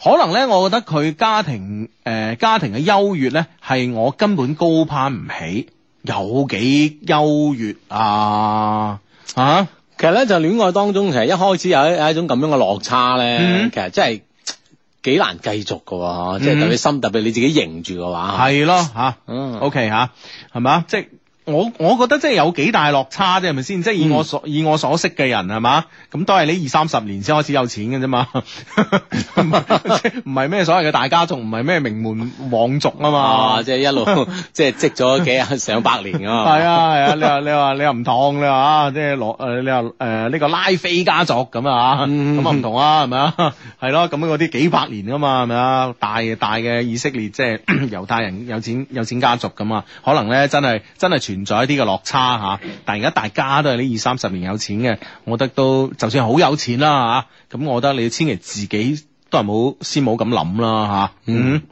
Speaker 1: 可能咧，我覺得佢家庭誒、呃家庭嘅優越咧，係我根本高攀唔起，有幾優越啊？啊，
Speaker 3: 其實咧就戀愛當中，其實一開始有一有一種咁樣嘅落差咧，
Speaker 1: 嗯
Speaker 3: 其實真係幾難繼續嘅喎，即係
Speaker 1: 嗯
Speaker 3: 特別心，特別你自己認住嘅話，
Speaker 1: 係咯啊嚇。
Speaker 3: 嗯
Speaker 1: O K 吓，係嘛？即係我我覺得即係有幾大落差啫，係咪先？即係
Speaker 3: 嗯
Speaker 1: 以我所、以我所識嘅人係嘛，咁都係呢二三十年先開始有錢嘅啫嘛， 唔係即係唔係咩所謂嘅大家族，唔係咩名門望族啊嘛
Speaker 3: 啊，。即係一 路即係積咗幾啊上百年啊嘛，
Speaker 1: 係啊係啊，你話你話你話唔同你話啊，即係羅誒你話誒呢個拉菲家族咁啊，
Speaker 3: 嗯
Speaker 1: 咁啊唔同啊，係咪啊？ 係咯，咁嗰啲幾百年噶嘛，係咪啊？大大嘅以色列即係 猶太人有錢有錢家族咁啊，可能咧真係真係存在一啲嘅落差嚇。但係而家大家都係呢二三十年有錢嘅，我覺得都就算好有錢啦嚇，咁我覺得你千祈自己都係冇先冇咁諗啦嚇，嗯。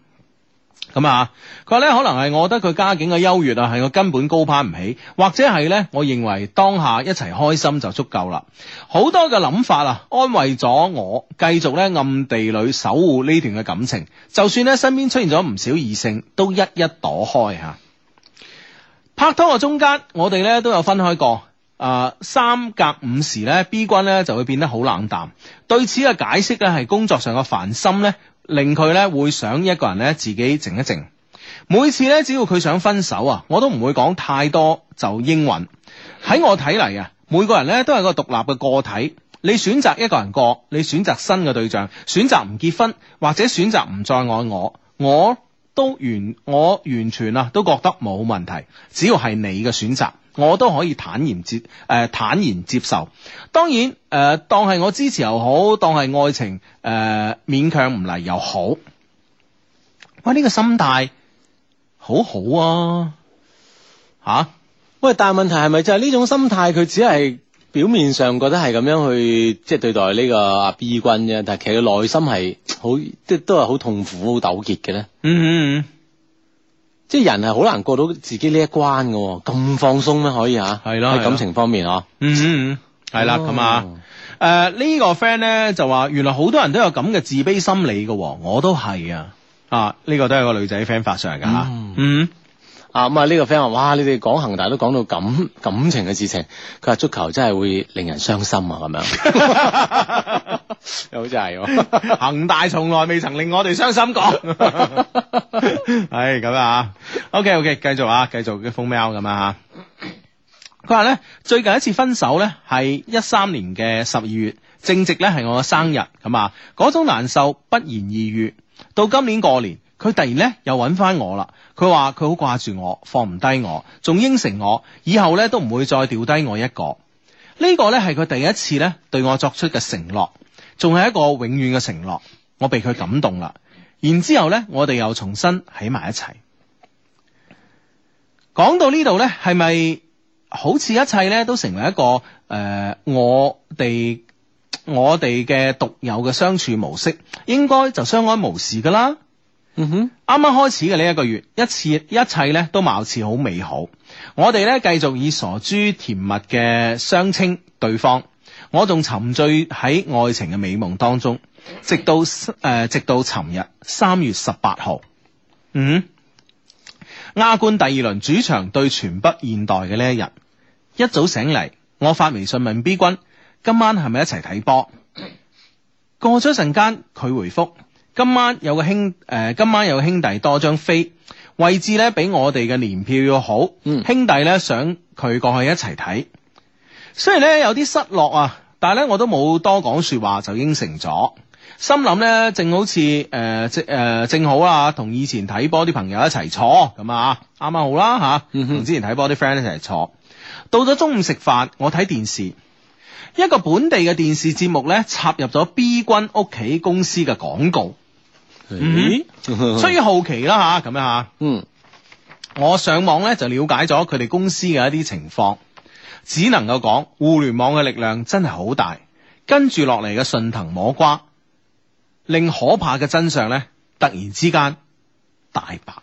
Speaker 1: 咁啊，佢話咧可能係我覺得佢家境嘅優越啊，係我根本高攀唔起，或者係咧，我認為當下一齊開心就足夠啦。好多嘅諗法啊，安慰咗我，繼續咧暗地裏守護呢段嘅感情。就算咧身邊出現咗唔少異性，都一一躲開吓。拍拖嘅中間，我哋咧都有分開過。啊、三隔五時咧，B 君咧就會變得好冷淡。對此嘅解釋咧係工作上嘅煩心咧，令佢咧會想一個人咧自己靜一靜。每次咧，只要佢想分手啊，我都唔會講太多就應允。喺我睇嚟啊，每個人咧都係個獨立嘅個體。你選擇一個人過，你選擇新嘅對象，選擇唔結婚或者選擇唔再愛我，我都完我完全啊都覺得冇問題。只要係你嘅選擇，我都可以坦然接誒、呃坦然接受。當然誒、呃，當係我支持又好，當係愛情誒、呃勉強唔嚟又好。喂，呢、個心態好好啊，吓、
Speaker 3: 喂，但係問題係咪就係呢種心態，佢只係表面上覺得係咁樣去即係對待呢個阿 B 君啫，但係其實佢內心係好即係都係好痛苦、好糾結嘅咧。
Speaker 1: 嗯嗯
Speaker 3: 即係人係好難過到自己呢一關嘅喎，咁放鬆咩可以嚇？
Speaker 1: 係咯係
Speaker 3: 喺
Speaker 1: 咯
Speaker 3: 感情方面啊，
Speaker 1: 嗯嗯嗯，系啦咁啊。
Speaker 3: 哦
Speaker 1: 誒、呢、個 friend 咧就話，原來好多人都有咁嘅自卑心理嘅喎、我都係啊。啊，呢、個都係個女仔 friend 發上嚟㗎嚇
Speaker 3: 嗯。
Speaker 1: 嗯，
Speaker 3: 啊咁啊！呢個 friend 話：哇！你哋講恒大都講到感感情嘅事情，佢話足球真係會令人傷心啊！咁 樣
Speaker 1: 嗯
Speaker 3: 又好似係 喎，
Speaker 1: 恒大從來未曾令我哋傷心過。係咁啊。OK OK，繼續啊，繼續嘅風喵咁啊嚇。佢話咧最近一次分手咧係一三年嘅十二月，正值咧係我嘅生日咁啊，嗰種難受不言而喻。到今年過年，佢突然咧又揾翻我啦。佢話佢好掛住我，放唔低我，仲應承我以後咧都唔會再掉低我一個。呢個咧係佢第一次咧對我作出嘅承諾，仲係一個永遠嘅承諾。我被佢感動啦。然之後咧，我哋又重新喺埋一齊。講到呢度咧，係咪好似一切咧都成為一個誒、呃我哋我哋嘅獨有嘅相處模式，應該就相安無事噶啦。
Speaker 3: 嗯哼，
Speaker 1: 啱啱開始嘅呢一個月，一切一切咧都貌似好美好。我哋咧繼續以傻豬甜蜜嘅相稱對方，我仲沉醉喺愛情嘅美夢當中，直到誒、呃直到尋日三月十八號，嗯，亞冠第二輪主場對全北現代嘅呢一日，一早醒嚟，我發微信問 B 君今晚係咪一齊睇波？過咗陣間，佢回覆：今晚有個兄誒、呃今晚有個兄弟多張飛，位置咧比我哋嘅年票要好。
Speaker 3: 嗯
Speaker 1: 兄弟咧想佢過去一齊睇。雖然咧有啲失落啊，但係咧我都冇多講説話就應承咗。心諗咧，正好似誒、呃正誒、呃正好啊，同以前睇波啲朋友一齊坐咁啊，啱啱好啦吓，同、
Speaker 3: 嗯哼
Speaker 1: 之前睇波啲 friend 一齊坐。到咗中午食飯，我睇電視。一個本地嘅電視節目咧插入咗 B 君屋企公司嘅廣告，嗯
Speaker 3: 咦
Speaker 1: 所以好奇啦吓，咁樣吓，
Speaker 3: 嗯
Speaker 1: 我上網咧就了解咗佢哋公司嘅一啲情況，只能夠講互聯網嘅力量真係好大，跟住落嚟嘅順藤摸瓜，令可怕嘅真相咧突然之間大白。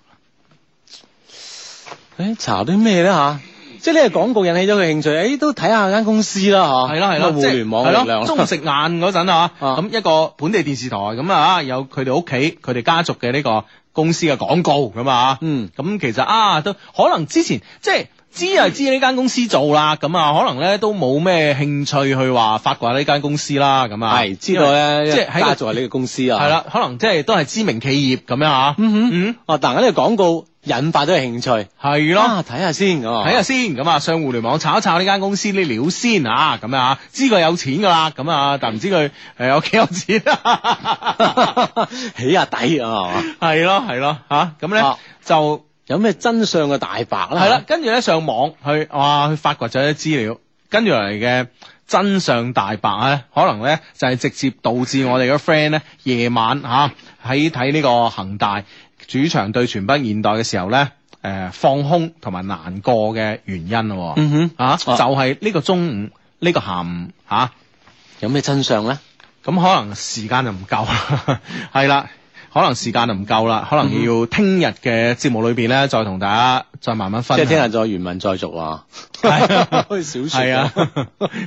Speaker 3: 诶查啲咩咧吓？即係呢個廣告引起咗佢興趣，诶都睇下間公司啦吓，
Speaker 1: 系啦系啦，
Speaker 3: 咁啊互
Speaker 1: 即係
Speaker 3: 聯網嘅
Speaker 1: 係咯
Speaker 3: 力量
Speaker 1: 中食晏嗰陣 啊，
Speaker 3: 啊
Speaker 1: 咁一個本地電視台咁啊，有佢哋屋企佢哋家族嘅呢個公司嘅廣告咁啊，
Speaker 3: 嗯
Speaker 1: 咁其實啊都可能之前即係。知啊知呢間公司做啦，咁啊可能咧都冇咩興趣去話發掘呢間公司啦，咁啊
Speaker 3: 係知道咧，
Speaker 1: 即
Speaker 3: 即
Speaker 1: 係喺
Speaker 3: 係
Speaker 1: 個
Speaker 3: 家族係呢個公司啊，
Speaker 1: 係。啦，可能即係都係知名企業咁樣啊，
Speaker 3: 嗯哼
Speaker 1: 嗯
Speaker 3: 哦，但係呢個廣告引發咗佢興趣，
Speaker 1: 係咯。
Speaker 3: 啊睇下先咁啊，
Speaker 1: 睇下先，咁啊上互聯網炒一炒呢間公司啲料先啊，咁啊知佢有錢噶啦，咁啊但唔知佢誒有幾有錢 啊，
Speaker 3: 起下底啊，係嘛
Speaker 1: 係咯係咯嚇，咁、咧、
Speaker 3: 啊
Speaker 1: 就
Speaker 3: 有咩真相嘅大白啦？
Speaker 1: 係啦，跟住咧上網去哇去發掘咗啲資料，跟住落嚟嘅真相大白咧，可能咧就係、直接導致我哋嘅 friend 咧夜晚嚇喺睇呢個恒大主場對全北現代嘅時候咧誒、呃放空同埋難過嘅原因喎。
Speaker 3: 嗯哼，
Speaker 1: 啊，就
Speaker 3: 啊
Speaker 1: 係呢個中午，呢、個下午吓，啊
Speaker 3: 有咩真相咧？
Speaker 1: 咁、可能時間就唔夠啦， 係啦。可能時間就唔夠啦，可能
Speaker 3: 嗯
Speaker 1: 要聽日嘅節目裏邊咧，再同大家再慢慢分
Speaker 3: 即
Speaker 1: 享。
Speaker 3: 係聽日再原文再續啊，
Speaker 1: 係啊
Speaker 3: 好似小說
Speaker 1: 係啊，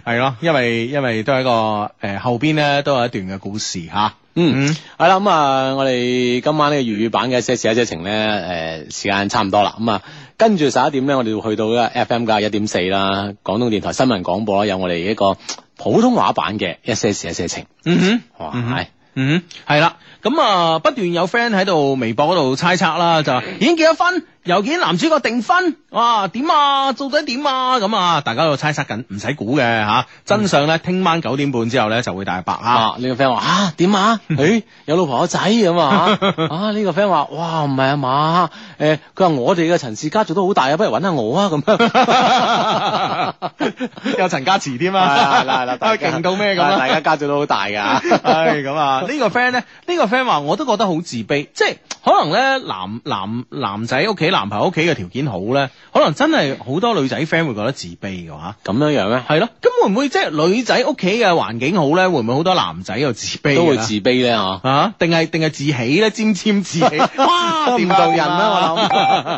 Speaker 1: 係咯，因為因為都係一個誒、呃、後邊咧都有一段嘅故事嚇。
Speaker 3: 嗯，係啦，咁啊，我哋今晚呢個粵語版嘅一些事一些情咧，诶，時間差唔多啦，咁啊，跟住十一點咧，我哋會去到呢個 FM 九一點四啦，廣東電台新聞廣播啦，有我哋一個普通話版嘅一些事一些情，
Speaker 1: 嗯哼。
Speaker 3: 哇，
Speaker 1: 嗯
Speaker 3: 係
Speaker 1: 嗯，系啦，咁啊，不斷有 friend 喺度微博嗰度猜測啦，就話已經結咗婚，又見男主角訂婚，哇，點啊，到底點啊，咁啊，大家喺度猜測緊，唔使估嘅吓，真相咧，聽晚九點半之後咧就會大白啊，
Speaker 3: 嗯啊！呢、個 friend 話啊點啊？誒有老婆有仔咁 啊！啊呢、個 friend 話哇唔係啊嘛誒佢話我哋嘅陳氏家族都好大啊，不如揾下我啊咁樣。
Speaker 1: 有陳家慈添
Speaker 3: 係
Speaker 1: 啊，
Speaker 3: 啦係啦係啦，大家
Speaker 1: 勁到咩咁啊
Speaker 3: 大家家族都好大㗎。
Speaker 1: 唉，咁啊，呢個 friend 咧，呢個 friend 話我都覺得好自卑，即係可能咧男男男仔屋企男朋友屋企嘅條件好咧，可能真係好多女仔 friend 會覺得自卑嘅吓。
Speaker 3: 咁樣樣咧，
Speaker 1: 係咯，咁會唔會即係女仔屋企嘅環境好咧？會唔會好多男仔又自卑㗎
Speaker 3: 都會自卑哦咧嚇。
Speaker 1: 啊？定係定係自喜咧？沾沾自喜，哇！
Speaker 3: 唔
Speaker 1: 掂
Speaker 3: 做人啦
Speaker 1: 啊
Speaker 3: 我諗